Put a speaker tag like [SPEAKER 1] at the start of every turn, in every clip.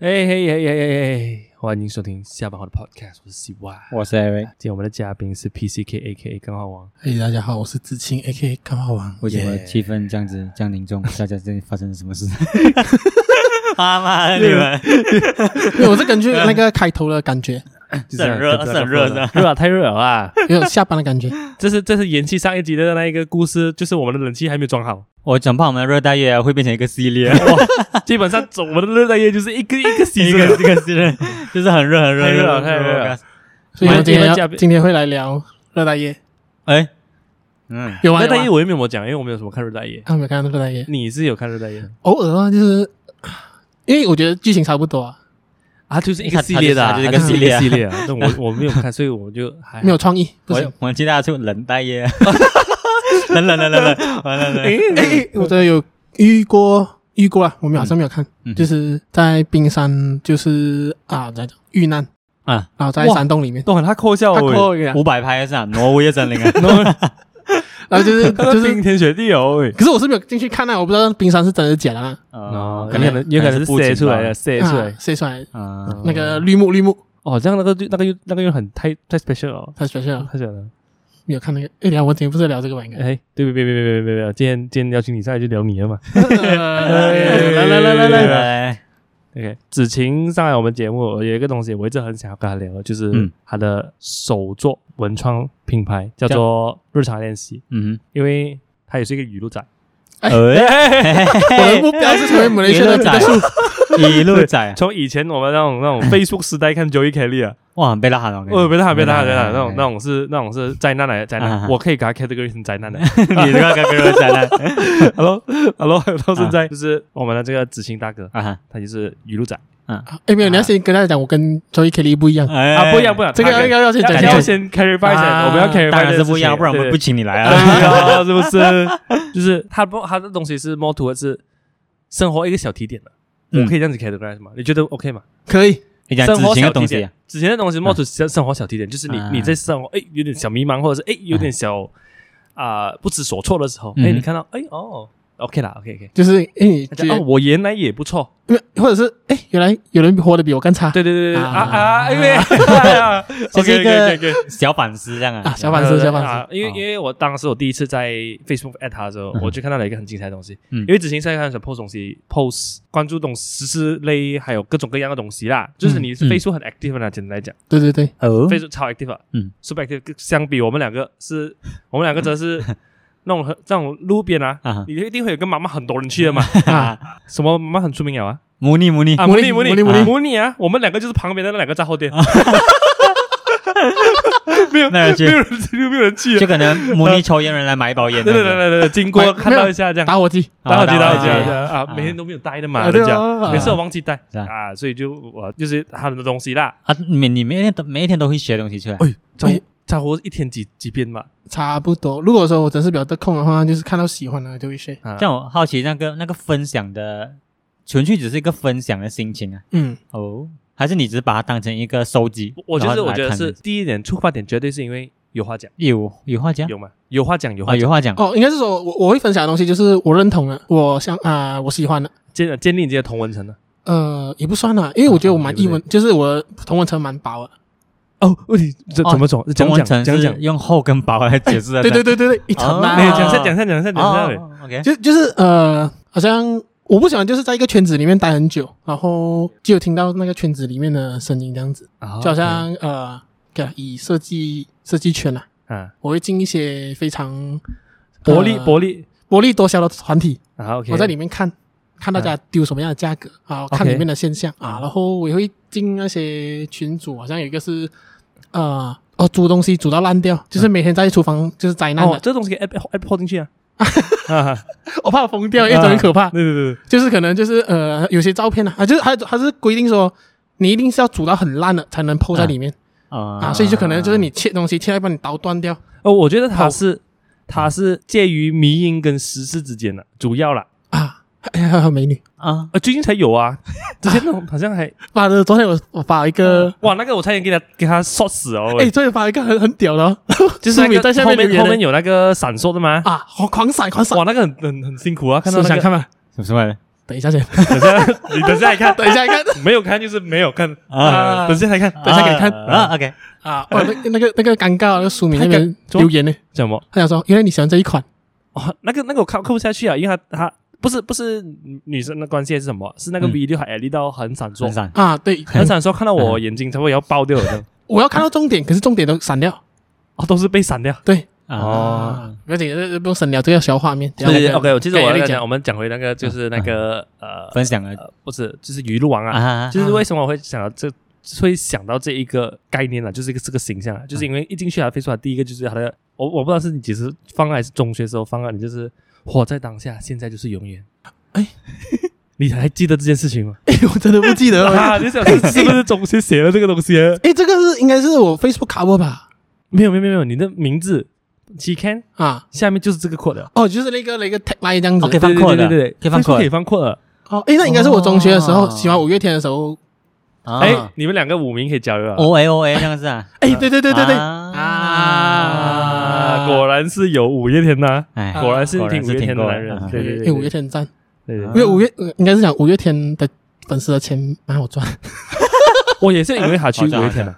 [SPEAKER 1] 哎嘿嘿嘿嘿嘿！欢迎收听下班后的 Podcast，我是 CY。
[SPEAKER 2] 我是 Eric，
[SPEAKER 1] 今天我们的嘉宾是 PCK AKA 根号王。
[SPEAKER 3] 嘿、哎大家好，我是知青 A K 干话王。
[SPEAKER 2] 为什么
[SPEAKER 1] Yeah
[SPEAKER 2] 气氛这样子 这样凝重？大家这发生了什么事？
[SPEAKER 4] 他妈的，你们
[SPEAKER 3] 因为我是根据那个开头的感觉，
[SPEAKER 1] 就是
[SPEAKER 4] 很热是很热是吧
[SPEAKER 1] 热啊，太热了啊！
[SPEAKER 3] 有种下班的感觉。
[SPEAKER 1] 这是这是延期上一集的那一个故事，就是我们的冷气还没有装好。
[SPEAKER 2] 我讲怕我们的热带夜啊会变成一个系列，
[SPEAKER 1] 基本上走我们的热带夜就是一个一个
[SPEAKER 2] 一
[SPEAKER 1] 洗
[SPEAKER 2] 个
[SPEAKER 1] 热
[SPEAKER 2] 一。个系列， 就是很热很热
[SPEAKER 1] 太热了
[SPEAKER 2] 热
[SPEAKER 1] 太热了。
[SPEAKER 3] 所以我们
[SPEAKER 1] 今
[SPEAKER 3] 今天
[SPEAKER 1] 天的嘉
[SPEAKER 3] 要
[SPEAKER 1] 宾
[SPEAKER 3] 今天会来聊热带夜，
[SPEAKER 2] 哎，嗯，
[SPEAKER 3] 有啊
[SPEAKER 1] 热
[SPEAKER 3] 有
[SPEAKER 1] 带夜
[SPEAKER 3] 啊。
[SPEAKER 1] 我又没有怎么讲，因为我没有什么看热带夜。
[SPEAKER 3] 看没有看到热带夜？
[SPEAKER 1] 你是有看热带夜的
[SPEAKER 3] 偶尔啊，就是因为我觉得剧情差不多啊，
[SPEAKER 1] 啊？就是
[SPEAKER 2] 一个系列的啊
[SPEAKER 1] 它就是一个
[SPEAKER 2] 它就是
[SPEAKER 1] 系
[SPEAKER 2] 一个系
[SPEAKER 1] 列啊。那我我没有看，所以我就还
[SPEAKER 3] 没有创意，不行
[SPEAKER 2] 我。我期待出冷带夜， 冷冷冷冷冷，完了冷。
[SPEAKER 3] 哎、哎我真的有遇过遇过啊，我们好像没有看，
[SPEAKER 2] 嗯
[SPEAKER 3] 就是在冰山，就是啊，怎么讲遇难
[SPEAKER 2] 啊，
[SPEAKER 3] 然后在
[SPEAKER 1] 哇
[SPEAKER 3] 山洞里面，
[SPEAKER 1] 都很他扣笑
[SPEAKER 3] 他
[SPEAKER 1] 我，
[SPEAKER 3] 过一个啊，
[SPEAKER 2] 五百拍是啊，挪威的森林啊，
[SPEAKER 3] 然后就是
[SPEAKER 1] 他
[SPEAKER 3] 就
[SPEAKER 1] 冰
[SPEAKER 3] 是，
[SPEAKER 1] 天雪地哦。喂
[SPEAKER 3] 可是我是没有进去看啊，我不知道冰山是真的假的啊。
[SPEAKER 1] 哦，
[SPEAKER 2] 可
[SPEAKER 1] 可能
[SPEAKER 2] 能
[SPEAKER 1] 有可能是
[SPEAKER 2] 是布景
[SPEAKER 1] 塞出来
[SPEAKER 2] 吧
[SPEAKER 1] 的，塞出来
[SPEAKER 3] 啊，。谁出来？
[SPEAKER 2] 啊，
[SPEAKER 3] 那个绿幕绿幕，
[SPEAKER 1] 哦，这样那个就那个又那个又很太太 special 了哦，
[SPEAKER 3] 他学校
[SPEAKER 1] 太 special 了。
[SPEAKER 3] 没有看那个。哎，聊我今天不是聊这个吧？应该。
[SPEAKER 1] 哎，对别别别别别别别，今天今天邀请你上来就聊你 了嘛。哎
[SPEAKER 2] 来来来来来，
[SPEAKER 1] OK，子晴上来我们节目有一个东西，我一直很想要跟她聊，就是
[SPEAKER 2] 嗯
[SPEAKER 1] 她的手作文创品牌叫
[SPEAKER 2] 叫
[SPEAKER 1] 做日常练习，
[SPEAKER 2] 嗯，
[SPEAKER 1] 因为她也是一个语录仔，
[SPEAKER 2] 哎，
[SPEAKER 3] 我的目标是成为马来西亚的彼得树。
[SPEAKER 2] 啊一路啊仔，
[SPEAKER 1] 从以前我们那种 那种 Facebook 时代看 Joey Kelly 啊，
[SPEAKER 2] 哇，被他喊了，
[SPEAKER 1] 哦，别打别打别打，那种那种是那种是灾难来的灾
[SPEAKER 2] 啊
[SPEAKER 1] 难，
[SPEAKER 2] 哈
[SPEAKER 1] 我可以给他 category 成灾难的。
[SPEAKER 2] 你这个跟我讲 的
[SPEAKER 1] Hello，Hello，到现在啊就是我们的这个子晴大哥，
[SPEAKER 2] 啊哈，
[SPEAKER 1] 他就是语录仔。
[SPEAKER 3] 哎，没有，你要先跟大家讲，我跟 Joey Kelly 不一样。
[SPEAKER 2] 啊
[SPEAKER 1] 啊，不一样不一样，
[SPEAKER 3] 这个
[SPEAKER 1] 他
[SPEAKER 3] 要
[SPEAKER 1] 跟
[SPEAKER 3] 要要先
[SPEAKER 1] 要
[SPEAKER 3] 讲一
[SPEAKER 1] 要
[SPEAKER 3] 下。
[SPEAKER 1] 先 carry by 先，我们要 carry by
[SPEAKER 2] 当然啊是不一样，不然我们不
[SPEAKER 1] 行，
[SPEAKER 2] 请你来啊。
[SPEAKER 1] 啊，是不是？就是他不，他的东西是 more towards 是生活一个小提点的，我
[SPEAKER 2] 嗯
[SPEAKER 1] 可以这样子 categorize 吗？你觉得 OK 吗？
[SPEAKER 3] 可以，
[SPEAKER 2] 你讲
[SPEAKER 1] 生
[SPEAKER 2] 之
[SPEAKER 1] 活
[SPEAKER 2] 前的
[SPEAKER 1] 小提
[SPEAKER 2] 东西
[SPEAKER 1] 点，，之前的东西 more to 生生活小提点，就是你
[SPEAKER 2] 啊
[SPEAKER 1] 你在生活哎有点小迷茫，或者是哎有点小啊不知所措的时候，
[SPEAKER 2] 嗯
[SPEAKER 1] 哎你看到哎哦 OK 啦 OK OK，
[SPEAKER 3] 就是哎，你觉
[SPEAKER 1] 哦
[SPEAKER 3] 得
[SPEAKER 1] 我原来也不错，
[SPEAKER 3] 因为或者是哎，原来有人活得比我更差
[SPEAKER 1] 对对对对对啊
[SPEAKER 3] 啊
[SPEAKER 1] 啊，因为哎呀
[SPEAKER 2] 这是一
[SPEAKER 1] OK，OK，OK，OK
[SPEAKER 2] 个小反思，这样
[SPEAKER 3] 啊！
[SPEAKER 2] 啊。
[SPEAKER 3] 小反思，小反
[SPEAKER 1] 啊
[SPEAKER 3] 思。
[SPEAKER 1] 因为
[SPEAKER 2] 哦
[SPEAKER 1] 因为我当时我第一次在 Facebook at 他的时候，
[SPEAKER 2] 嗯
[SPEAKER 1] 我就看到了一个很精彩的东西。
[SPEAKER 2] 嗯
[SPEAKER 1] 因为子晴现在开始 post 东西，post 关注东时事类，还有各种各样的东西啦。就是你是
[SPEAKER 2] 嗯
[SPEAKER 1] Facebook 很 active 的啦，简单来讲
[SPEAKER 3] 对对对，
[SPEAKER 2] 哦
[SPEAKER 1] ，Facebook 超 active，啊
[SPEAKER 2] 嗯
[SPEAKER 1] ，super active。相比我们两个是，我们两个则是那种很那种路边啊
[SPEAKER 2] 啊哈，
[SPEAKER 1] 你一定会有个妈妈很多人去的嘛。
[SPEAKER 3] 啊，
[SPEAKER 1] 什么妈妈很出名了啊？
[SPEAKER 2] 母尼母尼，
[SPEAKER 1] 啊，
[SPEAKER 3] 摩
[SPEAKER 1] 摩
[SPEAKER 3] 利
[SPEAKER 1] 尼摩尼
[SPEAKER 3] 摩利摩
[SPEAKER 2] 利
[SPEAKER 1] 摩尼啊！我们两个就是旁边的那两个杂货店，没有没
[SPEAKER 2] 那
[SPEAKER 1] 有
[SPEAKER 2] 人去
[SPEAKER 1] 人没有人去啊
[SPEAKER 2] 就。可能母尼抽烟人来买一包烟。啊
[SPEAKER 1] 对对对对对，经过
[SPEAKER 3] 没有
[SPEAKER 1] 看到一下这样，
[SPEAKER 3] 打火机，
[SPEAKER 1] 打火机打火机打
[SPEAKER 2] 打火
[SPEAKER 1] 火
[SPEAKER 2] 机
[SPEAKER 1] 机啊，
[SPEAKER 2] 啊
[SPEAKER 1] 每天都没有带的嘛，
[SPEAKER 3] 啊
[SPEAKER 1] 人
[SPEAKER 3] 对
[SPEAKER 1] 家
[SPEAKER 3] 啊
[SPEAKER 1] 每次我忘记带
[SPEAKER 2] 是啊
[SPEAKER 1] 啊，所以就我就是他的东西啦。
[SPEAKER 2] 啊！你你每一天都每一天都会学东西出来。
[SPEAKER 1] 哎，差
[SPEAKER 3] 哎
[SPEAKER 1] 差不多一天几几遍吧。
[SPEAKER 3] 差不多。如果说我真是比较得空的话，就是看到喜欢的就会 share。
[SPEAKER 1] 啊
[SPEAKER 2] 像我好奇那个那个分享的，纯粹只是一个分享的心情啊。
[SPEAKER 3] 嗯，
[SPEAKER 2] 哦，还是你只是把它当成一个收集？
[SPEAKER 1] 我我觉
[SPEAKER 2] 然
[SPEAKER 1] 得
[SPEAKER 2] 后
[SPEAKER 1] 我
[SPEAKER 2] 来
[SPEAKER 1] 觉得
[SPEAKER 2] 看
[SPEAKER 1] 是
[SPEAKER 2] 的
[SPEAKER 1] 第一点出发点，绝对是因为有话讲，
[SPEAKER 2] 有有话讲
[SPEAKER 1] 有吗？有话讲，有
[SPEAKER 2] 啊，
[SPEAKER 1] 话讲，
[SPEAKER 2] 有话讲。
[SPEAKER 3] 哦，应该是说我我会分享的东西，就是我认同的，我想啊，我喜欢的。
[SPEAKER 1] 建建立你自己的同文层的。
[SPEAKER 3] 呃，也不算啦，因为我觉得我
[SPEAKER 1] 啊
[SPEAKER 3] 蛮
[SPEAKER 1] 对
[SPEAKER 3] 英
[SPEAKER 1] 不对
[SPEAKER 3] 文，就是我同文层蛮薄的。
[SPEAKER 1] 哦，问题怎
[SPEAKER 2] 哦
[SPEAKER 1] 怎么走？
[SPEAKER 2] 中
[SPEAKER 1] 讲
[SPEAKER 2] 文
[SPEAKER 1] 讲
[SPEAKER 2] 层
[SPEAKER 1] 讲
[SPEAKER 2] 是
[SPEAKER 1] 讲，
[SPEAKER 2] 用厚跟薄来解释的。
[SPEAKER 3] 对对对对对，一层啊
[SPEAKER 2] 哦
[SPEAKER 3] 啦。
[SPEAKER 1] 没有讲下讲下讲下
[SPEAKER 2] 哦
[SPEAKER 1] 讲下嘞。
[SPEAKER 2] 哦，OK，
[SPEAKER 3] 就就是呃，好像我不喜欢就是在一个圈子里面待很久，然后就有听到那个圈子里面的声音这样子，
[SPEAKER 1] 啊
[SPEAKER 3] 就好像、呃，对啊以设计设计圈啊，
[SPEAKER 1] 啊，
[SPEAKER 3] 我会进一些非常
[SPEAKER 1] 薄利
[SPEAKER 3] 呃
[SPEAKER 1] 薄利
[SPEAKER 3] 薄利多销的团体，
[SPEAKER 1] 啊，OK，哎
[SPEAKER 3] 我在里面看看大家丢什么样的价格啊，看
[SPEAKER 1] OK
[SPEAKER 3] 里面的现象啊，然后我也会进那些群组，好像有一个是呃。哦，煮东西煮到烂掉，就是每天在厨房就是灾难的
[SPEAKER 1] 嗯哦，，这东西给 app app 破进去啊。啊哈
[SPEAKER 3] 我怕我疯掉，
[SPEAKER 1] 啊
[SPEAKER 3] 因为真的很可怕。
[SPEAKER 1] 对对对，
[SPEAKER 3] 就是可能就是呃有些照片啊，啊就是还还是规定说你一定是要煮到很烂的才能剖在里面啊
[SPEAKER 2] 啊
[SPEAKER 3] 所以就可能就是你切东西切到一半你刀断掉
[SPEAKER 1] 哦，我觉得它是它是介于迷因跟时事之间的，主要啦。
[SPEAKER 3] 啊。还还有美女，
[SPEAKER 2] 啊，
[SPEAKER 1] 呃，最近才有 啊，之前那种好像还
[SPEAKER 3] 妈的！昨天我我发一个，
[SPEAKER 1] 哇，那个我差点给他给他 shot 死哦。
[SPEAKER 3] 哎、昨天发一个很很屌的、哦，
[SPEAKER 1] 就是那
[SPEAKER 3] 苏敏
[SPEAKER 1] 个
[SPEAKER 3] 在下
[SPEAKER 1] 后
[SPEAKER 3] 面留
[SPEAKER 1] 面
[SPEAKER 3] 言
[SPEAKER 1] 后面有那个闪烁的吗？
[SPEAKER 3] 啊，狂狂闪狂闪
[SPEAKER 1] 哇，，那个很很很辛苦啊，看
[SPEAKER 3] 是
[SPEAKER 1] 到那
[SPEAKER 3] 不是想
[SPEAKER 1] 个
[SPEAKER 3] 看吗？
[SPEAKER 2] 什么什么？
[SPEAKER 3] 等一下先，
[SPEAKER 1] 等下你等下来看，
[SPEAKER 3] 等一下看
[SPEAKER 1] 没有看就是没有看
[SPEAKER 2] 啊
[SPEAKER 1] 啊，等下来看
[SPEAKER 3] 等一下给你看
[SPEAKER 2] 啊，OK，
[SPEAKER 3] 啊，哇，那那个那个尴尬，那个书迷那
[SPEAKER 1] 他
[SPEAKER 3] 边
[SPEAKER 1] 敢做
[SPEAKER 3] 留言呢，
[SPEAKER 1] 什么？
[SPEAKER 3] 他想说原来你喜欢这一款，
[SPEAKER 1] 哦，那个那个我看看不下去啊，因为他他不是不是女生的关系还是什么，是那个
[SPEAKER 2] 嗯
[SPEAKER 1] V 六还 LED 到很闪烁
[SPEAKER 2] 很，闪，
[SPEAKER 3] 啊，对，
[SPEAKER 1] 很闪烁，看到我眼睛差不多要爆掉了这样，
[SPEAKER 3] 我要看到重点，可是重点都闪掉，
[SPEAKER 1] 哦，都是被闪掉。
[SPEAKER 3] 对，
[SPEAKER 2] 哦，
[SPEAKER 3] 啊，不要紧，这这不用省了，这个小画面。等一下
[SPEAKER 1] 对
[SPEAKER 3] 再看
[SPEAKER 1] ，OK，其实
[SPEAKER 3] 跟
[SPEAKER 1] 我
[SPEAKER 3] Eric
[SPEAKER 1] 要讲，
[SPEAKER 3] 讲
[SPEAKER 1] 我们讲回那个就是那个呃
[SPEAKER 2] 分享了
[SPEAKER 1] 呃，不是就是鱼露王啊，
[SPEAKER 2] 啊，
[SPEAKER 1] 就是为什么我会想到这。会想到这一个概念了，就是一个这个形象啊，就是因为一进去啊，飞出来第一个就是他的，我我不知道是你几时放还是中学时候放啊，你就是活在当下，现在就是永远。
[SPEAKER 3] 哎，
[SPEAKER 1] 你还记得这件事情吗？
[SPEAKER 3] 哎，我真的不记得了。
[SPEAKER 1] 啊，你想是是不是中学写了这个东西？啊
[SPEAKER 3] 哎，这个是应该是我 Facebook cover 吧？
[SPEAKER 1] 没有没有没有，你的名字 c Can
[SPEAKER 3] 啊，
[SPEAKER 1] 下面就是这个 code 的，
[SPEAKER 3] 哦，就是那个那个 tagline 这样子
[SPEAKER 2] OK，。放
[SPEAKER 1] 对
[SPEAKER 2] 扩的，
[SPEAKER 1] 对对，
[SPEAKER 2] 可以放扩
[SPEAKER 1] 可以，放啊 code 的。
[SPEAKER 3] 哦，哎，那应该是我中学的时候
[SPEAKER 2] 哦
[SPEAKER 3] 喜欢五月天的时候。
[SPEAKER 2] 啊
[SPEAKER 1] 哎，你们两个五名可以交流了。
[SPEAKER 2] ，O A O A 这样子啊，
[SPEAKER 3] 哎，对对对对对
[SPEAKER 1] 啊，
[SPEAKER 3] 啊，
[SPEAKER 1] 果然是有五月天呐，
[SPEAKER 2] 哎，
[SPEAKER 1] 果然是
[SPEAKER 2] 果然
[SPEAKER 1] 听
[SPEAKER 2] 是
[SPEAKER 1] 五月天的
[SPEAKER 2] 听过
[SPEAKER 1] 男人
[SPEAKER 2] 啊。
[SPEAKER 1] 对对
[SPEAKER 3] 哎，
[SPEAKER 1] 对，
[SPEAKER 3] 五月天赞，
[SPEAKER 1] 对对
[SPEAKER 3] 因为五月呃应该是讲五月天的粉丝的钱蛮好赚。
[SPEAKER 1] 我也是因为他去五月天的。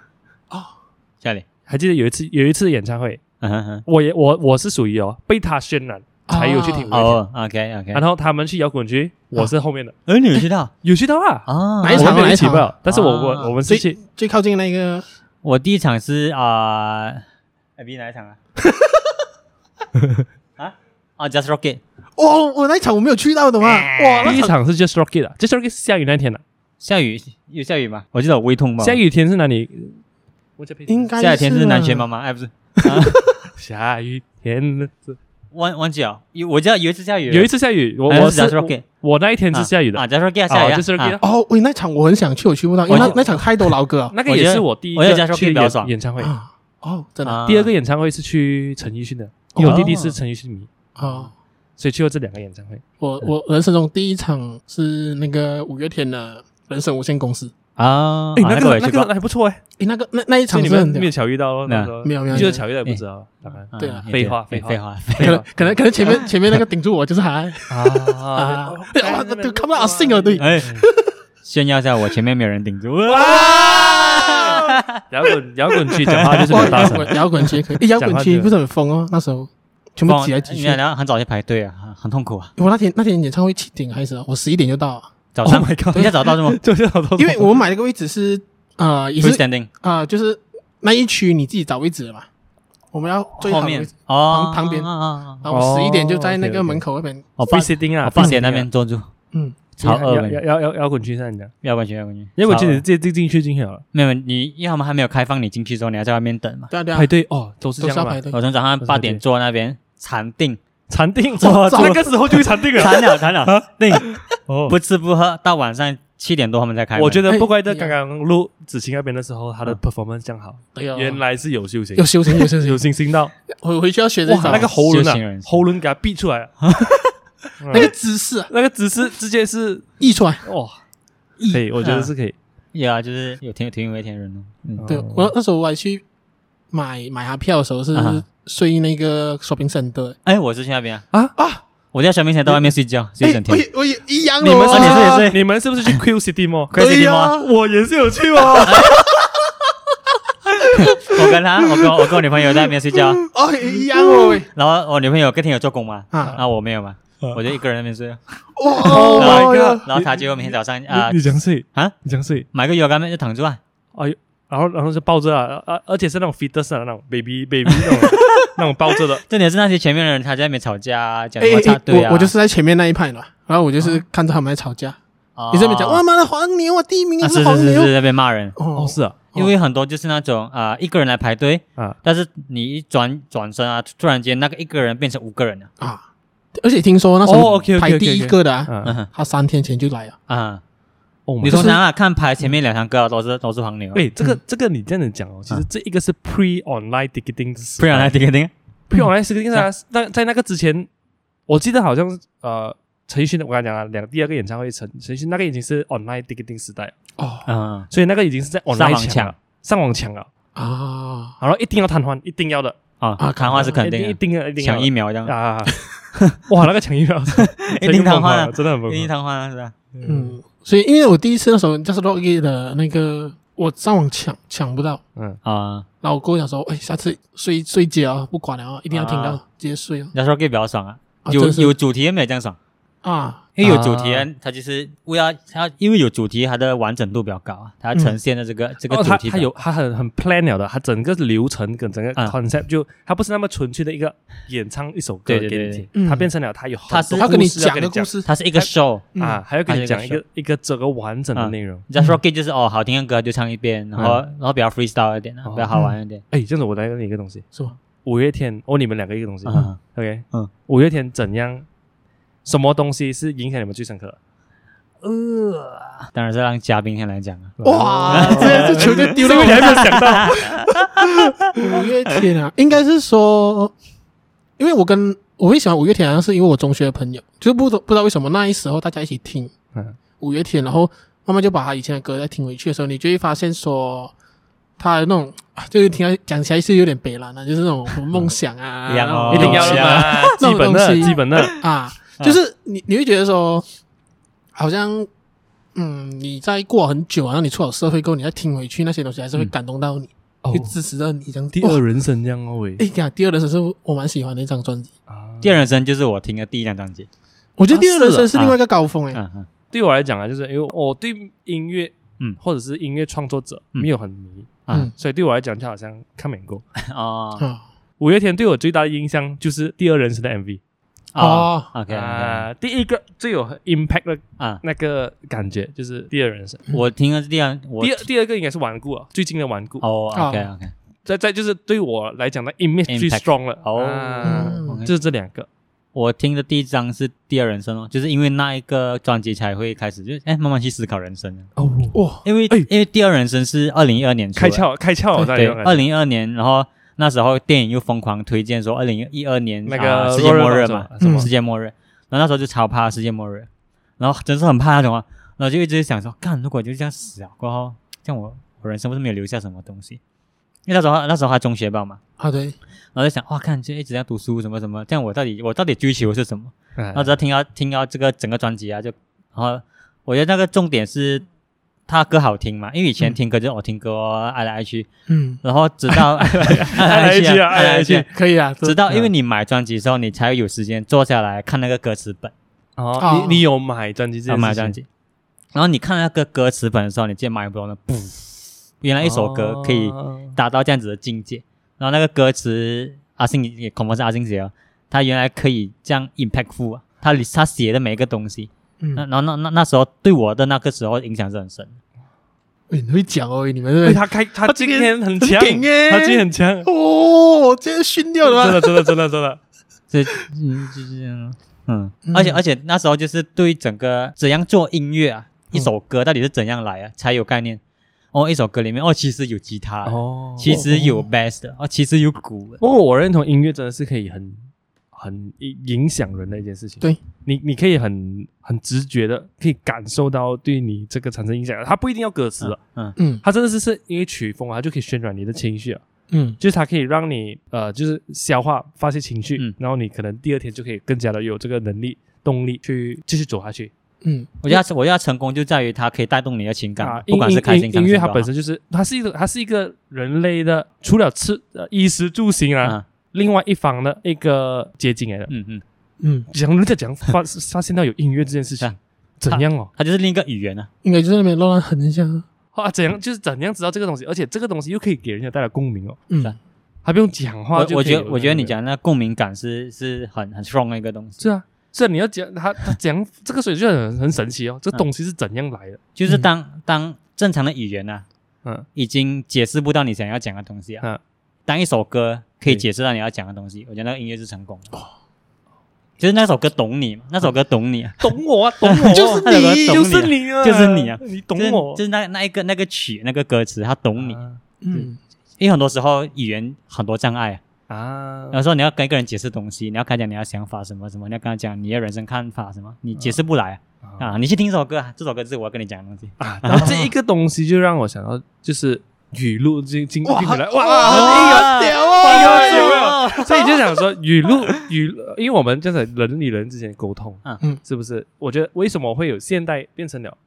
[SPEAKER 2] 下里，
[SPEAKER 1] 还记得有一次有一次演唱会，
[SPEAKER 2] 嗯哼哼
[SPEAKER 1] 我也我我是属于哦被他渲染才有去听五月天，
[SPEAKER 2] 哦，OK 哎 OK，
[SPEAKER 1] 然后他们去摇滚区，我是后面的，
[SPEAKER 2] 儿女知道
[SPEAKER 1] 有去到啊，
[SPEAKER 2] 啊，
[SPEAKER 3] 哪一场
[SPEAKER 1] 我们没有一起
[SPEAKER 3] 哪一场
[SPEAKER 1] 报，但是我
[SPEAKER 2] 啊
[SPEAKER 1] 我我们是
[SPEAKER 3] 所以
[SPEAKER 1] 去
[SPEAKER 3] 最靠近那个
[SPEAKER 2] 我第一场是啊，A B 哪一场啊？啊啊，Just Rocket
[SPEAKER 3] 哦，我那一场我没有去到的嘛，
[SPEAKER 2] 哎
[SPEAKER 3] 哇，
[SPEAKER 1] 第
[SPEAKER 3] 那
[SPEAKER 1] 一场是 Just Rocket 啊，Just Rocket 是下雨那天的，
[SPEAKER 2] 下雨有下雨吗？我记得我微痛吧，
[SPEAKER 1] 下雨天是哪里？我这边
[SPEAKER 3] 应该啊
[SPEAKER 2] 下雨天是南拳
[SPEAKER 3] 吗？
[SPEAKER 2] 妈妈，哎不是，
[SPEAKER 1] 下雨天的，
[SPEAKER 2] 忘忘记了，有我记得有一次下雨，
[SPEAKER 1] 有一次下雨，我
[SPEAKER 2] 哎
[SPEAKER 1] 我
[SPEAKER 2] 是 Just Rocket
[SPEAKER 1] 我我那一天是下雨的
[SPEAKER 2] 啊，Just Rocket
[SPEAKER 1] 啊
[SPEAKER 2] 下雨啊
[SPEAKER 1] ，Just Rocket
[SPEAKER 2] 啊
[SPEAKER 3] 哦，喂，那场我很想去，我去不到，因
[SPEAKER 2] 我
[SPEAKER 3] 为那
[SPEAKER 2] 就
[SPEAKER 3] 那场太多老歌了。
[SPEAKER 1] 哦那个也是我第一
[SPEAKER 2] 我觉得
[SPEAKER 1] 个
[SPEAKER 2] 我觉得 Just Rocket
[SPEAKER 1] 去
[SPEAKER 2] 比较
[SPEAKER 1] 演
[SPEAKER 2] 爽
[SPEAKER 1] 演唱会，
[SPEAKER 3] 啊哦，真的
[SPEAKER 2] 啊
[SPEAKER 1] 第二个演唱会是去陈奕迅的，因为我弟弟是陈奕迅迷，
[SPEAKER 3] 哦，
[SPEAKER 1] 所以去过这两个演唱会。
[SPEAKER 3] 我我人生中第一场是那个五月天的《人生无限公司》，
[SPEAKER 2] 啊，
[SPEAKER 1] 哎，
[SPEAKER 2] 啊
[SPEAKER 1] 那
[SPEAKER 2] 个我也
[SPEAKER 1] 那
[SPEAKER 2] 去
[SPEAKER 1] 个
[SPEAKER 2] 过，
[SPEAKER 1] 还不错哎，
[SPEAKER 3] 诶，那个那那一
[SPEAKER 1] 所
[SPEAKER 3] 场
[SPEAKER 1] 以你
[SPEAKER 3] 是很
[SPEAKER 1] 们
[SPEAKER 3] 屌
[SPEAKER 1] 没有巧遇到咯，
[SPEAKER 2] 那
[SPEAKER 1] 那时候
[SPEAKER 3] 没有没有
[SPEAKER 1] 就是
[SPEAKER 3] 没有
[SPEAKER 1] 巧遇了也不哦知道，当然
[SPEAKER 3] 对啊
[SPEAKER 2] 也
[SPEAKER 1] 废话
[SPEAKER 2] 对
[SPEAKER 1] 废话
[SPEAKER 2] 废话，
[SPEAKER 3] 可能 可能可能前面前面那个顶住我就是他
[SPEAKER 1] 啊
[SPEAKER 3] 啊，对啊， 都看不到阿信了，对，
[SPEAKER 2] 哎，炫耀一下，我前面没有人顶住，
[SPEAKER 1] 摇滚摇滚区讲话就是
[SPEAKER 3] 哇
[SPEAKER 1] 很大
[SPEAKER 3] 摇
[SPEAKER 1] 声，
[SPEAKER 3] 滚摇滚区可以， 诶摇
[SPEAKER 1] 讲
[SPEAKER 3] 滚
[SPEAKER 1] 话
[SPEAKER 3] 区
[SPEAKER 1] 就
[SPEAKER 3] 不是很疯哦，那时候全
[SPEAKER 1] 啊
[SPEAKER 3] 部挤来挤去。
[SPEAKER 2] 然后很早就排队啊，很很痛苦
[SPEAKER 1] Oh
[SPEAKER 2] 啊，
[SPEAKER 3] 我那天那天演唱会七点开始啊，我十一点就 到了，
[SPEAKER 2] 早上
[SPEAKER 1] Oh my god
[SPEAKER 2] 一下找到这 么
[SPEAKER 1] 就是好多
[SPEAKER 3] 因为我买那个位置是 啊，也
[SPEAKER 2] free
[SPEAKER 3] 是
[SPEAKER 2] standing
[SPEAKER 3] 啊，就是那一区你自己找位置的嘛，我们要最好
[SPEAKER 2] 后
[SPEAKER 3] 的位
[SPEAKER 2] 面
[SPEAKER 3] 置。
[SPEAKER 2] 哦
[SPEAKER 3] 旁旁边
[SPEAKER 2] 啊啊啊啊
[SPEAKER 3] 然后
[SPEAKER 1] 哦
[SPEAKER 3] 十一点就在那
[SPEAKER 1] OK，OK
[SPEAKER 3] 个门口那边。
[SPEAKER 2] 我
[SPEAKER 1] 飞
[SPEAKER 2] 放
[SPEAKER 1] sitting 啊，
[SPEAKER 2] 我放
[SPEAKER 1] free
[SPEAKER 2] 鞋那
[SPEAKER 1] sitting 啊
[SPEAKER 2] 边坐住，
[SPEAKER 3] 嗯，
[SPEAKER 2] 朝二
[SPEAKER 1] 摇
[SPEAKER 2] 门，
[SPEAKER 1] 摇摇摇滚区上你讲，
[SPEAKER 2] 要不然去，要不然去，
[SPEAKER 1] 因为我记得
[SPEAKER 2] 朝
[SPEAKER 1] 直接进进去进去好了，
[SPEAKER 2] 没有你，因为他们还没有开放，你进去之后你要在外面等嘛。
[SPEAKER 3] 对啊对啊
[SPEAKER 1] 排，队哦，都是
[SPEAKER 3] 都
[SPEAKER 1] 这
[SPEAKER 3] 是要
[SPEAKER 1] 样
[SPEAKER 3] 排
[SPEAKER 1] 嘛，
[SPEAKER 3] 队。
[SPEAKER 2] 我从早上
[SPEAKER 1] 对
[SPEAKER 2] 八点坐那边禅 定，
[SPEAKER 1] 禅定，
[SPEAKER 2] 坐
[SPEAKER 3] 哦
[SPEAKER 1] 哇，
[SPEAKER 2] 坐
[SPEAKER 1] 那个时候就会禅定了，
[SPEAKER 2] 禅了禅
[SPEAKER 3] 啊
[SPEAKER 2] 了，定
[SPEAKER 1] 哦。
[SPEAKER 2] 不吃不喝，到晚上七点多他们才开门。
[SPEAKER 1] 我觉
[SPEAKER 2] 得
[SPEAKER 1] 得不怪
[SPEAKER 3] 哎
[SPEAKER 1] 在
[SPEAKER 3] 你
[SPEAKER 1] 刚刚录子晴那边的时候，他的 performance 这样好，
[SPEAKER 3] 对啊，
[SPEAKER 1] 哦原来是有修行，
[SPEAKER 3] 有修行有修行
[SPEAKER 1] 有，星星到哇，
[SPEAKER 3] 我回去要学这招。
[SPEAKER 1] 那个喉
[SPEAKER 2] 修行
[SPEAKER 1] 轮啊
[SPEAKER 2] 人，
[SPEAKER 1] 喉轮给他闭出来 了，
[SPEAKER 3] 那个姿势啊，
[SPEAKER 1] 那个姿势直接是
[SPEAKER 3] 溢出来。
[SPEAKER 1] 哇，可以，我觉得是可以。
[SPEAKER 2] 有啊，就是有天天为天人哦。嗯
[SPEAKER 3] 对
[SPEAKER 1] 哦
[SPEAKER 3] 我那时候我还去买买他票的时候是
[SPEAKER 2] 啊
[SPEAKER 3] 睡那个 shopping 欸 center
[SPEAKER 2] 哎，我是去那边啊，
[SPEAKER 3] 啊，
[SPEAKER 2] 我在小明前到外面睡觉，睡一整
[SPEAKER 3] 哎，我
[SPEAKER 2] 天。
[SPEAKER 3] 也我也一样的
[SPEAKER 1] 你们
[SPEAKER 3] 哦。
[SPEAKER 1] 是
[SPEAKER 2] 啊
[SPEAKER 1] 不
[SPEAKER 2] 你
[SPEAKER 1] 是
[SPEAKER 2] 是
[SPEAKER 1] 你们是不是去 Q City Mall？啊
[SPEAKER 3] 对
[SPEAKER 2] Crazy
[SPEAKER 3] 呀
[SPEAKER 2] Demo，
[SPEAKER 1] 我也是有去
[SPEAKER 3] 啊
[SPEAKER 1] 哦，
[SPEAKER 2] 我跟 他，我跟我跟我女朋友在那边睡觉，
[SPEAKER 3] 哦，一样哦，喂
[SPEAKER 2] 然后我女朋友隔天有做工嘛，
[SPEAKER 3] 啊
[SPEAKER 2] 然后我没有嘛，我就一个人在那边睡。
[SPEAKER 3] 哇
[SPEAKER 1] Oh my
[SPEAKER 3] 哦
[SPEAKER 1] god
[SPEAKER 3] 哟
[SPEAKER 2] 然后他结果每天早上啊
[SPEAKER 1] 你你想睡
[SPEAKER 2] 啊，
[SPEAKER 1] 你想睡，
[SPEAKER 2] 买个油干面就躺住啊，
[SPEAKER 1] 哎呦，然后然后就抱着啊，而而且是那种 fetus 啊，那种 baby baby 那 种那种抱着的，
[SPEAKER 2] 重点是那些前面的人他在那边吵架啊，讲
[SPEAKER 3] 哎
[SPEAKER 2] 什么
[SPEAKER 3] 哎
[SPEAKER 2] 插队
[SPEAKER 3] 哎
[SPEAKER 2] 啊，
[SPEAKER 3] 我我就是在前面那一派的，然后我就是看着他们在吵架，
[SPEAKER 2] 哦
[SPEAKER 3] 你这边讲哇妈的黄牛啊，第一名
[SPEAKER 2] 啊
[SPEAKER 3] 又
[SPEAKER 2] 是
[SPEAKER 3] 黄
[SPEAKER 2] 是是
[SPEAKER 3] 牛
[SPEAKER 2] 是，在那边骂人，
[SPEAKER 1] 哦
[SPEAKER 3] 哦，
[SPEAKER 1] 是啊
[SPEAKER 2] 因为很多就是那种啊、一个人来排队，
[SPEAKER 1] 啊，
[SPEAKER 2] 但是你一转转身啊，突然间那个一个人变成五个人了，
[SPEAKER 3] 啊，而且听说那时候
[SPEAKER 1] 哦，OK，OK，OK，OK
[SPEAKER 3] 排第一个的啊，
[SPEAKER 1] 嗯，
[SPEAKER 2] 啊
[SPEAKER 3] 他三天前就来了。
[SPEAKER 2] 啊！
[SPEAKER 1] 哦
[SPEAKER 2] 你通常啊看排前面两三个啊都是都是黄牛，
[SPEAKER 1] 哎，这个这个你这样子讲哦，其实
[SPEAKER 2] 嗯
[SPEAKER 1] 这一个是 pre online ticketing，
[SPEAKER 2] 不然来点点
[SPEAKER 1] pre online ticketing 啊，
[SPEAKER 2] 嗯
[SPEAKER 1] 那在那个之前，我记得好像是呃。陈奕迅的，我刚才讲了，两第二个演唱会，陈陈奕迅那个已经是 online ticketing 时代了，
[SPEAKER 3] 哦
[SPEAKER 2] 啊
[SPEAKER 1] 所以那个已经是在
[SPEAKER 2] 上
[SPEAKER 1] online
[SPEAKER 2] 网
[SPEAKER 1] 抢了，上网抢了，
[SPEAKER 3] 啊，
[SPEAKER 1] 然后一定要瘫痪，一定要的，
[SPEAKER 2] 啊！谈话是肯定
[SPEAKER 1] 一
[SPEAKER 2] 的，
[SPEAKER 1] 定要，一定要
[SPEAKER 2] 抢
[SPEAKER 1] 的
[SPEAKER 2] 疫苗这样，
[SPEAKER 1] 啊！哇，那个抢疫苗，
[SPEAKER 2] 一定瘫痪啊
[SPEAKER 1] 真的很疯
[SPEAKER 2] 因为
[SPEAKER 1] 狂。
[SPEAKER 2] 瘫痪啊，是吧？
[SPEAKER 3] 嗯，所以因为我第一次那时候就是 l o g 的那个，我上网抢抢不到，
[SPEAKER 1] 嗯，
[SPEAKER 2] 啊，
[SPEAKER 3] 然后我跟我讲说，哎，下次睡睡觉啊，不管了啊，一定要听到，
[SPEAKER 2] 啊
[SPEAKER 3] 直接睡啊，
[SPEAKER 2] 那时候 gay 比较爽啊，
[SPEAKER 3] 啊
[SPEAKER 2] 有
[SPEAKER 3] 真是
[SPEAKER 2] 有主题也没有这样爽，
[SPEAKER 3] 啊，
[SPEAKER 2] 因为有主题，它就是为了它，因为有主题，它的完整度比较高啊，它呈现的这个这个
[SPEAKER 1] 哦，
[SPEAKER 2] 主
[SPEAKER 1] 他
[SPEAKER 2] 题比较，
[SPEAKER 1] 他有他很很 plan 了的，他整个流程跟整个
[SPEAKER 2] 啊
[SPEAKER 1] concept 就他不是那么纯粹的一个演唱一首歌
[SPEAKER 2] 对对
[SPEAKER 1] 给你
[SPEAKER 2] 对
[SPEAKER 1] 听
[SPEAKER 3] 对，嗯
[SPEAKER 1] 他变成了他有
[SPEAKER 2] 他是
[SPEAKER 1] 很多
[SPEAKER 3] 他跟你
[SPEAKER 1] 故事要
[SPEAKER 3] 讲
[SPEAKER 1] 跟
[SPEAKER 3] 的
[SPEAKER 1] 你
[SPEAKER 3] 故
[SPEAKER 1] 讲
[SPEAKER 3] 事
[SPEAKER 2] 它是一个 show。
[SPEAKER 3] 嗯
[SPEAKER 1] 啊，，还要跟你
[SPEAKER 2] 他
[SPEAKER 1] 讲
[SPEAKER 2] 是
[SPEAKER 1] 一
[SPEAKER 2] 一个
[SPEAKER 1] 个啊一个整个完整的内容。
[SPEAKER 2] 你再说 gay 就是哦，好听的歌就唱一遍，然后然后比较 freestyle 一点啊，
[SPEAKER 1] 嗯哦
[SPEAKER 2] 比较好玩一点。
[SPEAKER 1] 哎，这样子我来问你一个东西，
[SPEAKER 3] 是吧？
[SPEAKER 1] 五月天哦，你们两个一个东西
[SPEAKER 2] 啊，
[SPEAKER 1] ，OK，
[SPEAKER 2] 嗯，
[SPEAKER 1] 五月天怎样？什么东西是影响你们最深刻的？啊
[SPEAKER 2] 当然是让嘉宾先来讲
[SPEAKER 1] 嗯
[SPEAKER 2] 啊。
[SPEAKER 3] 哇，这这球就丢
[SPEAKER 1] 因
[SPEAKER 3] 了
[SPEAKER 1] 为
[SPEAKER 3] 我
[SPEAKER 1] 你还没有想到，
[SPEAKER 3] 五月天啊， 应该是说，因为我跟我会喜欢五月天，好啊像是因为我中学的朋友，就是不懂不知道为什么那一时候大家一起听
[SPEAKER 1] 嗯
[SPEAKER 3] 五月天，然后慢慢就把他以前的歌再听回去的时候，你就会发现说。他的那种，啊就是听他讲起来是有点北蓝的、啊就是那种梦想 啊，
[SPEAKER 2] 一样哦
[SPEAKER 1] 一定要
[SPEAKER 2] 是
[SPEAKER 1] 的
[SPEAKER 2] 啊
[SPEAKER 1] 嘛，
[SPEAKER 3] 这
[SPEAKER 1] 基
[SPEAKER 3] 种
[SPEAKER 1] 本
[SPEAKER 3] 东
[SPEAKER 1] 的
[SPEAKER 3] 西
[SPEAKER 1] 基本的，
[SPEAKER 3] 啊，就是你你会觉得说，好像嗯，你在过很久，然后你出了社会过后，你再听回去那些东西，还是会感动到你，
[SPEAKER 1] 哦
[SPEAKER 3] 会支持到你这样。
[SPEAKER 1] 第
[SPEAKER 3] 哇
[SPEAKER 1] 二人生这样哦喂
[SPEAKER 3] 哎呀，第二人生是我蛮喜欢的一张专辑，
[SPEAKER 1] 啊
[SPEAKER 2] 第二人生就是我听的第一张专辑。
[SPEAKER 3] 我觉得
[SPEAKER 1] 啊
[SPEAKER 3] 第二人
[SPEAKER 1] 是
[SPEAKER 3] 生
[SPEAKER 1] 啊
[SPEAKER 3] 是另外一个高峰哎、
[SPEAKER 2] 嗯嗯，
[SPEAKER 1] 对我来讲啊，就是因为我对音乐，
[SPEAKER 2] 嗯
[SPEAKER 1] 或者是音乐创作者
[SPEAKER 2] 嗯
[SPEAKER 1] 没有很迷，
[SPEAKER 2] 嗯
[SPEAKER 3] 嗯
[SPEAKER 1] 所以对我来讲就好像看免过。
[SPEAKER 2] 哦
[SPEAKER 3] 啊
[SPEAKER 1] 五月天对我最大的印象就是《第二人生》的 MV
[SPEAKER 2] 哦，OK
[SPEAKER 1] 啊、第一个最有 impact 的
[SPEAKER 2] 啊，
[SPEAKER 1] 那个感觉就是《第二人生》，
[SPEAKER 2] 我听的是第二，我
[SPEAKER 1] 第二第二个应该是顽固啊，最近的顽固，
[SPEAKER 2] 哦
[SPEAKER 3] 啊
[SPEAKER 2] ，OK OK，
[SPEAKER 1] 再再就是对我来讲的 image
[SPEAKER 2] Impact
[SPEAKER 1] 最 strong 了
[SPEAKER 2] 哦
[SPEAKER 1] 啊
[SPEAKER 3] 嗯
[SPEAKER 1] 就是这两个
[SPEAKER 2] 我听的第一张是第二人生哦，就是因为那一个专辑才会开始，就是哎慢慢去思考人生的。
[SPEAKER 1] 哦，
[SPEAKER 3] 哇，
[SPEAKER 2] 因为、
[SPEAKER 1] 哎
[SPEAKER 2] 因为第二人生是二零一二年出的
[SPEAKER 1] 开，窍开窍，我在
[SPEAKER 2] 对，二零一二年，然后那时候电影又疯狂推荐说二零一二年
[SPEAKER 1] 那
[SPEAKER 2] 啊
[SPEAKER 1] 个
[SPEAKER 2] 世界末日嘛，
[SPEAKER 1] 什么
[SPEAKER 2] 世界末日，然后那时候就超怕世界末日，然后真是很怕那种啊，然后就一直想说，干如果就这样死了过后，这样我我人生不是没有留下什么东西？因为那时候那时候还中学吧嘛，
[SPEAKER 3] 啊对，
[SPEAKER 2] 然后就想哇，看就一直在读书什么什么，这样我到底我到底追求是什么？
[SPEAKER 1] 然
[SPEAKER 2] 然后只要听到听到这个整个专辑啊，就然后我觉得那个重点是他歌好听嘛，因为以前
[SPEAKER 3] 嗯
[SPEAKER 2] 听歌就是我听歌哦爱来爱去，
[SPEAKER 3] 嗯，
[SPEAKER 2] 然后直 到爱
[SPEAKER 1] 爱去啊
[SPEAKER 2] 爱来爱去
[SPEAKER 1] 爱来爱
[SPEAKER 2] 啊，
[SPEAKER 3] 可以啊，
[SPEAKER 2] 直到
[SPEAKER 1] 嗯
[SPEAKER 2] 因为你买专辑的时候，你才有时间坐下来看那个歌词本，
[SPEAKER 1] 哦
[SPEAKER 3] 哦，
[SPEAKER 1] 你你有买专辑这件
[SPEAKER 2] 然后
[SPEAKER 1] 事情？
[SPEAKER 2] 买专辑，然后你看那个歌词本的时候，你直接买不懂了，噗，原来一首歌可以
[SPEAKER 1] 哦
[SPEAKER 2] 达到这样子的境界，然后那个歌词阿信也恐怕是阿信写哦，他原来可以这样 impactful 啊，他他写的每一个东西。那
[SPEAKER 3] 嗯，
[SPEAKER 2] 然后那那那时候对我的那个时候影响是很深。
[SPEAKER 3] 哎你会讲哦，你们
[SPEAKER 1] 对
[SPEAKER 3] 这
[SPEAKER 1] 哎他开他
[SPEAKER 3] 他
[SPEAKER 1] 今
[SPEAKER 3] 今天
[SPEAKER 1] 天很
[SPEAKER 3] 很
[SPEAKER 1] 强，
[SPEAKER 3] 顶欸
[SPEAKER 1] 他今天很 强，
[SPEAKER 3] 哦，这样熏掉
[SPEAKER 1] 真
[SPEAKER 3] 了吗？
[SPEAKER 1] 的真的真的真的，
[SPEAKER 2] 这嗯就是这样，嗯，
[SPEAKER 3] 嗯
[SPEAKER 2] 而且而且那时候就是对整个怎样做音乐啊，一
[SPEAKER 3] 嗯
[SPEAKER 2] 首歌到底是怎样来
[SPEAKER 1] 嗯
[SPEAKER 2] 啊，才有概念。哦，一首歌里面哦，其实有吉他，
[SPEAKER 1] 哦
[SPEAKER 2] 其实有 bass 的，哦，其实有鼓的，
[SPEAKER 1] 不过我认同音乐真的是可以很很影响人的一件事情。
[SPEAKER 3] 对，
[SPEAKER 1] 你你可以很很直觉的可以感受到对你这个产生影响，它不一定要歌词啊，
[SPEAKER 2] 嗯
[SPEAKER 3] 嗯
[SPEAKER 1] 它真的是是因为曲风啊，它就可以渲染你的情绪啊，
[SPEAKER 3] 嗯
[SPEAKER 1] 就是它可以让你呃就是消化发泄情绪，
[SPEAKER 2] 嗯
[SPEAKER 1] 然后你可能第二天就可以更加的有这个能力动力去继续走下去
[SPEAKER 3] 嗯，
[SPEAKER 2] 我觉得它我觉得它成功就在于它可以带动你的情
[SPEAKER 1] 啊
[SPEAKER 2] 感，。不管是开心
[SPEAKER 1] 音
[SPEAKER 2] 伤
[SPEAKER 1] 音
[SPEAKER 2] 心
[SPEAKER 1] 乐
[SPEAKER 2] 都
[SPEAKER 1] 它
[SPEAKER 2] 好，
[SPEAKER 1] 本身就是它是一个它是一个人类的除了吃呃衣食住行啊。
[SPEAKER 2] 啊，
[SPEAKER 1] 另外一方的一个结晶来的。
[SPEAKER 2] 嗯嗯，
[SPEAKER 3] 嗯，
[SPEAKER 1] 讲人家讲发发现到有音乐这件事
[SPEAKER 2] 是
[SPEAKER 1] 情，怎样哦？
[SPEAKER 2] 它就是另一个语言啊，
[SPEAKER 3] 应该就在那边乱乱哼一下，
[SPEAKER 1] 啊，怎样就是怎样知道这个东西，而且这个东西又可以给人家带来共鸣哦，
[SPEAKER 3] 嗯
[SPEAKER 2] 是啊
[SPEAKER 1] 还不用讲话
[SPEAKER 2] 我
[SPEAKER 1] 就
[SPEAKER 2] 我
[SPEAKER 1] 可以
[SPEAKER 2] 觉
[SPEAKER 1] 有
[SPEAKER 2] 得我觉得你
[SPEAKER 1] 那个
[SPEAKER 2] 讲的那共鸣感是是很很 strong 的一个东西。
[SPEAKER 1] 是啊是啊，你要讲他他讲这个水就很很神奇哦，这
[SPEAKER 2] 嗯
[SPEAKER 1] 东西是怎样来的？
[SPEAKER 2] 就是
[SPEAKER 3] 嗯
[SPEAKER 2] 当、当正常的语言啊，
[SPEAKER 1] 嗯，
[SPEAKER 2] 已经解释不到你想要讲的东西啊。
[SPEAKER 1] 嗯
[SPEAKER 2] 当一首歌可以
[SPEAKER 1] 对
[SPEAKER 2] 解释到你要讲的东西，我觉得那个音乐是成功的。就是那首歌懂你嘛，那首歌懂 你啊，
[SPEAKER 1] 懂我 啊，懂我
[SPEAKER 2] 就是你
[SPEAKER 1] 那个懂
[SPEAKER 2] 就是
[SPEAKER 1] 你啊
[SPEAKER 2] 就是你啊
[SPEAKER 1] 你
[SPEAKER 2] 就是
[SPEAKER 1] 懂我
[SPEAKER 2] 就是那那一个那个曲那个歌词，它懂你。
[SPEAKER 1] 啊
[SPEAKER 3] 嗯
[SPEAKER 2] 因为很多时候语言很多障碍啊，
[SPEAKER 3] 嗯
[SPEAKER 1] 啊
[SPEAKER 2] 有时候你要跟一个人解释东西，你要跟他讲你的想法什么什么，你要跟他讲你的人生看法什么，你解释不来啊
[SPEAKER 3] 嗯
[SPEAKER 1] 啊
[SPEAKER 2] 啊。你去听一首歌啊，这首歌是我要跟你讲的东西。
[SPEAKER 1] 啊！然后这一个东西就让我想到就是语录进进进
[SPEAKER 3] 哇
[SPEAKER 1] 来
[SPEAKER 3] 哇，
[SPEAKER 2] 哎
[SPEAKER 1] 哇，
[SPEAKER 3] 很硬啊，屌哦，
[SPEAKER 1] 哎呦
[SPEAKER 2] 啊，
[SPEAKER 1] 所以就想说语录语，因为我们这样子人与人之间沟通，
[SPEAKER 2] 嗯
[SPEAKER 3] 嗯
[SPEAKER 1] 是不是？我觉得为什么会有现代变成了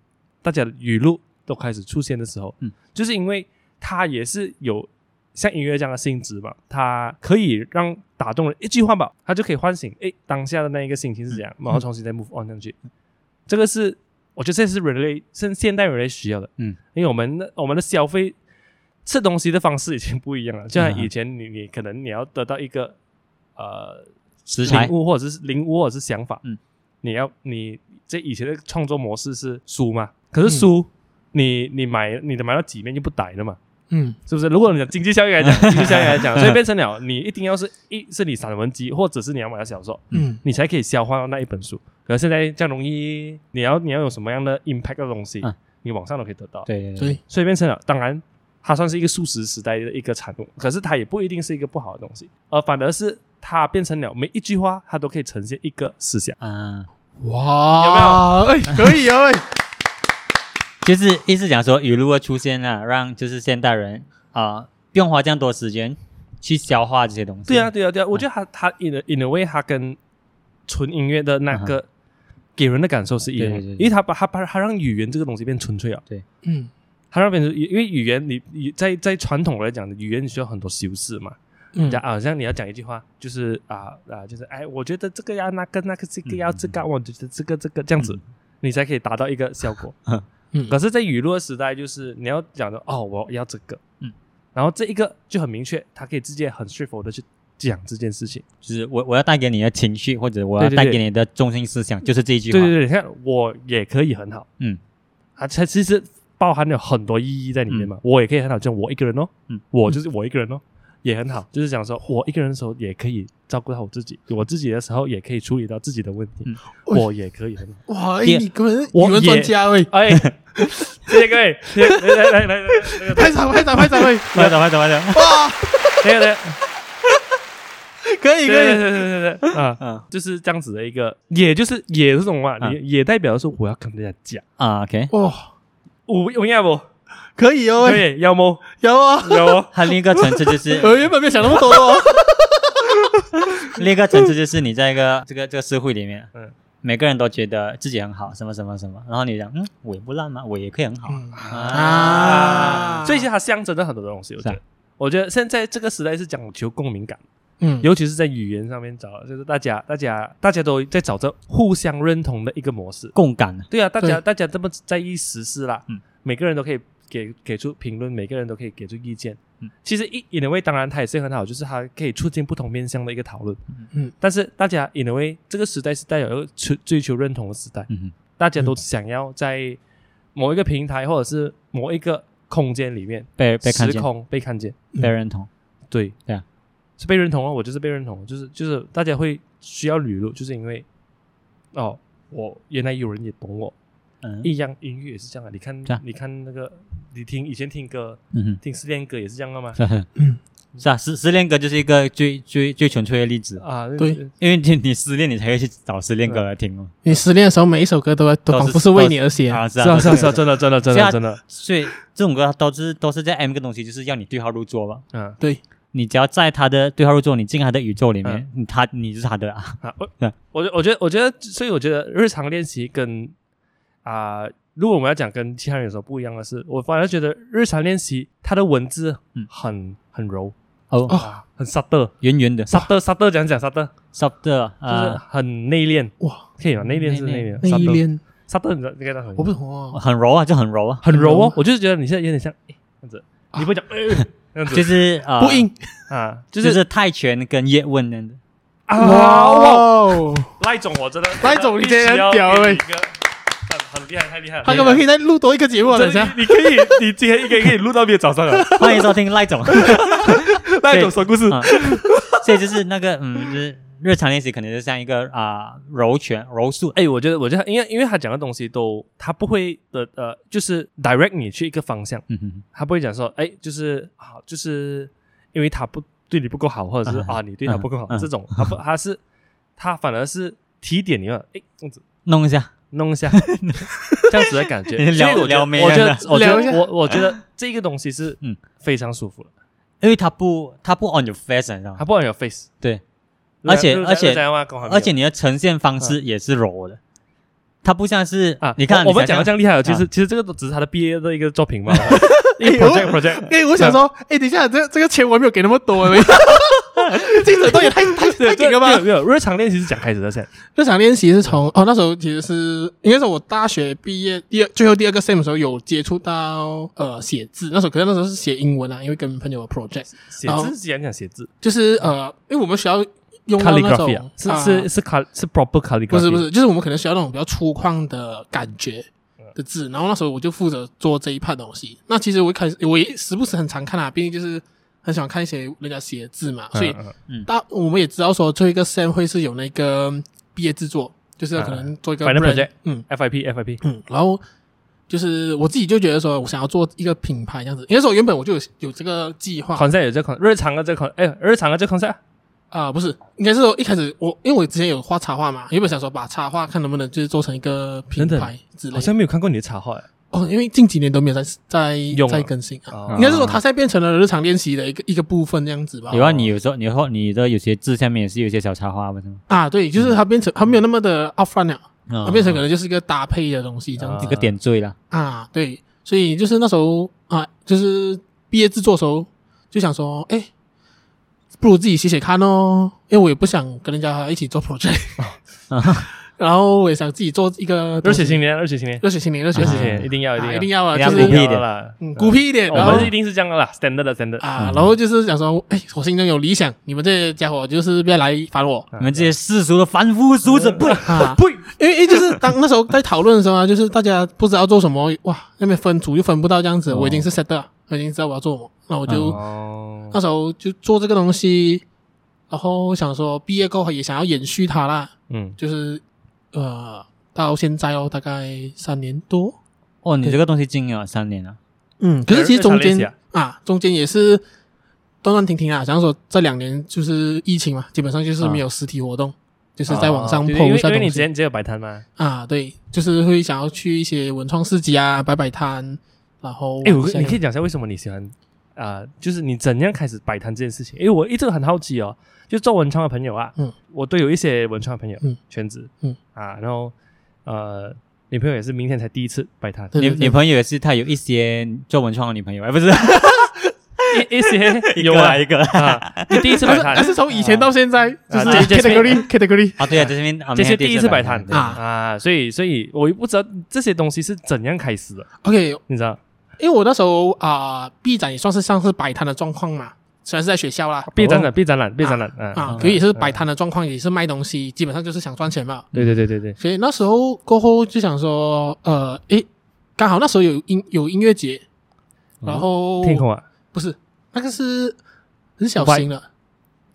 [SPEAKER 1] 大家语录都开始出现的时候，
[SPEAKER 2] 嗯，
[SPEAKER 1] 就是因为它也是有像音乐这样的性质嘛，它可以让打动人一句话吧，它就可以唤醒诶当下的那一个心情是怎
[SPEAKER 2] 嗯
[SPEAKER 1] 样，然后重新再 move on 上去。这个是我觉得这是人类现现代人类需要的，
[SPEAKER 2] 嗯，
[SPEAKER 1] 因为我们的我们的消费吃东西的方式已经不一样了，就像
[SPEAKER 2] 嗯
[SPEAKER 1] 以前你你可能你要得到一个呃
[SPEAKER 2] 食
[SPEAKER 1] 灵
[SPEAKER 2] 材
[SPEAKER 1] 物或者是灵物或者是想法，
[SPEAKER 2] 嗯，
[SPEAKER 1] 你要你这以前的创作模式是书嘛，可是书、你你买你的买到几面就不逮了嘛，
[SPEAKER 3] 嗯，
[SPEAKER 1] 是不是？如果你的经济效益来讲，经济效益来讲，所以变成了你一定要是一是你散文集或者是你要买的小说，
[SPEAKER 3] 嗯，
[SPEAKER 1] 你才可以消化到那一本书。可是现在这样容易，你要你要有什么样的 impact 的东西，
[SPEAKER 2] 嗯
[SPEAKER 1] 你网上都可以得到。
[SPEAKER 2] 对对
[SPEAKER 3] 所
[SPEAKER 2] 对，
[SPEAKER 3] 以
[SPEAKER 1] 所以变成了，当然它算是一个素食时代的一个产物，可是它也不一定是一个不好的东西，而反而是它变成了每一句话它都可以呈现一个思 想。
[SPEAKER 2] 嗯，
[SPEAKER 3] 哇，有没有？哎，可以啊，哎，
[SPEAKER 2] 就是意思讲说语录的出现啊，让就是现代人啊、不用花这样多时间去消化这些东西。
[SPEAKER 1] 对啊，，对啊，对啊，我觉得它它 in a, in a way 它跟纯音乐的那个给人的感受是一样的，
[SPEAKER 2] 对对
[SPEAKER 1] 因
[SPEAKER 2] 对
[SPEAKER 1] 为它把它把它让语言这个东西变纯粹啊。
[SPEAKER 3] 嗯，
[SPEAKER 1] 它让变成，因为语言你你在在传统来讲，语言你需要很多修饰嘛。
[SPEAKER 3] 嗯
[SPEAKER 1] 讲，啊，像你要讲一句话，就是啊啊，就是哎，我觉得这个要那个那个这个要这个，我觉得这个这个这样子，你才可以达到一个效果。
[SPEAKER 3] 嗯
[SPEAKER 1] 可是，在语录的时代，就是你要讲的哦，我要这个，
[SPEAKER 2] 嗯，
[SPEAKER 1] 然后这一个就很明确，他可以直接很 s t r a i g f o r 的去讲这件事情。
[SPEAKER 2] 就是我我要带给你的情绪，或者我要
[SPEAKER 1] 对对对
[SPEAKER 2] 带给你的中心思想，就是这一句话。
[SPEAKER 1] 对对对，你看我也可以很好，
[SPEAKER 2] 嗯，
[SPEAKER 1] 啊，它其实包含了很多意义在里面嘛。我也可以很好，就我一个人哦，
[SPEAKER 2] 嗯，
[SPEAKER 1] 我就是我一个人哦，也很好，就是讲说我一个人的时候也可以照顾到我自己，我自己的时候也可以处理到自己的问题，
[SPEAKER 2] 嗯
[SPEAKER 1] 我也可以很好。
[SPEAKER 3] 哇，哎，
[SPEAKER 2] 也
[SPEAKER 3] 你根本是
[SPEAKER 1] 我
[SPEAKER 3] 语文专
[SPEAKER 1] 也
[SPEAKER 3] 家，哎，
[SPEAKER 1] 哎，谢谢各位，谢谢来来来来来，那个
[SPEAKER 3] 拍掌，拍掌，拍 掌，哎，
[SPEAKER 2] 快点，快点，快点！
[SPEAKER 3] 哇，
[SPEAKER 1] 那个那个，
[SPEAKER 2] 可
[SPEAKER 1] 对对
[SPEAKER 2] 以，可以。
[SPEAKER 1] 对对对对，啊。
[SPEAKER 2] 嗯
[SPEAKER 1] 就是这样子的一个，也就是也是这种嘛，
[SPEAKER 2] 啊
[SPEAKER 1] 也也代表说我要跟大家讲，
[SPEAKER 2] 啊，OK，
[SPEAKER 3] 哇，
[SPEAKER 1] 有有影不？
[SPEAKER 3] 可以哦，哎，
[SPEAKER 1] 对，有冇？
[SPEAKER 3] 有啊，
[SPEAKER 1] 有哦。
[SPEAKER 2] 它另一个层次就 是
[SPEAKER 1] 哎
[SPEAKER 3] 我原本没有想那么多哦，
[SPEAKER 2] 另一个层次就是你在一个这个这个社会里面，
[SPEAKER 1] 嗯
[SPEAKER 2] 嗯，每个人都觉得自己很好，什么什么什么，然后你讲，嗯，我也不烂嘛，我也可以很好
[SPEAKER 3] 嗯
[SPEAKER 2] 啊，
[SPEAKER 3] 啊，
[SPEAKER 1] 所以其实它象征着很多东西。我觉
[SPEAKER 2] 是
[SPEAKER 1] 得
[SPEAKER 2] 啊，
[SPEAKER 1] 我觉得现在这个时代是讲求共鸣感，
[SPEAKER 3] 嗯，
[SPEAKER 1] 尤其是在语言上面找，就是大家、大家、大家都在找着互相认同的一个模式。
[SPEAKER 2] 共感啊，
[SPEAKER 1] 对啊，大家
[SPEAKER 3] 对
[SPEAKER 1] 大家这么在意时事啦，
[SPEAKER 2] 嗯
[SPEAKER 1] 每个人都可以给给出评论，每个人都可以给出意见。
[SPEAKER 2] 嗯
[SPEAKER 1] 其实一 in a way 当然它也是很好，就是它可以促进不同面向的一个讨论。
[SPEAKER 3] 嗯，
[SPEAKER 1] 但是大家 in a way 这个时代是带有一个追追求认同的时代，
[SPEAKER 2] 嗯
[SPEAKER 1] 大家都想要在某一个平台或者是某一个空间里面
[SPEAKER 2] 哼，被被看
[SPEAKER 1] 时
[SPEAKER 2] 见，
[SPEAKER 1] 空被嗯看见，
[SPEAKER 2] 被认同，
[SPEAKER 1] 对
[SPEAKER 2] 对啊，
[SPEAKER 1] 是被认同了。我就是被认同了，啊就是就是大家会需要旅路，就是因为哦，我原来有人也懂我，
[SPEAKER 2] 嗯
[SPEAKER 1] 一样音乐也是这样啊。你看
[SPEAKER 2] 是啊
[SPEAKER 1] 你看那个，你听以前听歌
[SPEAKER 2] 嗯
[SPEAKER 1] 听失恋歌也是这样的嘛
[SPEAKER 2] 哼，是啊，
[SPEAKER 3] 嗯
[SPEAKER 2] 嗯， 是啊，失失恋歌就是一个最最最纯粹的例子，
[SPEAKER 1] 啊，
[SPEAKER 3] 对
[SPEAKER 1] 对
[SPEAKER 2] 因为你你失恋，你才会去找失恋歌来听哦，
[SPEAKER 3] 你失恋的时候，每一首歌都
[SPEAKER 2] 都
[SPEAKER 3] 都
[SPEAKER 2] 是
[SPEAKER 3] 仿佛是为你而写，
[SPEAKER 2] 啊，是
[SPEAKER 1] 是啊
[SPEAKER 2] 啊，
[SPEAKER 1] 是啊是啊，真的真的真
[SPEAKER 2] 是啊
[SPEAKER 1] 的真的，
[SPEAKER 2] 所以这种歌都是都是在 M 个东西，就是要你对号入座吧。
[SPEAKER 1] 嗯
[SPEAKER 3] 对，
[SPEAKER 2] 你只要在他的对号入座，你进他的宇宙里面，你他你就是他的啊。
[SPEAKER 1] 啊，
[SPEAKER 2] 对
[SPEAKER 1] 我我觉我觉得我觉得，所以我觉得日常练习跟啊、如果我们要讲跟其他人有什么不一样的是，我反而觉得日常练习它的文字
[SPEAKER 2] 嗯
[SPEAKER 1] 很很柔
[SPEAKER 2] 哦，
[SPEAKER 1] 啊，很 subtle
[SPEAKER 2] 圆圆的
[SPEAKER 1] subtle subtle 讲讲 subtle，
[SPEAKER 2] ，sub 的
[SPEAKER 1] 哦就是
[SPEAKER 2] 啊，
[SPEAKER 1] 很内敛，
[SPEAKER 3] 哇，
[SPEAKER 1] 可以吗？内敛是内
[SPEAKER 2] 内
[SPEAKER 1] 敛，
[SPEAKER 3] 那一恋
[SPEAKER 1] subtle 你知道你该讲什么？
[SPEAKER 3] 我不懂哦，
[SPEAKER 2] 很柔啊，就很柔啊，
[SPEAKER 1] 很柔哦，我就是觉得你现在有点像哎这样子，你不会讲哎这样子
[SPEAKER 2] 就是啊，
[SPEAKER 3] 不，硬，
[SPEAKER 1] 啊，就
[SPEAKER 2] 就是是泰拳跟叶问那样的。
[SPEAKER 1] 啊哇，啊
[SPEAKER 3] 哦，
[SPEAKER 1] 赖总我真的
[SPEAKER 3] 赖总你今天
[SPEAKER 1] 必须要
[SPEAKER 3] 屌
[SPEAKER 1] 给
[SPEAKER 3] 欸
[SPEAKER 1] 你一个很很厉害，太厉害了，
[SPEAKER 3] 他根本可以再录多一个节目啊，等一
[SPEAKER 1] 这
[SPEAKER 3] 下，
[SPEAKER 1] 你你可以，你今天应该可以录到明天早上了。
[SPEAKER 2] 欢迎收听赖总，
[SPEAKER 1] 那种说故事
[SPEAKER 2] 啊所以就是那个嗯，就是日常练习可能就像一个啊柔拳柔术，
[SPEAKER 1] 哎，我觉得，我觉得，因为因为他讲的东西都，他不会的，呃，就是 direct 你去一个方向，
[SPEAKER 2] 嗯哼，
[SPEAKER 1] 他不会讲说，哎，就是啊，就是因为他不对你不够好，或者是
[SPEAKER 2] 嗯
[SPEAKER 1] 啊你对他不够好
[SPEAKER 2] 嗯嗯
[SPEAKER 1] 这种，他不，他是他反而是提点你了，哎，这样子
[SPEAKER 2] 弄一下，
[SPEAKER 1] 弄一 下，这样子的感觉。
[SPEAKER 2] 聊
[SPEAKER 1] 所以我觉
[SPEAKER 2] 撩
[SPEAKER 1] 得
[SPEAKER 2] 妹
[SPEAKER 1] 我觉
[SPEAKER 2] 这样
[SPEAKER 1] 得，我觉
[SPEAKER 3] 聊一
[SPEAKER 1] 得，
[SPEAKER 3] 下
[SPEAKER 1] 我我觉得这个东西是
[SPEAKER 2] 嗯
[SPEAKER 1] 非常舒服的。
[SPEAKER 2] 因为它不它不 on your face，你知道
[SPEAKER 1] 它
[SPEAKER 2] 吗？
[SPEAKER 1] 不能有 face，啊
[SPEAKER 2] 对，而且而且而
[SPEAKER 1] 而
[SPEAKER 2] 且你的呈现方式也是柔的，它不像是
[SPEAKER 1] 啊，
[SPEAKER 2] 你啊看
[SPEAKER 1] 我我们讲的这
[SPEAKER 2] 的
[SPEAKER 1] 样厉害哦，其实其实这个都只是他的毕业的一个作 品嘛一个
[SPEAKER 3] 哎我
[SPEAKER 1] ，project project，
[SPEAKER 3] 哎，我想说，哎，等一下，这这个钱我没有给那么多， 哎精准度也太 太太给
[SPEAKER 1] 这
[SPEAKER 3] 了
[SPEAKER 1] 个
[SPEAKER 3] 吧
[SPEAKER 1] 没？有没有，日常练习是讲开始的先，
[SPEAKER 3] 这场练习是从哦，那时候其实是应该是我大学毕业第二最后第二个 sem 的时候有接触到呃写字，那时候可是那时候是写英文啊，因为跟朋友有 project，
[SPEAKER 1] 写
[SPEAKER 3] 然后
[SPEAKER 1] 字既然讲写字
[SPEAKER 3] 就是呃，因为我们学校用到那种
[SPEAKER 1] ，calligraphy 啊，是
[SPEAKER 3] 啊
[SPEAKER 1] 是是 cal 是 proper calligraphy，
[SPEAKER 3] 不是不是，就是我们可能需要那种比较粗犷的感觉的字。然后那时候我就负责做这一派东西。那其实我一开始我也时不时很常看啊，毕竟就是很喜欢看一些人家写的字嘛，
[SPEAKER 1] 嗯，
[SPEAKER 3] 所以
[SPEAKER 1] 嗯
[SPEAKER 3] 大我们也知道说最后一个 sem 会是有那个毕业制作，就是要可能做一个
[SPEAKER 1] 嗯 Final
[SPEAKER 3] brand，
[SPEAKER 1] project
[SPEAKER 3] 嗯
[SPEAKER 1] FIP FIP，
[SPEAKER 3] 嗯，然后。就是我自己就觉得说，我想要做一个品牌这样子。因为说原本我就有有这个计划，
[SPEAKER 1] concept 有这 con，日常的这 con，哎，日常的这 concept，
[SPEAKER 3] 啊、不是，应该是说一开始我因为我之前有画插画嘛，原本想说把插画看能不能就是做成一个品
[SPEAKER 1] 等等
[SPEAKER 3] 牌之类
[SPEAKER 1] 好
[SPEAKER 3] 的。
[SPEAKER 1] 像没有看过你的插画，哎
[SPEAKER 3] 哦，因为近几年都没有在在
[SPEAKER 1] 用了
[SPEAKER 3] 在更新啊，
[SPEAKER 1] 哦
[SPEAKER 3] 应该是说它现在变成了日常练习的一个一个部分这样子吧
[SPEAKER 2] 有。啊，你有时候你有时候你的有些字下面也是有一些小插花，不是吗？
[SPEAKER 3] 啊，对，就是它变成它没有那么的 upfront 了，它
[SPEAKER 2] 啊
[SPEAKER 3] 变成可能就是一个搭配的东西这样
[SPEAKER 2] 一
[SPEAKER 3] 子
[SPEAKER 2] 个点缀啦。
[SPEAKER 3] 啊，对，所以就是那时候啊，就是毕业制作的时候就想说，哎，不如自己写写看哦，因为我也不想跟人家一起 做 project，然后我也想自己做一个
[SPEAKER 1] 热
[SPEAKER 3] 东西
[SPEAKER 1] 血青年，热血青年，
[SPEAKER 3] 热血青年，热血
[SPEAKER 1] 热
[SPEAKER 3] 青
[SPEAKER 1] 血青
[SPEAKER 3] 年，
[SPEAKER 1] 年，一定要
[SPEAKER 3] 啊一
[SPEAKER 1] 啊一
[SPEAKER 3] 定
[SPEAKER 1] 定
[SPEAKER 3] 要啊，
[SPEAKER 2] 一定要
[SPEAKER 3] 就
[SPEAKER 2] 孤
[SPEAKER 3] 是
[SPEAKER 2] 僻一
[SPEAKER 1] 要
[SPEAKER 2] 点
[SPEAKER 1] 啦，
[SPEAKER 3] 嗯孤僻一点，
[SPEAKER 1] 我
[SPEAKER 3] 然后
[SPEAKER 1] 们是一定是这样的啦，standard 的 standard
[SPEAKER 3] 啊，然后就是想说，哎，我心中有理想，你们这些家伙就是不要来烦我
[SPEAKER 1] 啊
[SPEAKER 2] 你们这些世俗的凡夫俗子，不
[SPEAKER 3] 啊！
[SPEAKER 1] 呸，
[SPEAKER 3] 因为因为就是当那时候在讨论的时候啊，就是大家不知道做什么，哇，那边分组又分不到这样子，
[SPEAKER 2] 哦
[SPEAKER 3] 我已经是 set 了，我已经知道我要做什么，那我就
[SPEAKER 1] 哦
[SPEAKER 3] 那时候就做这个东西，然后想说毕业过后也想要延续它啦，
[SPEAKER 1] 嗯，
[SPEAKER 3] 就是呃到现在哦，大概三年多，
[SPEAKER 2] 哦，你这个东西经营了三年了，
[SPEAKER 3] 嗯，可是其实中
[SPEAKER 1] 日常练习
[SPEAKER 3] 间
[SPEAKER 1] 啊
[SPEAKER 3] 啊，中间也是断断停停啊。想说这两年就是疫情嘛，基本上就是
[SPEAKER 1] 啊
[SPEAKER 3] 没有实体活动，就是在网上
[SPEAKER 1] 哦
[SPEAKER 3] PO 一
[SPEAKER 1] 对因为
[SPEAKER 3] 下
[SPEAKER 1] 因为
[SPEAKER 3] 东
[SPEAKER 1] 你之
[SPEAKER 3] 西
[SPEAKER 1] 前只有摆摊嘛，
[SPEAKER 3] 啊。对，就是会想要去一些文创市集啊，摆摆摊，然后
[SPEAKER 1] 哎，我
[SPEAKER 3] 像
[SPEAKER 1] 你可以讲一下为什么你喜欢啊、就是你怎样开始摆摊这件事情？因为我一直很好奇哦，就做文创的朋友啊，
[SPEAKER 3] 嗯，
[SPEAKER 1] 我都有一些文创的朋友，
[SPEAKER 3] 嗯，
[SPEAKER 1] 全职，
[SPEAKER 3] 嗯
[SPEAKER 1] 啊，然后呃，女朋友也是明天才第一次摆摊，
[SPEAKER 3] 对
[SPEAKER 2] 女
[SPEAKER 3] 对对
[SPEAKER 2] 女朋友也是，她有一些做文创的女朋友，哎，不是
[SPEAKER 1] 一一些有
[SPEAKER 2] 个
[SPEAKER 1] 啊
[SPEAKER 2] 啦一个啦
[SPEAKER 1] 啊，就第一次摆
[SPEAKER 3] 还是还
[SPEAKER 1] 摊，
[SPEAKER 3] 是从以前到现在，就是
[SPEAKER 1] 啊对
[SPEAKER 3] category category
[SPEAKER 2] 啊，对啊，在这边啊
[SPEAKER 1] 这
[SPEAKER 2] 明
[SPEAKER 1] 些
[SPEAKER 2] 天
[SPEAKER 1] 第一次摆摊
[SPEAKER 2] 对
[SPEAKER 3] 啊
[SPEAKER 1] 啊，所以所以我也不知道这些东西是怎样开始的，
[SPEAKER 3] OK，
[SPEAKER 1] 你知道？
[SPEAKER 3] 因为我那时候啊，B 展也算是像是摆摊的状况嘛，虽然是在学校啦。
[SPEAKER 1] B 展览，B 展览，B 展览，
[SPEAKER 3] 啊
[SPEAKER 1] 啊，，
[SPEAKER 3] 可以也是摆摊的状况，也是卖东西，基本上就是想赚钱嘛。
[SPEAKER 1] 对对对对对，
[SPEAKER 3] 所以那时候过后就想说，呃，诶，刚好那时候有音有音乐节，
[SPEAKER 1] 嗯
[SPEAKER 3] 然后、
[SPEAKER 1] 天空啊，
[SPEAKER 3] 不是那个是很小型的，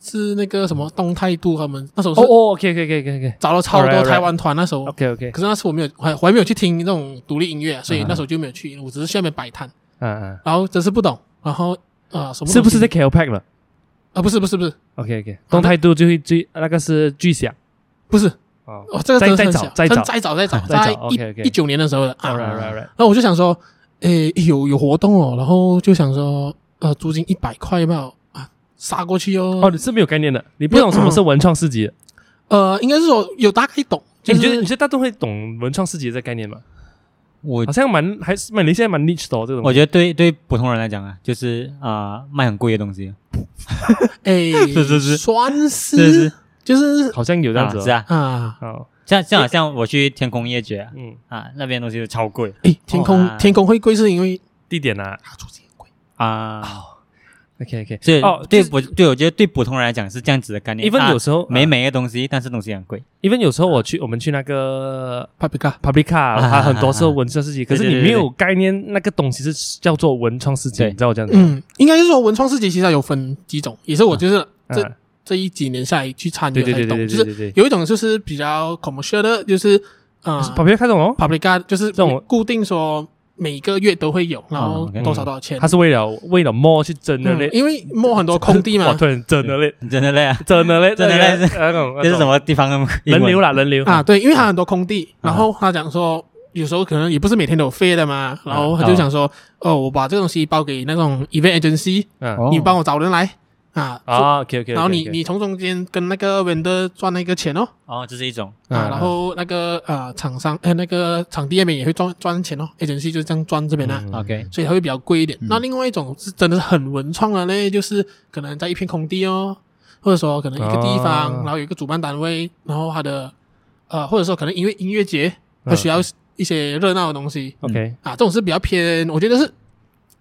[SPEAKER 3] 是那个什么东态度他们那时候
[SPEAKER 1] 哦
[SPEAKER 3] 是
[SPEAKER 1] 哦，OK，OK，OK，OK，OK，OK，
[SPEAKER 3] 找了超多
[SPEAKER 1] Alright, alright
[SPEAKER 3] 台湾团，那时候。可是那次我没有，我还我还没有去听那种独立音乐，所以
[SPEAKER 1] Uh-huh
[SPEAKER 3] 那时候就没有去，我只是去那边摆摊，
[SPEAKER 1] 嗯嗯，
[SPEAKER 3] 然后真是不懂，然后呃什么东西
[SPEAKER 1] 是不是在 KL Pack 了？
[SPEAKER 3] 啊？不是不是不是
[SPEAKER 1] OK OK，动态度就会最那个是巨响
[SPEAKER 3] 不是，
[SPEAKER 1] 哦
[SPEAKER 3] 哦这个
[SPEAKER 1] 再
[SPEAKER 3] 真的
[SPEAKER 1] 再
[SPEAKER 3] 很
[SPEAKER 1] 找
[SPEAKER 3] 小，
[SPEAKER 1] 再
[SPEAKER 3] 真
[SPEAKER 1] 找
[SPEAKER 3] 再早再早，
[SPEAKER 1] 再
[SPEAKER 3] 在
[SPEAKER 1] 找
[SPEAKER 3] 一
[SPEAKER 1] OK，OK
[SPEAKER 3] 一九年的时候的啊，
[SPEAKER 1] ，Alright Alright，
[SPEAKER 3] 那我就想说，诶，有有活动哦，然后就想说，呃，租金一百块吧，啊，杀过去哦。
[SPEAKER 1] 哦，你是没有概念的，你不懂什么是文创市集，
[SPEAKER 3] 呃，应该是说有大概懂，就
[SPEAKER 1] 你觉得
[SPEAKER 3] 是
[SPEAKER 1] 你觉得大众会懂文创市集这概念吗？
[SPEAKER 2] 我
[SPEAKER 1] 好像蛮还是马来西亚蛮 niche 的哦，这种
[SPEAKER 2] 我觉得对对普通人来讲啊，就是啊卖很贵的东西，
[SPEAKER 1] 哎
[SPEAKER 3] 诶，
[SPEAKER 2] 是是是
[SPEAKER 3] 算
[SPEAKER 2] 是
[SPEAKER 3] 是
[SPEAKER 2] 是
[SPEAKER 3] 就是
[SPEAKER 1] 好像有这样
[SPEAKER 2] 啊
[SPEAKER 1] 子
[SPEAKER 2] 是
[SPEAKER 1] 哦，
[SPEAKER 2] 啊，
[SPEAKER 3] 啊，
[SPEAKER 1] 好，
[SPEAKER 2] 像像好像我去天空夜觉啊
[SPEAKER 1] 嗯，
[SPEAKER 2] 啊，那边东西就超贵
[SPEAKER 3] 诶，哎天
[SPEAKER 2] 哦
[SPEAKER 3] 空
[SPEAKER 2] 啊
[SPEAKER 3] 天空会贵是因为
[SPEAKER 1] 地点啊
[SPEAKER 3] 啊，租金很贵
[SPEAKER 2] 啊。
[SPEAKER 1] ，OK OK，
[SPEAKER 2] 所以
[SPEAKER 1] 哦，
[SPEAKER 2] 对
[SPEAKER 1] 就是
[SPEAKER 2] 我对我觉得对普通人来讲是这样子的概念。
[SPEAKER 1] even
[SPEAKER 2] 啊
[SPEAKER 1] 有时候
[SPEAKER 2] 没
[SPEAKER 1] 啊
[SPEAKER 2] 美的东西，但是东西很贵。
[SPEAKER 1] ，even 有时候我去我们去那个。
[SPEAKER 3] 帕皮卡
[SPEAKER 1] Publica，
[SPEAKER 2] 啊
[SPEAKER 1] 它很多是文创市集，可是
[SPEAKER 2] 对对
[SPEAKER 1] 你
[SPEAKER 2] 对
[SPEAKER 1] 没有概念，那个东西是叫做文创市集，
[SPEAKER 2] 对
[SPEAKER 1] 你知道我这样子？
[SPEAKER 3] 嗯，应该是说文创市集其实它有分几种，也是我就是
[SPEAKER 1] 啊
[SPEAKER 3] 这这一几年下来去参与
[SPEAKER 1] 对对
[SPEAKER 3] 才
[SPEAKER 1] 对对
[SPEAKER 3] 懂，
[SPEAKER 1] 对
[SPEAKER 3] 就
[SPEAKER 1] 对
[SPEAKER 3] 是
[SPEAKER 1] 对对。
[SPEAKER 3] 有一种就是比较 commercial 的，就是啊
[SPEAKER 1] Publica 这种哦，
[SPEAKER 3] 帕皮卡就是
[SPEAKER 1] 这种哦
[SPEAKER 3] 固定说每个月都会有，然后
[SPEAKER 2] 啊，OK
[SPEAKER 3] 多少多少钱
[SPEAKER 1] 它。是为了为了 more 去争的
[SPEAKER 3] 嗯
[SPEAKER 1] 嘞，
[SPEAKER 3] 因为摸很多空
[SPEAKER 2] 嗯
[SPEAKER 3] 地
[SPEAKER 1] 哇
[SPEAKER 3] 嘛
[SPEAKER 1] 突然真的嘞，
[SPEAKER 2] 你真的累啊？
[SPEAKER 1] 真的嘞，
[SPEAKER 2] 真的嘞
[SPEAKER 1] 那种那种
[SPEAKER 2] 这是什么地方的英
[SPEAKER 1] 人
[SPEAKER 2] 文
[SPEAKER 3] 啊
[SPEAKER 1] 流啦，人流
[SPEAKER 3] 啊，对，因为它很多空地，然后他讲说有时候可能也不是每天都有飞的嘛，然后他就想说，哦，我把这个东西包给那种 event agency，
[SPEAKER 1] 嗯
[SPEAKER 2] 哦
[SPEAKER 3] 你帮我找人来啊，做
[SPEAKER 1] 啊，OK OK，
[SPEAKER 3] 然后你你从中间跟那个 vendor 赚那个钱哦，
[SPEAKER 2] 哦，这是一种
[SPEAKER 3] 啊，然后那个呃厂商呃那个场地那边也会赚赚钱哦，agency 就是这样赚这边啊，
[SPEAKER 2] OK
[SPEAKER 3] 所以它会比较贵一点。那另外一种是真的是很文创的嘞，就是可能在一片空地哦，或者说可能一个地方，
[SPEAKER 1] 哦
[SPEAKER 3] 然后有一个主办单位，然后它的呃或者说可能因为音乐节，
[SPEAKER 2] 嗯
[SPEAKER 3] 它需要一些热闹的东西
[SPEAKER 1] OK
[SPEAKER 3] 啊，这种是比较偏，我觉得是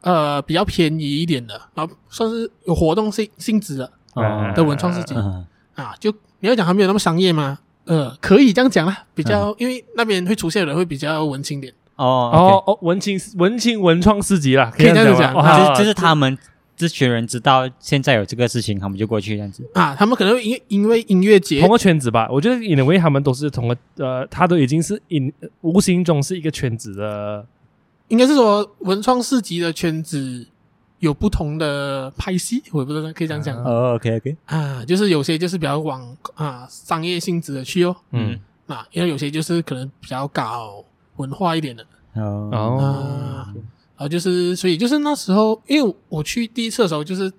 [SPEAKER 3] 呃比较便宜一点的，然后算是有活动性性质的
[SPEAKER 2] 哦
[SPEAKER 1] 嗯
[SPEAKER 3] 的文创事情。
[SPEAKER 2] 嗯
[SPEAKER 3] 啊，就你要讲它没有那么商业吗？呃，可以这样讲啦，比较、因为那边会出现的人会比较文青点，
[SPEAKER 2] 哦
[SPEAKER 1] 哦哦，文青文青文创市集啦，
[SPEAKER 3] 可以这样子
[SPEAKER 1] 吗
[SPEAKER 3] 讲
[SPEAKER 2] ，OK，
[SPEAKER 1] 哇
[SPEAKER 2] 就是就是他们这群人知道现在有这个事情，他们就过去这样子。
[SPEAKER 3] 啊，他们可能会因因为音乐节
[SPEAKER 1] 同个圈子吧，我觉得 in a way 他们都是同个呃，他都已经是 in 无形中是一个圈子的
[SPEAKER 3] 应该是说文创市集的圈子有不同的派系，我也不知道可以这样讲
[SPEAKER 1] 啊
[SPEAKER 3] 啊
[SPEAKER 2] 哦，OK OK，
[SPEAKER 3] 就是有些就是比较往啊商业性质的去哦，
[SPEAKER 1] 嗯
[SPEAKER 3] 啊，因为有些就是可能比较搞文化一点的
[SPEAKER 2] 哦，
[SPEAKER 1] 哦，
[SPEAKER 3] 啊，然后就是所以就是那时候，因为我去第一次的时候就是呃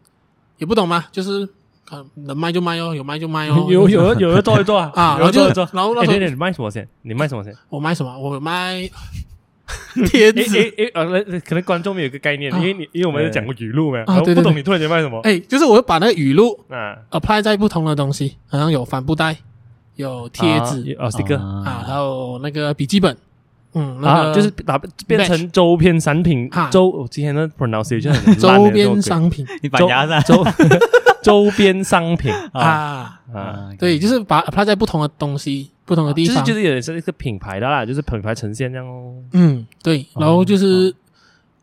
[SPEAKER 3] 也不懂嘛，就是啊能卖就卖哦，有卖就卖 哦
[SPEAKER 1] 有有有的做一做啊
[SPEAKER 3] 啊，然
[SPEAKER 1] 有的
[SPEAKER 3] 后就
[SPEAKER 1] 做一
[SPEAKER 3] 是
[SPEAKER 1] 做。
[SPEAKER 3] 然后那
[SPEAKER 1] 哎，
[SPEAKER 3] 时候
[SPEAKER 1] 等等，你卖什么先？你卖什么 先？
[SPEAKER 3] 我卖什么？我卖贴
[SPEAKER 1] 哎
[SPEAKER 3] 纸。
[SPEAKER 1] 哎哎，呃，来可能观众没有一个概念，
[SPEAKER 3] 啊
[SPEAKER 1] 因为你因为我们有讲过语录没有，
[SPEAKER 3] 啊
[SPEAKER 1] 然后
[SPEAKER 3] 对
[SPEAKER 1] 不
[SPEAKER 3] 对
[SPEAKER 1] 懂
[SPEAKER 3] 对
[SPEAKER 1] 你突然间卖什么
[SPEAKER 3] 哎、就是我会把那个语录
[SPEAKER 1] 啊？
[SPEAKER 3] apply 在不同的东西，好像有帆布袋，有贴纸
[SPEAKER 1] 啊，sticker
[SPEAKER 3] 啊还有那个笔记本，嗯，那个、
[SPEAKER 1] 啊，就是打变成周边产品
[SPEAKER 3] 啊
[SPEAKER 1] 周，我今天 的 pronunciation 很烂
[SPEAKER 3] 周
[SPEAKER 1] 耶
[SPEAKER 3] 边商品
[SPEAKER 2] 你把
[SPEAKER 1] 周
[SPEAKER 2] 牙上
[SPEAKER 1] 周周 边商 品
[SPEAKER 3] 啊，
[SPEAKER 1] 啊。
[SPEAKER 3] 对，就是把 apply 在不同的东西、不同的地
[SPEAKER 1] 就是
[SPEAKER 3] 方，
[SPEAKER 1] 就是有点像一个品牌的啦，就是品牌呈现这样哦。
[SPEAKER 3] 嗯，对，然后就是、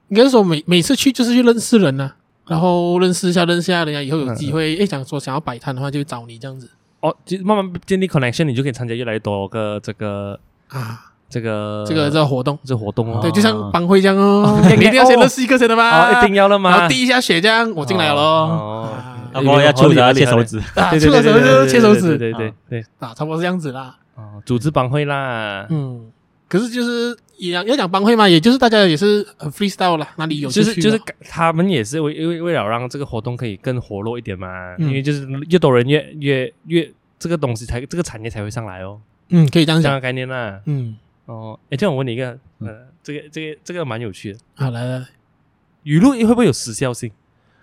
[SPEAKER 3] 应该是说每每次去就是去认识人呐、然后认识一下，认识一下人家，以后
[SPEAKER 1] 嗯
[SPEAKER 3] 有机会，哎、想说想要摆摊的话，就找你这样子
[SPEAKER 1] 哦，就慢慢建立 connection，你就可以参加越来越多个这个
[SPEAKER 3] 啊，
[SPEAKER 1] 这个
[SPEAKER 3] 这个这个活动。
[SPEAKER 1] 这活动哦。
[SPEAKER 3] 对，
[SPEAKER 2] 啊
[SPEAKER 3] 就像帮会这样哦，
[SPEAKER 1] 哦
[SPEAKER 3] 你一定要先认识一个先的吧，
[SPEAKER 1] 哦，一定要了
[SPEAKER 3] 然
[SPEAKER 1] 吗
[SPEAKER 3] 后？滴一下血这样，我进来
[SPEAKER 1] 哦
[SPEAKER 3] 了咯
[SPEAKER 1] 哦
[SPEAKER 3] 啊
[SPEAKER 2] 啊，不过要抽牙切手指，
[SPEAKER 3] 啊，
[SPEAKER 1] 对
[SPEAKER 3] 出
[SPEAKER 1] 对对
[SPEAKER 3] 了时候
[SPEAKER 1] 对
[SPEAKER 3] 就
[SPEAKER 1] 对，
[SPEAKER 3] 切手指
[SPEAKER 1] 对对对对对。
[SPEAKER 3] 啊，差不多是这样子啦。
[SPEAKER 1] 哦，组织帮会啦，
[SPEAKER 3] 嗯，可是就是也要要讲帮会嘛，也就是大家也是很 freestyle 啦，哪里有
[SPEAKER 1] 就是
[SPEAKER 3] 去
[SPEAKER 1] 就是
[SPEAKER 3] 咯
[SPEAKER 1] 他们也是为为为了让这个活动可以更活络一点嘛，
[SPEAKER 3] 嗯
[SPEAKER 1] 因为就是越多人越越越这个东西才这个产业才会上来哦，
[SPEAKER 3] 嗯，嗯可以这样
[SPEAKER 1] 这样
[SPEAKER 3] 讲，
[SPEAKER 1] 的概念啦。
[SPEAKER 3] 嗯，
[SPEAKER 1] 哦，哎，这样我问你一个，呃，这个这个这个蛮有趣的，
[SPEAKER 3] 好来来
[SPEAKER 1] 语录会不会有时效性？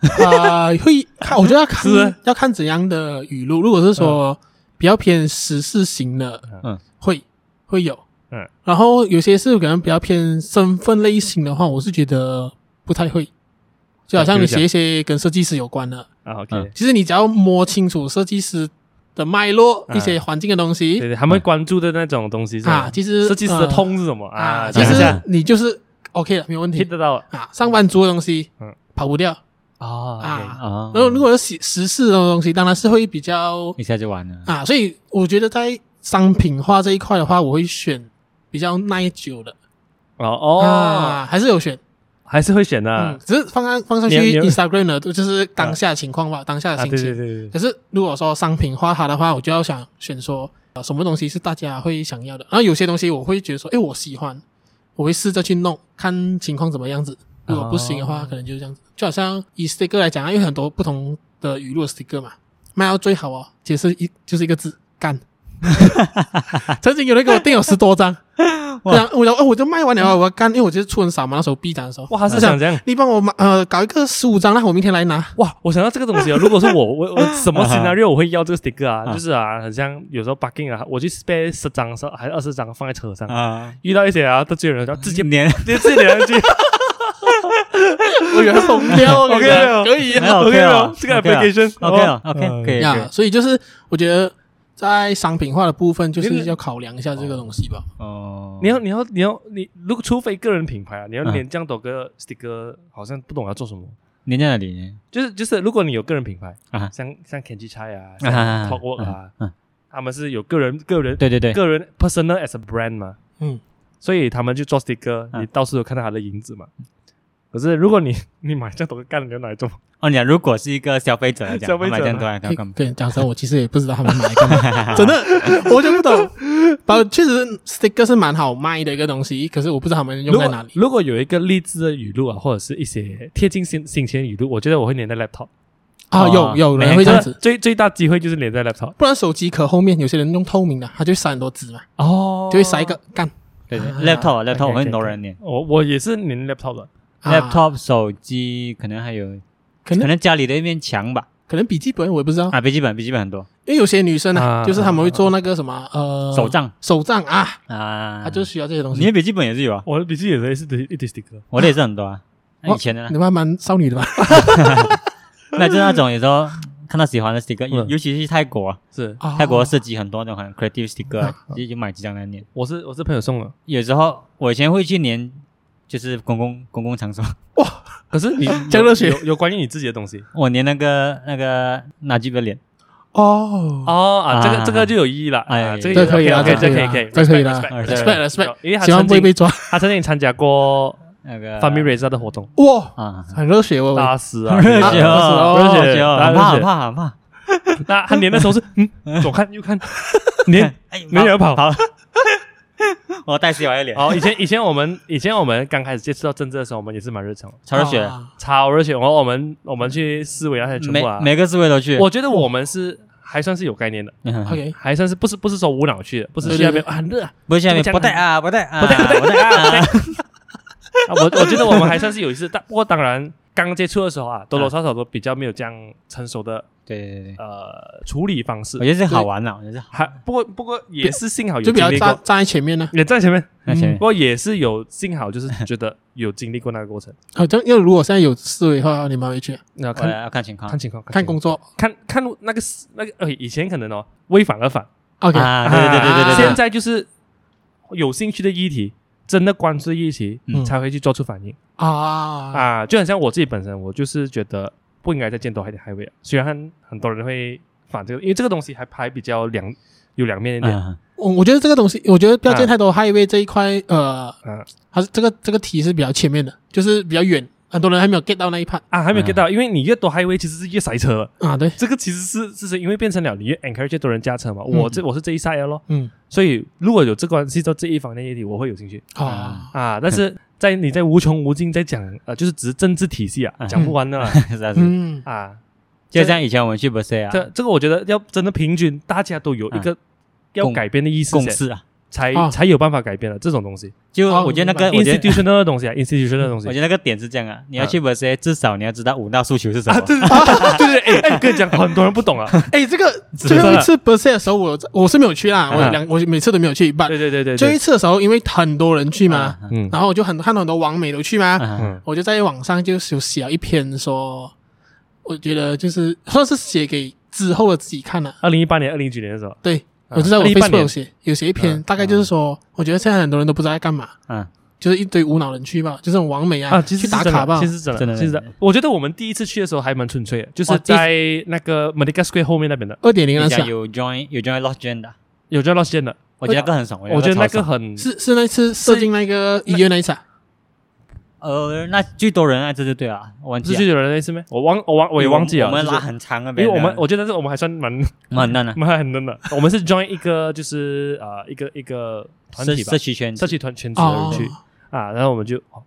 [SPEAKER 3] 来啊，会 看，我觉得要看
[SPEAKER 1] 是啊嗯
[SPEAKER 3] 要看怎样的语录，如果是说比较偏时事型的，
[SPEAKER 2] 嗯，
[SPEAKER 3] 会会有，
[SPEAKER 1] 嗯，
[SPEAKER 3] 然后有些是可能比较偏身份类型的话，我是觉得不太会。就好像你写一些跟设计师有关的，
[SPEAKER 1] 啊，OK，
[SPEAKER 2] 嗯
[SPEAKER 3] 其实你只要摸清楚设计师的脉络、
[SPEAKER 1] 啊
[SPEAKER 3] 一些环境的东
[SPEAKER 1] 对
[SPEAKER 3] 西
[SPEAKER 1] 对，他们关注的那种东西是吧
[SPEAKER 3] 啊，其实
[SPEAKER 1] 设计师的
[SPEAKER 3] 呃
[SPEAKER 1] 痛是什么
[SPEAKER 3] 啊，
[SPEAKER 1] 啊？
[SPEAKER 3] 其
[SPEAKER 1] 讲一下
[SPEAKER 3] 实你就是 OK 了，没有问
[SPEAKER 1] hit
[SPEAKER 3] 题
[SPEAKER 1] 得到
[SPEAKER 3] 啊。上班族的东西
[SPEAKER 1] 嗯
[SPEAKER 3] 跑不掉
[SPEAKER 1] 啊
[SPEAKER 3] 啊，
[SPEAKER 2] 啊，
[SPEAKER 3] 然后如果有时时事的东西，当然是会比较
[SPEAKER 1] 嗯
[SPEAKER 2] 一下就完了。
[SPEAKER 3] 啊，所以我觉得在商品化这一块的话，我会选比较耐久的
[SPEAKER 1] 哦哦，
[SPEAKER 3] 啊，还是有选，
[SPEAKER 1] 还是会选的
[SPEAKER 3] 嗯
[SPEAKER 1] 啊，，
[SPEAKER 3] 只是放在放上去
[SPEAKER 1] 你你啊
[SPEAKER 3] Instagram 的，就是当下情况吧，当下的
[SPEAKER 1] 对
[SPEAKER 3] 心
[SPEAKER 1] 啊对
[SPEAKER 3] 情。
[SPEAKER 1] 对对，
[SPEAKER 3] 可是如果说商品化它的话，我就要想选说、呃、什么东西是大家会想要的。然后有些东西我会觉得说，哎，我喜欢，我会试着去弄，看情况怎么样子。如果不行的话，
[SPEAKER 1] 哦
[SPEAKER 3] 可能就是这样子。就好像以 sticker 来讲啊，因为很多不同的语录的 sticker 嘛，卖到最好哦，其实一就是一个字 干。曾经有人给我订有十多张，
[SPEAKER 2] 哇
[SPEAKER 3] 对啊，我讲哦，我就卖完了，我要干，因为我就是出很少嘛，那时候 B 展的时候，
[SPEAKER 1] 哇，他是想啊这样。
[SPEAKER 3] 你帮我买呃搞一个十五张，那我明天来拿。
[SPEAKER 1] 哇，我想到这个东西啊！如果是我，我我什么
[SPEAKER 2] 啊哈
[SPEAKER 1] scenario 我会要这个 sticker 啊？
[SPEAKER 2] 啊
[SPEAKER 1] 就是啊，很像有时候 bugging 啊，我去 spare 十张上还是二十张放在车上，
[SPEAKER 2] 啊，
[SPEAKER 1] 遇到一些啊，得罪人，然后直接
[SPEAKER 2] 今 年
[SPEAKER 1] 直接自己连上去。
[SPEAKER 3] 我以为疯掉
[SPEAKER 1] OK 没有
[SPEAKER 3] 可以啊
[SPEAKER 2] 没有 OK 哦
[SPEAKER 1] 没有
[SPEAKER 2] 了
[SPEAKER 1] 这个
[SPEAKER 2] OK 了
[SPEAKER 1] application
[SPEAKER 2] OK 了
[SPEAKER 1] 哦
[SPEAKER 2] OK 可以
[SPEAKER 3] 呀，所以就是我觉得在商品化的部分，就是要考量一下这个东西吧。
[SPEAKER 2] 哦，
[SPEAKER 1] 你要你要你要你，如果除非个人品牌啊，你要
[SPEAKER 2] 嗯
[SPEAKER 1] 连这样多个 sticker，好像不懂要做什么。
[SPEAKER 2] 你在哪里？
[SPEAKER 1] 就是就是，如果你有个人品牌
[SPEAKER 2] 啊哈
[SPEAKER 1] 像像 Kenji Chai 啊，
[SPEAKER 2] 啊哈
[SPEAKER 1] 像
[SPEAKER 2] 哈
[SPEAKER 1] Talk Work 啊，
[SPEAKER 2] 嗯嗯
[SPEAKER 1] 他们是有个人个人
[SPEAKER 2] 对对对，
[SPEAKER 1] 个人 personal as a brand 嘛，
[SPEAKER 3] 嗯，
[SPEAKER 1] 所以他们就做 sticker，
[SPEAKER 2] 啊
[SPEAKER 1] 你到处都看到他的影子嘛。可是如果你 你买这样东西干了，你要拿来做
[SPEAKER 2] 哦，你讲如果是一个消费者来讲，
[SPEAKER 1] 消费者
[SPEAKER 2] 买这样多来
[SPEAKER 3] 诶
[SPEAKER 2] 哦干嘛？
[SPEAKER 3] 跟你讲实话，我其实也不知道他们买 干嘛，真的，我就不懂。 把确实 sticker 是蛮好卖的一个东西，可是我不知道他们用在哪里。
[SPEAKER 1] 如果如果有一个励志的语录啊，或者是一些贴近心心情的语录，我觉得我会粘在 laptop。
[SPEAKER 3] 啊，有
[SPEAKER 2] 哦
[SPEAKER 3] 有人
[SPEAKER 2] 每
[SPEAKER 3] 会这样
[SPEAKER 1] 那
[SPEAKER 3] 子，
[SPEAKER 1] 最最大机会就是粘在 laptop。
[SPEAKER 3] 不然手机壳后面有些人用透明的，他就塞很多纸 嘛，啊
[SPEAKER 1] 哦
[SPEAKER 3] 就会塞一个干
[SPEAKER 2] 对对
[SPEAKER 3] 啊
[SPEAKER 2] ，laptop laptop 我
[SPEAKER 1] OK，OK，OK
[SPEAKER 2] 很多人念
[SPEAKER 1] 我我也是粘 laptop 的。
[SPEAKER 3] 啊
[SPEAKER 2] ，laptop 手机可能还有，
[SPEAKER 3] 可
[SPEAKER 2] 可
[SPEAKER 3] 能哦
[SPEAKER 2] 能家里的一面墙吧，
[SPEAKER 3] 可能笔记本我也不知道，
[SPEAKER 2] 啊，笔记本笔记本很多，
[SPEAKER 3] 因为有些女生啊，
[SPEAKER 1] 啊
[SPEAKER 3] 就是他们会做那个什么呃
[SPEAKER 2] 手账
[SPEAKER 3] 手账啊，
[SPEAKER 2] 啊，
[SPEAKER 3] 她就需要这些东
[SPEAKER 2] 你
[SPEAKER 3] 西
[SPEAKER 2] 的。笔记本也是有啊，
[SPEAKER 1] 我的笔记也是一一堆 sticker。
[SPEAKER 2] 我的也是很多啊，那
[SPEAKER 3] 哇
[SPEAKER 2] 以前的呢
[SPEAKER 3] 你们还蛮少女的吧？
[SPEAKER 2] 那就是那种有时候看到喜欢的 sticker，尤
[SPEAKER 1] 嗯
[SPEAKER 2] 尤其是泰国啊，
[SPEAKER 1] 是，
[SPEAKER 3] 啊
[SPEAKER 2] 泰国设计很多那种很 creative sticker，啊
[SPEAKER 3] 哦
[SPEAKER 1] 嗯
[SPEAKER 2] 就就买几张来念。
[SPEAKER 1] 我是我是朋友送的。
[SPEAKER 2] 有时候我以前会去粘，就是公共公共场所，
[SPEAKER 1] 可是 你
[SPEAKER 3] 江乐雪
[SPEAKER 1] 有有关于你自己的东西
[SPEAKER 2] 我粘那个那个纳吉的脸，
[SPEAKER 3] 哦，
[SPEAKER 1] 哦啊，这
[SPEAKER 2] 啊
[SPEAKER 1] 个这个就有意义了。啊
[SPEAKER 2] 哎
[SPEAKER 1] 这
[SPEAKER 3] 这可以啦
[SPEAKER 1] 了，这
[SPEAKER 3] 这可
[SPEAKER 1] 可
[SPEAKER 3] 以
[SPEAKER 1] 以
[SPEAKER 3] 啦
[SPEAKER 1] 可以，
[SPEAKER 3] 这可以啦
[SPEAKER 1] respect，respect，
[SPEAKER 2] 对
[SPEAKER 3] respect respect，
[SPEAKER 1] 有因为他
[SPEAKER 3] 希望
[SPEAKER 1] 曾
[SPEAKER 3] 不会
[SPEAKER 1] 经
[SPEAKER 3] 被抓。
[SPEAKER 1] 他曾经参加过
[SPEAKER 2] 那个
[SPEAKER 1] Family r a i s e 的活动，
[SPEAKER 3] 哇，
[SPEAKER 2] 啊，
[SPEAKER 3] 很热血哦，
[SPEAKER 1] 大师 啊，
[SPEAKER 2] 热
[SPEAKER 1] 啊
[SPEAKER 2] 血哦，
[SPEAKER 1] 热血
[SPEAKER 2] 热血哦，
[SPEAKER 1] 啊
[SPEAKER 2] 很怕
[SPEAKER 1] 热
[SPEAKER 2] 很
[SPEAKER 1] 血
[SPEAKER 2] 怕很怕，
[SPEAKER 1] 那他粘的时候是嗯，左看右看， 粘
[SPEAKER 2] 哎，
[SPEAKER 1] 没有跑。
[SPEAKER 2] 跑，我带洗完的脸，
[SPEAKER 1] 哦，以前以前我们以前我们刚开始接触到政治的时候，我们也是蛮热诚的，
[SPEAKER 2] 超热血的，
[SPEAKER 3] 啊
[SPEAKER 1] 超热血。然后我们我们去思维那些全
[SPEAKER 2] 每
[SPEAKER 1] 部啊，
[SPEAKER 2] 每个思维都去，
[SPEAKER 1] 我觉得我们是还算是有概念的，
[SPEAKER 3] OK，
[SPEAKER 1] 还算是不是不是说无脑去的，不是
[SPEAKER 3] 对
[SPEAKER 1] 去那边
[SPEAKER 3] 对
[SPEAKER 1] 啊很热啊。
[SPEAKER 2] 不是下面
[SPEAKER 1] 这个
[SPEAKER 2] 不带啊，不带啊，不
[SPEAKER 1] 带
[SPEAKER 2] 不带啊，
[SPEAKER 1] 啊 我我觉得我们还算是有一次，但不过当然刚接触的时候啊，多多少少都比较没有这样成熟的
[SPEAKER 2] 对对对对，
[SPEAKER 1] 呃处理方式
[SPEAKER 2] 我，觉得是好玩啊了，我觉得是好，
[SPEAKER 1] 还不过不过也是幸好有
[SPEAKER 3] 就比
[SPEAKER 1] 经
[SPEAKER 3] 较
[SPEAKER 1] 历
[SPEAKER 3] 站
[SPEAKER 1] 过
[SPEAKER 3] 站，在前面呢。
[SPEAKER 1] 也在前面，
[SPEAKER 2] 那前面
[SPEAKER 1] 不过也是有幸好就是觉得有经历过那个过程。
[SPEAKER 3] 好像因为如果现在有思维的话，你们会去
[SPEAKER 1] 那
[SPEAKER 2] 我
[SPEAKER 1] 看
[SPEAKER 2] 要看情况
[SPEAKER 1] 看情况，
[SPEAKER 3] 看工作。
[SPEAKER 1] 看看那个那个呃，以前可能哦为反而反，
[SPEAKER 3] OK，
[SPEAKER 2] 啊，对对对对对
[SPEAKER 1] 现
[SPEAKER 2] 对，
[SPEAKER 1] 在就是有兴趣的议题，真的关注的议题，
[SPEAKER 2] 嗯
[SPEAKER 1] 才会去做出反应
[SPEAKER 3] 啊
[SPEAKER 1] 啊。就很像我自己本身，我就是觉得不应该再建多海点海味了。虽然很多人会反这个，因为这个东西还还比较两有两面一点。
[SPEAKER 2] 嗯
[SPEAKER 3] 我我觉得这个东西，我觉得不要见太多 highway 这一块，呃
[SPEAKER 1] 嗯，
[SPEAKER 3] 还是这个这个题是比较前面的，就是比较远，很多人还没有 get 到那一 part
[SPEAKER 1] 啊，
[SPEAKER 2] 嗯
[SPEAKER 1] 还没有 get 到，因为你越多 highway 其实是越塞车了。
[SPEAKER 3] 啊，对，
[SPEAKER 1] 这个其实是是是因为变成了你越 encourage 越多人驾车嘛。
[SPEAKER 3] 嗯
[SPEAKER 1] 我这我是这一赛的咯，
[SPEAKER 3] 嗯
[SPEAKER 1] 所以如果有这关系到这一方面的议题，我会有兴趣
[SPEAKER 3] 啊，
[SPEAKER 2] 嗯
[SPEAKER 1] 啊。但是在你在无穷无尽在讲呃，就是只是政治体系啊，
[SPEAKER 2] 嗯
[SPEAKER 1] 讲不完 的啦
[SPEAKER 2] 是啊是啊，
[SPEAKER 3] 嗯
[SPEAKER 1] 啊。
[SPEAKER 2] 就像以前我们去 b e r s e 啊，
[SPEAKER 1] 这这个我觉得要真的平均，大家都有一个要
[SPEAKER 2] 共
[SPEAKER 1] 改变的意识
[SPEAKER 2] 嗯共
[SPEAKER 1] 先，
[SPEAKER 2] 识啊，
[SPEAKER 1] 才
[SPEAKER 3] 啊
[SPEAKER 1] 才有办法改变的这种东西
[SPEAKER 2] 就
[SPEAKER 3] 哦
[SPEAKER 2] 我觉得那个，我觉得。
[SPEAKER 1] ，institutional 的东西啊，institutional 的东西
[SPEAKER 2] 我觉得那个点是这样啊，你要去 b e r s e 至少你要知道五大诉求是什
[SPEAKER 1] 啊，
[SPEAKER 2] 么。
[SPEAKER 1] 对 对对对对，哎哎，跟你讲，很多人不懂啊，
[SPEAKER 3] 哎，这个
[SPEAKER 1] 是
[SPEAKER 3] 最后一次 b e r s e 的时候，我我是没有去啦，我
[SPEAKER 1] 啊
[SPEAKER 3] 两我每次都没有去，但
[SPEAKER 1] 对对对对，
[SPEAKER 3] 这一
[SPEAKER 1] 对，
[SPEAKER 3] 次的时候，因为很多人去嘛，
[SPEAKER 2] 啊
[SPEAKER 1] 嗯
[SPEAKER 3] 然后我就很看到很多网美都去嘛，
[SPEAKER 2] 啊
[SPEAKER 1] 嗯
[SPEAKER 3] 我就在网上就有写了一篇说，我觉得就是算是写给之后的自己看了、
[SPEAKER 1] 二零一八年、二零一九年的时候，
[SPEAKER 3] 对，
[SPEAKER 1] 啊
[SPEAKER 3] 我就在我
[SPEAKER 1] 2018
[SPEAKER 3] Facebook
[SPEAKER 1] 年啊
[SPEAKER 3] 有写有写一篇，大概就是说，我觉得现在很多人都不知道在干嘛，
[SPEAKER 2] 啊
[SPEAKER 3] 就是一堆无脑人去吧，就这种网美啊，
[SPEAKER 1] 啊，其实
[SPEAKER 3] 去
[SPEAKER 1] 是
[SPEAKER 3] 打
[SPEAKER 1] 真的
[SPEAKER 3] 卡吧
[SPEAKER 1] 其。实是真的，
[SPEAKER 2] 真的
[SPEAKER 1] 其实是
[SPEAKER 2] 真的
[SPEAKER 1] 我觉得我们第一次去的时候还蛮纯粹的，就是
[SPEAKER 3] 哦第一
[SPEAKER 1] 在那个 m e d i c a Square 后面那边的，
[SPEAKER 3] 二点零
[SPEAKER 2] 你
[SPEAKER 3] 那次、
[SPEAKER 2] 讲
[SPEAKER 3] 啊、
[SPEAKER 2] 有 join 有 join lost gen 的，
[SPEAKER 1] 有叫到线的，
[SPEAKER 2] 我觉得那个很爽，
[SPEAKER 1] 我觉得那
[SPEAKER 2] 超
[SPEAKER 1] 个
[SPEAKER 2] 爽
[SPEAKER 1] 很
[SPEAKER 3] 是是那次射进那个医院那一次、啊，
[SPEAKER 2] 呃，那最多人啊，这就对了，我忘记
[SPEAKER 1] 是
[SPEAKER 2] 了
[SPEAKER 1] 去有人那次吗？我忘我忘我也忘记了，
[SPEAKER 2] 我们
[SPEAKER 1] 就
[SPEAKER 2] 拉
[SPEAKER 1] 是
[SPEAKER 2] 很长啊，
[SPEAKER 1] 因为我们我觉得这个我们还算蛮
[SPEAKER 2] 我们很嫩啊，
[SPEAKER 1] 蛮很嫩的。我们是 join 一个就是呃一个一个团
[SPEAKER 2] 社
[SPEAKER 1] 体吧
[SPEAKER 2] 社，区圈子
[SPEAKER 1] 社，区团圈子的
[SPEAKER 3] 哦
[SPEAKER 1] 人去、啊，然后我们就，哦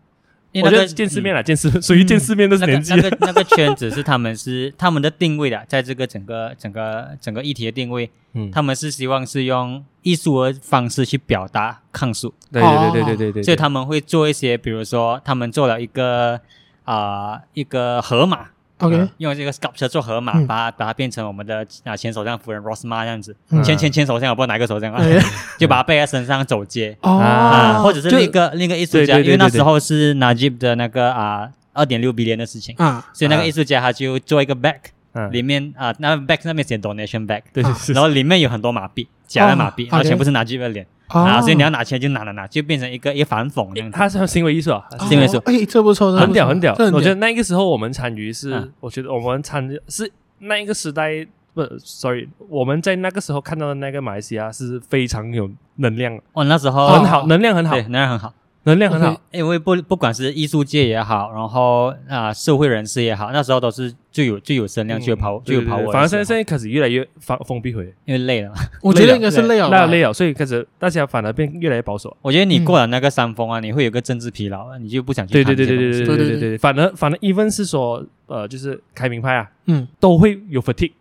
[SPEAKER 2] 因
[SPEAKER 1] 我
[SPEAKER 2] 为
[SPEAKER 1] 觉
[SPEAKER 2] 那
[SPEAKER 1] 得
[SPEAKER 2] 个
[SPEAKER 1] 见世面了，见世属于见世面的
[SPEAKER 2] 嗯那
[SPEAKER 1] 年
[SPEAKER 2] 个
[SPEAKER 1] 纪啊
[SPEAKER 2] 那个那个圈子是他们是他们的定位的，在这个整个整个整个议题的定位，
[SPEAKER 1] 嗯
[SPEAKER 2] 他们是希望是用艺术的方式去表达抗诉，
[SPEAKER 1] 对
[SPEAKER 3] 哦
[SPEAKER 1] 对对对对对对，
[SPEAKER 2] 所以他们会做一些，比如说他们做了一个啊、一个河马，
[SPEAKER 3] OK，、
[SPEAKER 1] 嗯
[SPEAKER 2] 用这个 sculpture 做河马，
[SPEAKER 3] 嗯
[SPEAKER 2] 把它把它变成我们的啊前首相夫人 Rosma 这样子，
[SPEAKER 3] 嗯
[SPEAKER 2] 前前前首相我不知道哪一个首相啊，
[SPEAKER 3] 哎
[SPEAKER 2] 就把它背在身上走街
[SPEAKER 3] 哦、
[SPEAKER 2] 啊，或者是
[SPEAKER 1] 就
[SPEAKER 2] 那个那个艺术
[SPEAKER 1] 对对
[SPEAKER 2] 家，
[SPEAKER 1] 对
[SPEAKER 2] 因为那
[SPEAKER 1] 对对
[SPEAKER 2] 时候是 Najib 的那个啊二点六 billion 的事情，
[SPEAKER 3] 啊，
[SPEAKER 2] 所以那个
[SPEAKER 1] 啊
[SPEAKER 2] 艺术家他就做一个 bag，
[SPEAKER 1] 嗯
[SPEAKER 2] 里面啊那 bag 上面写 donation bag，
[SPEAKER 1] 对
[SPEAKER 3] 啊
[SPEAKER 1] 对是
[SPEAKER 2] 然后里面有很多马币，假的马币，
[SPEAKER 3] 哦
[SPEAKER 2] 然后
[SPEAKER 3] OK
[SPEAKER 2] 全部是 Najib 的脸
[SPEAKER 3] 啊
[SPEAKER 1] 哦
[SPEAKER 2] 啊，所以你要拿钱就拿拿拿，就变成一个一个反讽这样子。
[SPEAKER 1] 他是行为艺术啊，
[SPEAKER 2] 是因为是
[SPEAKER 3] 哦哎、这不错，这不错
[SPEAKER 1] 很屌很屌
[SPEAKER 3] 这。啊
[SPEAKER 1] 我觉得那个时候我们参与是
[SPEAKER 2] 嗯，
[SPEAKER 1] 我觉得我们参与是那一个时代。不，sorry，我们在那个时候看到的那个马来西亚是非常有能量，
[SPEAKER 2] 哦，那时候
[SPEAKER 1] 很好，能量很好
[SPEAKER 2] 对，能量很好
[SPEAKER 1] 能量很好
[SPEAKER 3] OK，
[SPEAKER 2] 因为不不管是艺术界也好，然后啊、社会人士也好，那时候都是最有最有声量、最有跑
[SPEAKER 1] 嗯对
[SPEAKER 2] 最有
[SPEAKER 1] 对对
[SPEAKER 2] power 的时候。
[SPEAKER 1] 反而现在现在开始越来越封封闭回，
[SPEAKER 2] 因为累了嘛，
[SPEAKER 3] 我觉得应该是累了
[SPEAKER 1] 那
[SPEAKER 3] 吧，
[SPEAKER 1] 累了，所以开始大家反而变越来越保守。
[SPEAKER 2] 我觉得你过了那个山峰啊，你会有个政治疲劳，啊你就不想去
[SPEAKER 1] 对
[SPEAKER 2] 看
[SPEAKER 1] 对对
[SPEAKER 2] 这
[SPEAKER 1] 对
[SPEAKER 2] 些
[SPEAKER 1] 对
[SPEAKER 2] 东
[SPEAKER 1] 对
[SPEAKER 2] 西
[SPEAKER 3] 对
[SPEAKER 1] 对
[SPEAKER 3] 对
[SPEAKER 1] 对对，反而反而 even 是说呃，就是开明派啊，
[SPEAKER 3] 嗯，
[SPEAKER 1] 都会有 fatigue，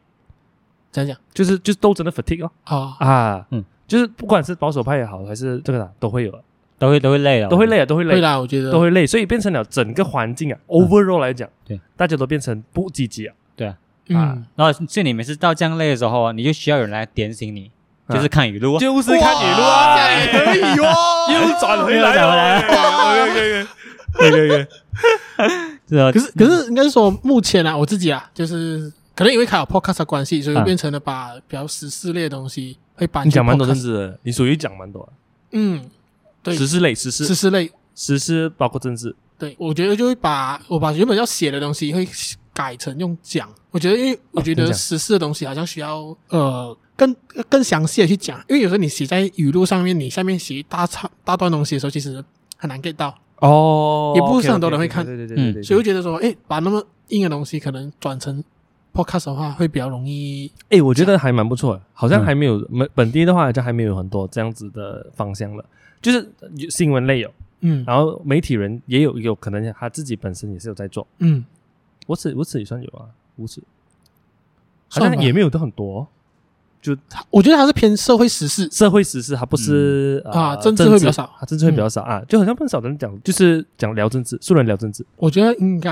[SPEAKER 3] 讲讲
[SPEAKER 1] 就是就是斗争的 fatigue 哦
[SPEAKER 3] 啊，
[SPEAKER 1] 啊，
[SPEAKER 2] 嗯，
[SPEAKER 1] 就是不管是保守派也好，还是这个啊，都会有的，
[SPEAKER 2] 都会都会累了，
[SPEAKER 1] 都会。累啊，都会
[SPEAKER 3] 会
[SPEAKER 1] 累，
[SPEAKER 3] 啦，我觉得
[SPEAKER 1] 都会累，所以变成了整个环境啊，overall 来讲，
[SPEAKER 2] 对，
[SPEAKER 1] 大家都变成不积极啊，
[SPEAKER 3] 嗯，
[SPEAKER 2] 然后所以你每次到这样累的时候啊，你就需要有人来点醒你，就是看语录啊。
[SPEAKER 1] 就是
[SPEAKER 3] 哇
[SPEAKER 1] 看语录啊，
[SPEAKER 3] 这样也可以 哦。
[SPEAKER 1] 又转回
[SPEAKER 2] 又转回来
[SPEAKER 1] 来哎了，可以可以可以可以 可以。
[SPEAKER 2] 是啊
[SPEAKER 3] 可，是可是应该是说，目前啊，我自己啊，就是可能因为开了 podcast 的关系，所以
[SPEAKER 2] 啊
[SPEAKER 3] 变成了把比较时事类的东西会搬
[SPEAKER 1] 你
[SPEAKER 3] 进
[SPEAKER 1] 讲蛮多
[SPEAKER 3] podcast
[SPEAKER 1] 政治的，你属于讲蛮多的，
[SPEAKER 3] 嗯，对，
[SPEAKER 1] 时事类时
[SPEAKER 3] 时
[SPEAKER 1] 事
[SPEAKER 3] 事类，
[SPEAKER 1] 时事包括政治，
[SPEAKER 3] 对我觉得就会把我把原本要写的东西会改成用讲。我觉得，因为我觉
[SPEAKER 1] 你
[SPEAKER 3] 得
[SPEAKER 1] 哦讲
[SPEAKER 3] 时事的东西好像需要呃更更详细的去讲，因为有时候你写在语录上面，你下面写一大长大段东西的时候，其实很难 get 到，
[SPEAKER 1] 哦
[SPEAKER 3] 也不是很多人会看
[SPEAKER 1] 对对对对对对。
[SPEAKER 3] 所以我觉得说，哎，把那么硬的东西可能转成 podcast 的话，会比较容易。
[SPEAKER 1] 哎，我觉得还蛮不错的，好像
[SPEAKER 2] 嗯
[SPEAKER 1] 还没有本本地的话，好像还没有很多这样子的方向了。就是有新闻类有，
[SPEAKER 3] 嗯
[SPEAKER 1] 然后媒体人也有，有可能他自己本身也是有在做。
[SPEAKER 3] 嗯，
[SPEAKER 1] 我此我此也算有啊，无此好
[SPEAKER 3] 算
[SPEAKER 1] 像
[SPEAKER 3] 吧
[SPEAKER 1] 也没有都很多哦，
[SPEAKER 3] 我觉得还是偏社会时事。
[SPEAKER 1] 社会时事，它不是、呃
[SPEAKER 3] 啊政
[SPEAKER 1] 政
[SPEAKER 3] 治会比较少
[SPEAKER 1] 它政治会比较少、啊，就好像很少人讲，就是讲聊政治，素人聊政治，
[SPEAKER 3] 我觉得应该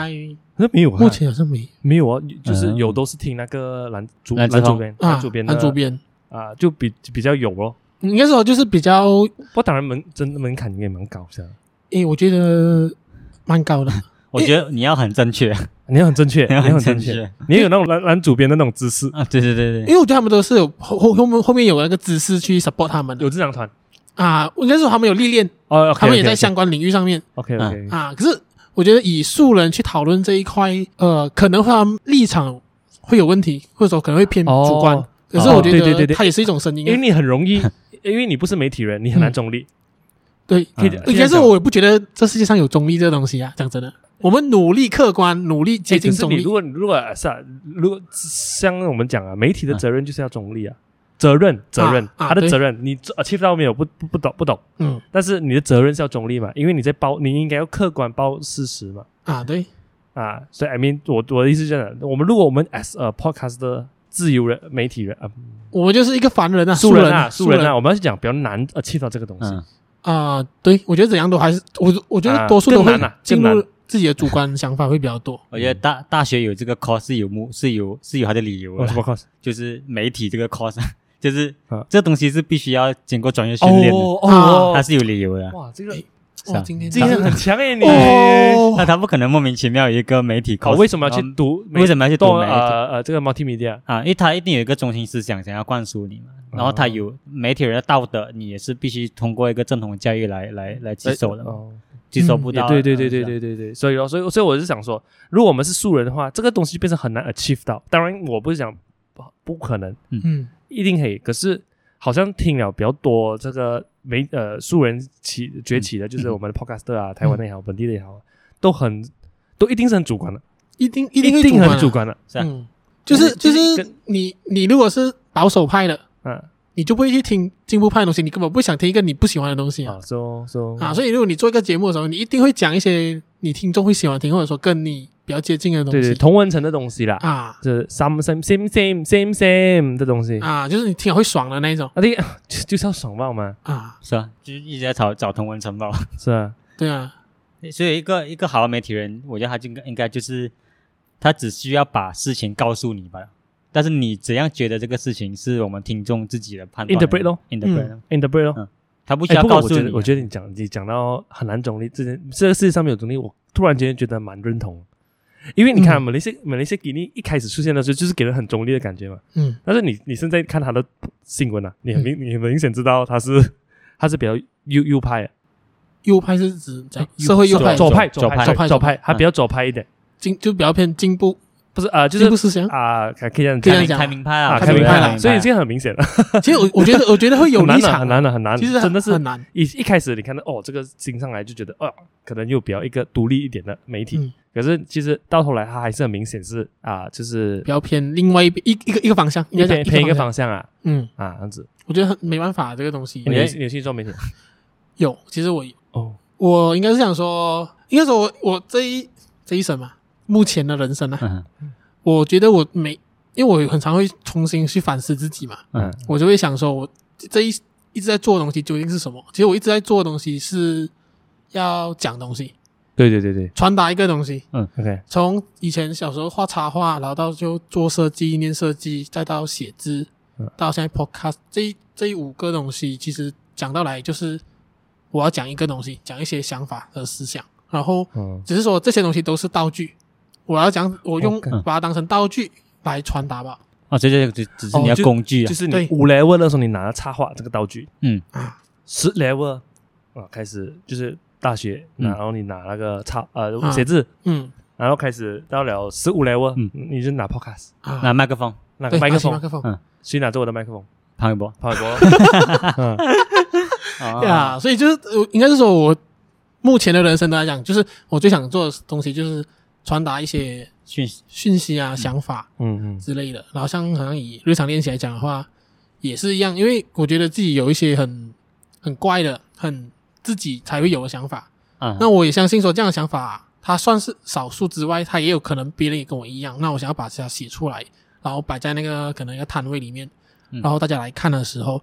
[SPEAKER 1] 好像没有啊，
[SPEAKER 3] 目前好像没
[SPEAKER 1] 没有啊，就是
[SPEAKER 2] 嗯
[SPEAKER 1] 有都是听那个男主男
[SPEAKER 2] 蓝之后
[SPEAKER 1] 主编
[SPEAKER 3] 啊，
[SPEAKER 1] 男主编的
[SPEAKER 3] 男主编
[SPEAKER 1] 啊，就比比较有咯。
[SPEAKER 3] 应该说就是比较，
[SPEAKER 1] 不过当然门真的门槛应该蛮高的，
[SPEAKER 3] 诶，我觉得蛮 高的。
[SPEAKER 2] 我觉得你要很正确
[SPEAKER 1] 你要很正确，你
[SPEAKER 2] 要
[SPEAKER 1] 要
[SPEAKER 2] 很
[SPEAKER 1] 很正
[SPEAKER 2] 正
[SPEAKER 1] 确
[SPEAKER 2] 确，
[SPEAKER 1] 你要有那种男男主编的那种姿势，
[SPEAKER 2] 啊！对对对
[SPEAKER 3] 因
[SPEAKER 2] 对，
[SPEAKER 3] 为我觉得他们都是有后后后面后面有那个知识去 support 他们的
[SPEAKER 1] 有这两团
[SPEAKER 3] 啊，我应该说他们有历练，
[SPEAKER 1] 哦，
[SPEAKER 3] 他们也在相关领域上面
[SPEAKER 1] OK OK，
[SPEAKER 3] 啊。可是我觉得以素人去讨论这一块，呃，可能会他们立场会有问题，或者说可能会偏
[SPEAKER 1] 哦
[SPEAKER 3] 主观。可是
[SPEAKER 1] 哦
[SPEAKER 3] 我觉
[SPEAKER 1] 对对对
[SPEAKER 3] 得
[SPEAKER 1] 对
[SPEAKER 3] 它也是一种声音
[SPEAKER 1] 因为
[SPEAKER 3] 啊，
[SPEAKER 1] 你很容 易，因为你不是媒体人，你很难中立，
[SPEAKER 3] 对，
[SPEAKER 1] 可以
[SPEAKER 2] 嗯
[SPEAKER 1] 可以这
[SPEAKER 3] 应
[SPEAKER 1] 样
[SPEAKER 3] 该是
[SPEAKER 1] 讲
[SPEAKER 3] 我也不觉得这世界上有中立这个东西啊。讲真的，我们努力客观，努力接
[SPEAKER 1] 哎
[SPEAKER 3] 近
[SPEAKER 1] 可是
[SPEAKER 3] 中
[SPEAKER 1] 你
[SPEAKER 3] 立
[SPEAKER 1] 如。果你如果呃是啊，如果像我们讲啊，媒体的责任就是要中立啊，责任责任，
[SPEAKER 3] 啊
[SPEAKER 1] 他的
[SPEAKER 3] 对
[SPEAKER 1] 责任你 achieve 到没有？不不不懂不懂，
[SPEAKER 3] 嗯
[SPEAKER 1] 但是你的责任是要中立嘛，因为你在报，你应该要客观报事实嘛。
[SPEAKER 3] 啊，对，
[SPEAKER 1] 啊，所以 I mean，我我的意思是这样的，我们如果我们 as a podcast 的自由人媒体人啊，
[SPEAKER 3] 我们就是一个凡人啊，
[SPEAKER 1] 素人
[SPEAKER 3] 人
[SPEAKER 1] 啊，素
[SPEAKER 3] 素
[SPEAKER 1] 人啊，我们要去讲比较难 achieve 到这个东西
[SPEAKER 2] 嗯，
[SPEAKER 3] 啊，对，我觉得怎样都还是我，我觉得
[SPEAKER 1] 啊
[SPEAKER 3] 多数都
[SPEAKER 1] 更
[SPEAKER 3] 会
[SPEAKER 1] 难啊
[SPEAKER 3] 进
[SPEAKER 1] 更
[SPEAKER 3] 入
[SPEAKER 1] 难
[SPEAKER 3] 自己的主观想法会比较 多。
[SPEAKER 2] 我觉得大大学有这个 course 是有目是有是有它的理由
[SPEAKER 1] 哦。
[SPEAKER 2] 的
[SPEAKER 1] 什，么 course？
[SPEAKER 2] 就是媒体这个 course，就是
[SPEAKER 1] 啊
[SPEAKER 2] 这东西是必须要经过专业训练的，
[SPEAKER 3] 哦
[SPEAKER 2] 它是有理由的。
[SPEAKER 1] 哇，这个
[SPEAKER 2] 是
[SPEAKER 3] 哇，
[SPEAKER 2] 啊
[SPEAKER 3] 今天
[SPEAKER 1] 这个很强哎，你
[SPEAKER 2] 那
[SPEAKER 3] 哦，
[SPEAKER 2] 他不可能莫名其妙有一个媒体 course，
[SPEAKER 1] 哦，为什么要去
[SPEAKER 2] 然后
[SPEAKER 1] 读？
[SPEAKER 2] 为什么要去读
[SPEAKER 1] 读
[SPEAKER 2] 媒体
[SPEAKER 1] 呃呃这个 multimedia？
[SPEAKER 2] 啊？因为他一定有一个中心思想想要灌输你嘛，然后他有
[SPEAKER 1] 哦
[SPEAKER 2] 媒体人的道德，你也是必须通过一个正统教育来来来接受的嘛，
[SPEAKER 1] 哦，
[SPEAKER 2] 接受不
[SPEAKER 1] 也
[SPEAKER 2] 到。
[SPEAKER 1] 对对对
[SPEAKER 2] 是
[SPEAKER 1] 对
[SPEAKER 2] 啊，
[SPEAKER 1] 对对对，所以哦，所以所以我是想说，如果我们是素人的话，这个东西就变成很难 achieve 到。当然，我不是讲不不可能，
[SPEAKER 3] 嗯，
[SPEAKER 1] 一定可以。可是好像听了比较多这个媒呃素人起崛起的，
[SPEAKER 3] 嗯
[SPEAKER 1] 就是我们的 podcaster 啊，台湾的也好，本地的也好，都很都一定是很主观的，
[SPEAKER 3] 一定
[SPEAKER 1] 一
[SPEAKER 3] 一定会
[SPEAKER 1] 定
[SPEAKER 3] 观
[SPEAKER 1] 很
[SPEAKER 3] 啊
[SPEAKER 1] 主，观的。
[SPEAKER 2] 是啊
[SPEAKER 3] 嗯，就是
[SPEAKER 1] 就
[SPEAKER 3] 就
[SPEAKER 1] 是
[SPEAKER 3] 是你你如果是保守派的，
[SPEAKER 1] 嗯
[SPEAKER 3] 你就不会去听进步派的东西，你根本不想听一个你不喜欢的东西啊
[SPEAKER 1] 啊，so so
[SPEAKER 3] 啊！所以如果你做一个节目的时候，你一定会讲一些你听众会喜欢听，或者说跟你比较接近的
[SPEAKER 1] 对
[SPEAKER 3] 东
[SPEAKER 1] 对，
[SPEAKER 3] 西
[SPEAKER 1] 同文层的东西啦，
[SPEAKER 3] 啊
[SPEAKER 1] 就是 some same same same same same 的东西。
[SPEAKER 3] 啊，就是你听了会爽的那一种
[SPEAKER 1] 啊，对，就就是要爽爆嘛，
[SPEAKER 3] 啊，
[SPEAKER 2] 是啊，就是一直在找找同文城堡。
[SPEAKER 1] 是啊，
[SPEAKER 3] 对啊，
[SPEAKER 2] 所以一个一个好的媒体人，我觉得他就应该应该就是他只需要把事情告诉你吧。但是你怎样觉得这个事情是我们听众自己的判断
[SPEAKER 1] Interpret 咯
[SPEAKER 2] ，interpret，咯、
[SPEAKER 1] i n t e r p r e t 咯。
[SPEAKER 2] 他不需
[SPEAKER 1] 哎，
[SPEAKER 2] 要
[SPEAKER 1] 不过
[SPEAKER 2] 告
[SPEAKER 1] 我
[SPEAKER 2] 诉
[SPEAKER 1] 觉
[SPEAKER 2] 你
[SPEAKER 1] 得，
[SPEAKER 3] 啊
[SPEAKER 1] 我觉得你讲你讲到很难中立，这件这个世界上没有中立，我突然间觉得蛮认同，因为你看
[SPEAKER 3] 嗯
[SPEAKER 1] 马来西亚马来西亚给你一开始出现的时候，就是给人很中立的感觉嘛。
[SPEAKER 3] 嗯
[SPEAKER 1] 但是你你现在看他的新闻啊，你很明你很明显知道他是他是比较右右派的，
[SPEAKER 3] 右派是哎指讲社会右
[SPEAKER 2] 左
[SPEAKER 3] 派
[SPEAKER 1] 左派
[SPEAKER 2] 左
[SPEAKER 1] 派左
[SPEAKER 2] 派
[SPEAKER 3] 左派嗯
[SPEAKER 1] 左派，他比较左派一点。
[SPEAKER 3] 进就比较偏进步
[SPEAKER 1] 不是啊、呃就
[SPEAKER 3] 就是 不思想。
[SPEAKER 1] 啊、可以这样
[SPEAKER 3] 可以
[SPEAKER 1] 讲
[SPEAKER 2] 开
[SPEAKER 3] 这样讲
[SPEAKER 2] 开明派
[SPEAKER 1] 啊，
[SPEAKER 2] 啊，
[SPEAKER 3] 开
[SPEAKER 1] 看明
[SPEAKER 3] 明
[SPEAKER 1] 白
[SPEAKER 3] 派啦
[SPEAKER 1] 了，所以这个很明显了，
[SPEAKER 3] 其实我我觉得我觉得会有
[SPEAKER 1] 很难
[SPEAKER 3] 立
[SPEAKER 1] 的，
[SPEAKER 3] 场
[SPEAKER 1] 很，难的，很难。
[SPEAKER 3] 其实
[SPEAKER 1] 真的是
[SPEAKER 3] 很难。
[SPEAKER 1] 一一开始你看到哦，这个新上来就觉得哦，可能又比较一个独立一点的媒体，
[SPEAKER 3] 嗯
[SPEAKER 1] 可是其实到头来它还是很明显是啊、就是
[SPEAKER 3] 比较偏另外一一一个一个方向，应该
[SPEAKER 1] 偏
[SPEAKER 3] 讲
[SPEAKER 1] 偏一个
[SPEAKER 3] 向。
[SPEAKER 1] 方向啊
[SPEAKER 3] 嗯，
[SPEAKER 1] 啊，这样子。
[SPEAKER 3] 我觉得很没办法，这个东西
[SPEAKER 1] 你有你有去做媒体
[SPEAKER 3] 有。其实我
[SPEAKER 1] 哦？
[SPEAKER 3] 我应该是想说，应该说我我这一这一生嘛，目前的人生啊，
[SPEAKER 2] 嗯
[SPEAKER 3] 我觉得我每因为我很常会重新去反思自己嘛，
[SPEAKER 2] 嗯
[SPEAKER 3] 我就会想说，我这一一直在做的东西究竟是什么？其实我一直在做的东西是要讲东西，
[SPEAKER 1] 对对对对
[SPEAKER 3] 传达一个东西。
[SPEAKER 1] ，OK，
[SPEAKER 3] 从以前小时候画插画，然后到就做设计、念设计，再到写字
[SPEAKER 1] 嗯，
[SPEAKER 3] 到现在 podcast 这一这一五个东西，其实讲到来就是我要讲一个东西，讲一些想法和思想，然后
[SPEAKER 1] 嗯，
[SPEAKER 3] 只是说这些东西都是道具，我要讲我用
[SPEAKER 1] OK
[SPEAKER 3] 把它当成道具来传达吧。
[SPEAKER 2] 哦，这这只只是
[SPEAKER 1] 哦
[SPEAKER 2] 你要
[SPEAKER 1] 就
[SPEAKER 2] 工具啊
[SPEAKER 1] 就，是你
[SPEAKER 3] 对
[SPEAKER 1] 五 level 的时候，你拿了插画这个道具，
[SPEAKER 2] 嗯
[SPEAKER 3] 啊，
[SPEAKER 1] 十 level 啊，开始就是大学，
[SPEAKER 2] 嗯
[SPEAKER 1] 然后你拿那个插呃
[SPEAKER 3] 啊
[SPEAKER 1] 写字，
[SPEAKER 3] 嗯
[SPEAKER 1] 然后开始到了十五 level，
[SPEAKER 2] 嗯
[SPEAKER 1] 你就拿 podcast
[SPEAKER 3] 啊，
[SPEAKER 2] 拿麦克风，
[SPEAKER 1] 那个
[SPEAKER 3] 对，
[SPEAKER 1] 麦克
[SPEAKER 3] 拿起
[SPEAKER 1] 风
[SPEAKER 3] 麦，克风
[SPEAKER 2] 嗯
[SPEAKER 1] 谁拿着我的麦克风？
[SPEAKER 2] 潘玮柏
[SPEAKER 1] 跑嗯博，
[SPEAKER 3] 对啊，所以就是呃应该是说我目前的人生来讲，就是我最想做的东西就是传达一些
[SPEAKER 2] 讯息，
[SPEAKER 3] 讯息啊、想法
[SPEAKER 1] 嗯嗯
[SPEAKER 3] 之类的。然后像好像以日常练习来讲的话，也是一样，因为我觉得自己有一些很很怪的、很自己才会有的想法。
[SPEAKER 2] 嗯，
[SPEAKER 3] 那我也相信说这样的想法，它算是少数之外，它也有可能别人也跟我一样。那我想要把它写出来，然后摆在那个可能一个摊位里面，
[SPEAKER 2] 嗯
[SPEAKER 3] 然后大家来看的时候，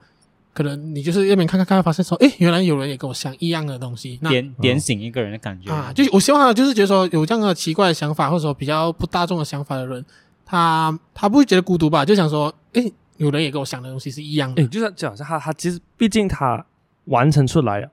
[SPEAKER 3] 可能你就是那边看看看，发现说，诶，原来有人也跟我想一样的东西。那
[SPEAKER 2] 点点醒一个人的感觉
[SPEAKER 3] 啊，就我希望他就是觉得说有这样的奇怪的想法，或者说比较不大众的想法的人，他他不会觉得孤独吧？就想说，诶，有人也跟我想的东西是一
[SPEAKER 2] 嗯
[SPEAKER 3] 样的。
[SPEAKER 1] 哎，
[SPEAKER 3] 嗯
[SPEAKER 1] 就像就好像他他其实毕竟他完成出来了，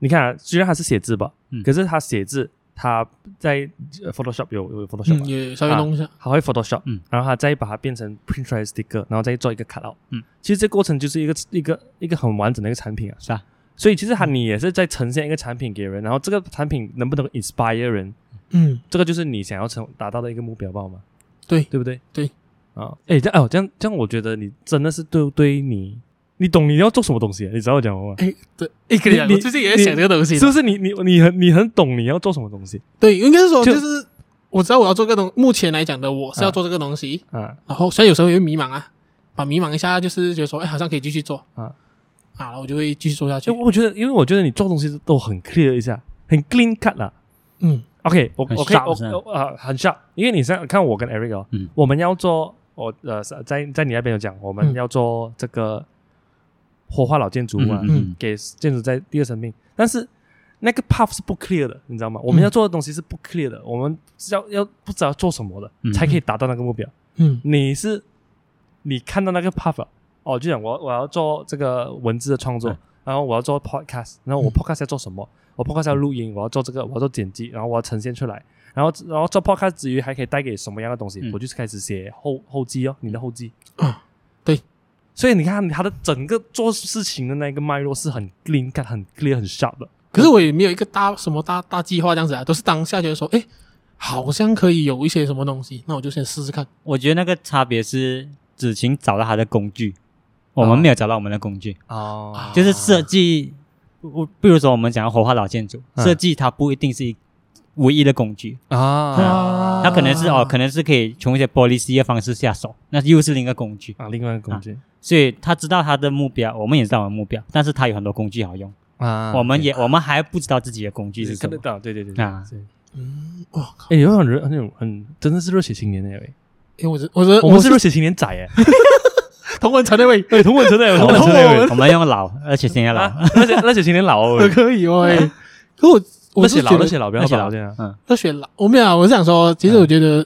[SPEAKER 1] 你看啊虽然他是写字吧
[SPEAKER 2] 嗯，
[SPEAKER 1] 可是他写字他在呃 Photoshop 有有
[SPEAKER 3] 嗯，
[SPEAKER 1] Photoshop 吧。
[SPEAKER 3] 也稍微弄一下，
[SPEAKER 1] 他会 Photoshop，
[SPEAKER 2] 嗯
[SPEAKER 1] 然后他再把它变成 print 出来的 sticker，然后再做一个 cut out，
[SPEAKER 2] 嗯，
[SPEAKER 1] 其实这过程就是一个一个一个很完整的一个产品啊，
[SPEAKER 2] 是啊，
[SPEAKER 1] 所以其实他你也是在呈现一个产品给人，然后这个产品能不能 inspire 人，
[SPEAKER 3] 嗯，
[SPEAKER 1] 这个就是你想要成达到的一个目标吧好吗？
[SPEAKER 3] 对，
[SPEAKER 1] 对不对？
[SPEAKER 3] 对
[SPEAKER 1] 啊，哎，这样哦，这样这样，我觉得你真的是对对你，你懂你要做什么东西，啊你知道我讲什么吗？
[SPEAKER 3] 诶，对，诶，跟你讲，
[SPEAKER 1] 你
[SPEAKER 3] 我最近也在想这个东西
[SPEAKER 1] 是，不是你你你很你很懂你要做什么东西
[SPEAKER 3] 对，应该是说
[SPEAKER 1] 就
[SPEAKER 3] 就是我知道我要做这个东，目前来讲的我是要做这个东西，
[SPEAKER 2] 嗯
[SPEAKER 1] 啊？
[SPEAKER 3] 然后所以有时候也会迷茫啊，把迷茫一下，就是觉得说，哎，好像可以继续做
[SPEAKER 1] 啊
[SPEAKER 3] 啊，然后我就会继续做下去
[SPEAKER 1] 就。我觉得，因为我觉得你做东西都很 clear 一下，很 clean cut 啦。
[SPEAKER 3] 嗯
[SPEAKER 1] OK，我
[SPEAKER 2] 很
[SPEAKER 1] 我可以
[SPEAKER 2] sharp 是吧
[SPEAKER 1] 我我啊、很 sharp，因为你现在看我跟 Eric 哦，
[SPEAKER 2] 嗯
[SPEAKER 1] 我们要做我呃在在你那边有讲，我们
[SPEAKER 3] 嗯
[SPEAKER 1] 要做这个活化老建筑物啊，
[SPEAKER 2] 嗯嗯嗯
[SPEAKER 1] 给建筑在第二生命，但是那个 path 是不 clear 的，你知道吗？我
[SPEAKER 2] 嗯
[SPEAKER 1] 们要做的东西是不 clear 的，我们是要要不知道做什么的，
[SPEAKER 2] 嗯
[SPEAKER 1] 才可以达到那个目标。
[SPEAKER 3] 嗯
[SPEAKER 1] 你是你看到那个 path 了哦，就讲我我要做这个文字的创作，
[SPEAKER 2] 嗯
[SPEAKER 1] 然后我要做 podcast，然后我
[SPEAKER 3] 嗯
[SPEAKER 1] podcast 要做什么？我 podcast 要录音，我要做这个，我要做剪辑，然后我要呈现出来，然后然后做 podcast 之余还可以带给什么样的东西？
[SPEAKER 2] 嗯
[SPEAKER 1] 我就是开始写后后记哦，你的后记。
[SPEAKER 3] 啊，对，
[SPEAKER 1] 所以你看他的整个做事情的那个脉络是很 clean cut、很 clear、很 sharp 的。
[SPEAKER 3] 可是我也没有一个大什么大大计划这样子啊，都是当下觉得说，哎，好像可以有一些什么东西，那我就先试试看。
[SPEAKER 2] 我觉得那个差别是子晴找到他的工具，我们没有找到我们的工具，
[SPEAKER 1] 哦
[SPEAKER 2] 就是设计，不比如说我们讲要活化老建筑，
[SPEAKER 1] 嗯
[SPEAKER 2] 设计它不一定是一唯一的工具，
[SPEAKER 1] 啊
[SPEAKER 2] 它可能是
[SPEAKER 3] 啊
[SPEAKER 2] 哦，可能是可以从一些玻璃 C 的方式下手，那又是另一个工具。
[SPEAKER 1] 啊，另外一个工具
[SPEAKER 2] 所以他知道他的目标，我们也知道我们的目标，但是他有很多工具好用，
[SPEAKER 1] 啊
[SPEAKER 2] 我们也我们还不知道自己的工具是什
[SPEAKER 1] 看得
[SPEAKER 2] 么。
[SPEAKER 1] 到，对对对对
[SPEAKER 2] 啊
[SPEAKER 1] 对
[SPEAKER 3] 嗯，哇靠！
[SPEAKER 1] 哎、有很热，很有很真的是热血青年哎、欸，
[SPEAKER 3] 哎，我是我是
[SPEAKER 1] 我呃们是
[SPEAKER 3] 是
[SPEAKER 1] 热血青年仔哎、
[SPEAKER 3] 同文城那位，
[SPEAKER 1] 对，同文城的，
[SPEAKER 2] 我
[SPEAKER 1] 同文
[SPEAKER 2] 们
[SPEAKER 1] 城的
[SPEAKER 2] 我们用老，而且现在老，
[SPEAKER 1] 啊，热血热血青年老 哦，
[SPEAKER 3] 我可以哦。哎可我
[SPEAKER 1] 热
[SPEAKER 3] 我是
[SPEAKER 1] 血
[SPEAKER 3] 觉
[SPEAKER 1] 老，
[SPEAKER 3] 得
[SPEAKER 1] 热血老，不要
[SPEAKER 2] 而且
[SPEAKER 1] 老
[SPEAKER 2] 老
[SPEAKER 1] 这样，
[SPEAKER 2] 嗯，
[SPEAKER 3] 热血老，我没有啊，我是想说，其实我觉得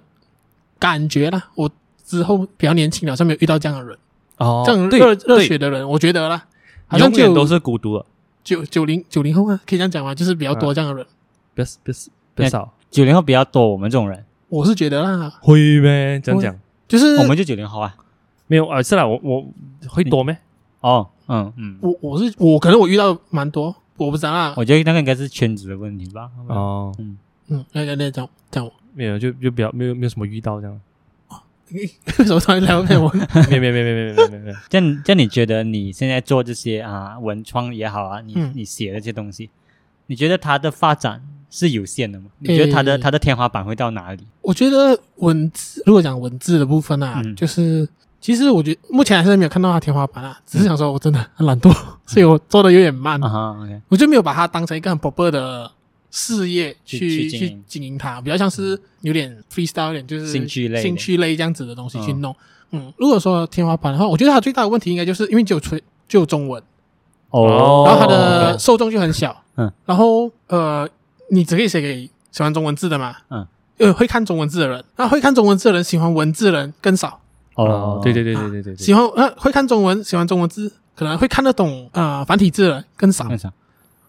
[SPEAKER 3] 感觉啦，我之后比较年轻了，好像没有遇到这样的人，
[SPEAKER 1] 哦
[SPEAKER 3] 这样
[SPEAKER 1] 对
[SPEAKER 3] 热热
[SPEAKER 1] 对
[SPEAKER 3] 血的人，我觉得啦，好像
[SPEAKER 1] 永
[SPEAKER 3] 就
[SPEAKER 1] 远都是孤独的，
[SPEAKER 3] 九九零九零后啊，可以这样讲吗？就是比较多这样的人，
[SPEAKER 1] 别别别
[SPEAKER 3] 哎
[SPEAKER 1] 少，
[SPEAKER 2] 九零后比较多，我们这种人，
[SPEAKER 3] 我是觉得啦，
[SPEAKER 1] 会呗，这样讲
[SPEAKER 3] 就是
[SPEAKER 2] 我们就九零后啊。
[SPEAKER 1] 没有啊？是啦，我我会多咩？
[SPEAKER 2] 哦，嗯嗯，
[SPEAKER 3] 我我是我，可能我遇到蛮多，我不知道啦，
[SPEAKER 2] 我觉得那个应该是圈子的问题吧。
[SPEAKER 1] 哦，
[SPEAKER 3] 嗯，那那那讲讲我，
[SPEAKER 1] 没有，就就比较没有没有什么遇到这样，
[SPEAKER 3] 为什么突然聊骗我？
[SPEAKER 1] 没有没有没有没有没有没有没有，
[SPEAKER 2] 这样这样，你觉得你现在做这些啊文创也好啊，你、
[SPEAKER 3] 嗯
[SPEAKER 2] 你写的这些东西，你觉得它的发展是有限的吗？你觉得它的、
[SPEAKER 3] 诶
[SPEAKER 2] 它的天花板会到哪里？
[SPEAKER 3] 我觉得文字，如果讲文字的部分啊，
[SPEAKER 2] 嗯
[SPEAKER 3] 就是其实我觉得目前还是没有看到它天花板啊，
[SPEAKER 2] 嗯
[SPEAKER 3] 只是想说我真的很懒惰，所以我做的有点慢，
[SPEAKER 2] 啊哈，OK，
[SPEAKER 3] 我就没有把它当成一个很 proper 的事业去
[SPEAKER 2] 去去
[SPEAKER 3] 去
[SPEAKER 2] 经营
[SPEAKER 3] 经营它，比较像是有点 freestyle，有点就是
[SPEAKER 2] 兴趣类的
[SPEAKER 3] 兴趣类这样子的东西去弄。嗯，如果说天花板的话，我觉得它最大的问题应该就是因为只有纯只有中文，
[SPEAKER 1] 哦
[SPEAKER 3] 然后它的受众就很小，
[SPEAKER 2] 嗯，
[SPEAKER 3] 然后呃，你只可以写给喜欢中文字的嘛，
[SPEAKER 2] 嗯，
[SPEAKER 3] 呃，会看中文字的人，那会看中文字的人喜欢文字的人更少，
[SPEAKER 1] 哦，对对对对对对
[SPEAKER 3] 喜
[SPEAKER 1] 对，
[SPEAKER 3] 欢呃会看中文喜欢中文字，可能会看得懂啊繁体字的人更少
[SPEAKER 1] 嗯
[SPEAKER 2] 更，少